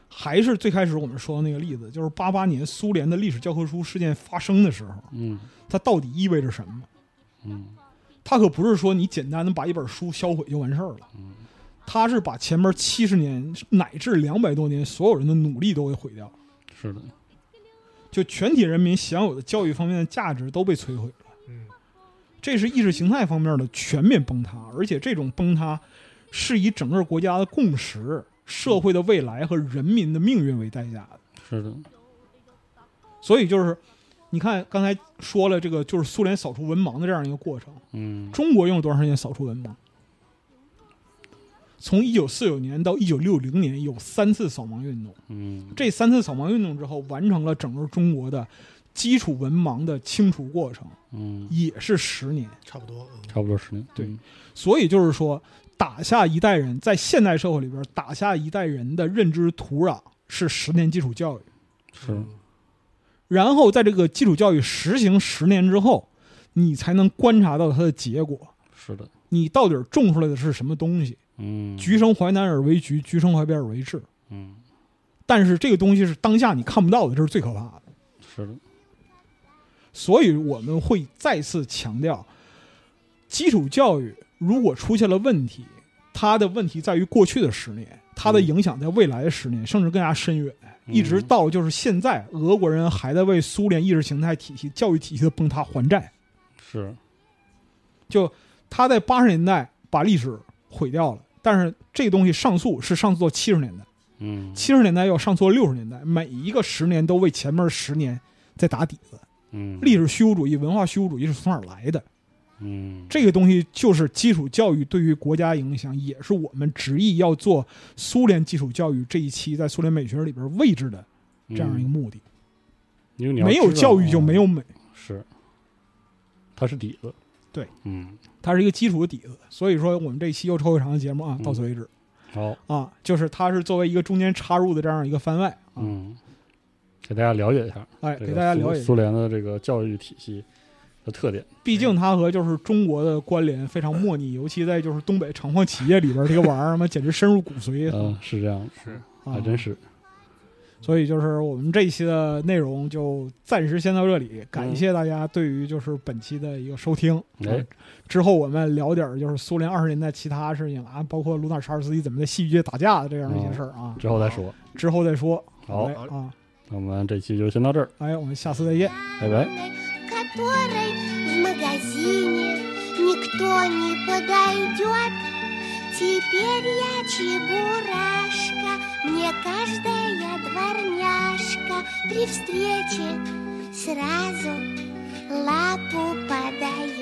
还是最开始我们说的那个例子，就是八八年苏联的历史教科书事件发生的时候，嗯它到底意味着什么？嗯它可不是说你简单的把一本书销毁就完事儿了，它是把前面七十年乃至两百多年所有人的努力都给毁掉，是的，就全体人民享有的教育方面的价值都被摧毁了。嗯，这是意识形态方面的全面崩塌，而且这种崩塌是以整个国家的共识、社会的未来和人民的命运为代价的。是的，所以就是，你看刚才说了这个，就是苏联扫除文盲的这样一个过程，嗯中国用了多长时间扫除文盲？从一九四九年到一九六零年有三次扫盲运动，嗯这三次扫盲运动之后，完成了整个中国的基础文盲的清除过程，嗯，也是十年。差不多。嗯差不多十年，对嗯所以就是说，打下一代人在现代社会里边打下一代人的认知土壤是十年基础教育，是然后在这个基础教育实行十年之后，你才能观察到它的结果，是的，你到底种出来的是什么东西。嗯，橘生淮南而为橘，橘生淮北而为枳。嗯但是这个东西是当下你看不到的，这是最可怕的。是的，所以我们会再次强调，基础教育如果出现了问题，它的问题在于过去的十年，它的影响在未来的十年，甚至更加深远，嗯一直到就是现在，俄国人还在为苏联意识形态体系、教育体系的崩塌还债。是就他在八十年代把历史毁掉了，但是这东西上诉是上诉到七十年代，嗯七十年代要上诉到六十年代，每一个十年都为前面十年在打底子。嗯历史虚无主义、文化虚无主义是从哪儿来的？嗯这个东西就是基础教育对于国家影响，也是我们执意要做苏联基础教育这一期在苏联美学里边位置的这样一个嗯目的。因为你要没有知道教育就没有嗯美，是，它是底子，对，嗯，它是一个基础的底子。所以说，我们这一期又超会长的节目啊，嗯到此为止好，啊，就是它是作为一个中间插入的这样一个番外啊，嗯，给大家了解一下，哎，这给个大家苏了解。苏联的这个教育体系的特点，毕竟它和就是中国的关联非常莫逆，尤其在就是东北厂矿企业里边这个玩意儿嘛，简直深入骨髓嗯，是这样的，是啊，还真是，所以就是我们这一期的内容就暂时先到这里，感谢大家对于就是本期的一个收听。呃哎，之后我们聊点儿就是苏联二十年代其他事情啊，包括卢纳查尔斯基怎么在戏剧界打架的这样一些事儿啊，之后再说，之后再说哦好嘞啊，那我们这期就先到这儿，哎，我们下次再见。拜拜。 которой в магазине никто не подойдет. Теперь я чебурашка, мне каждая дворняжка при встрече сразу лапу подает.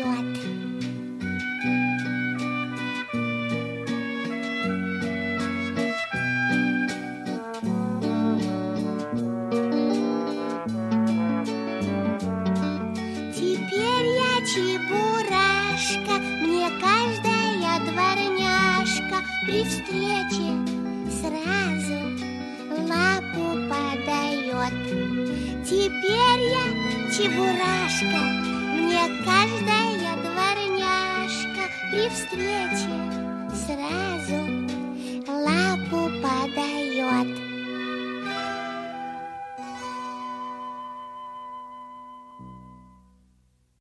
Теперь я чебурашка, мне каждая дворняжка при встрече сразу лапу подает. Теперь я чебурашка, мне каждая дворняжка при встрече сразу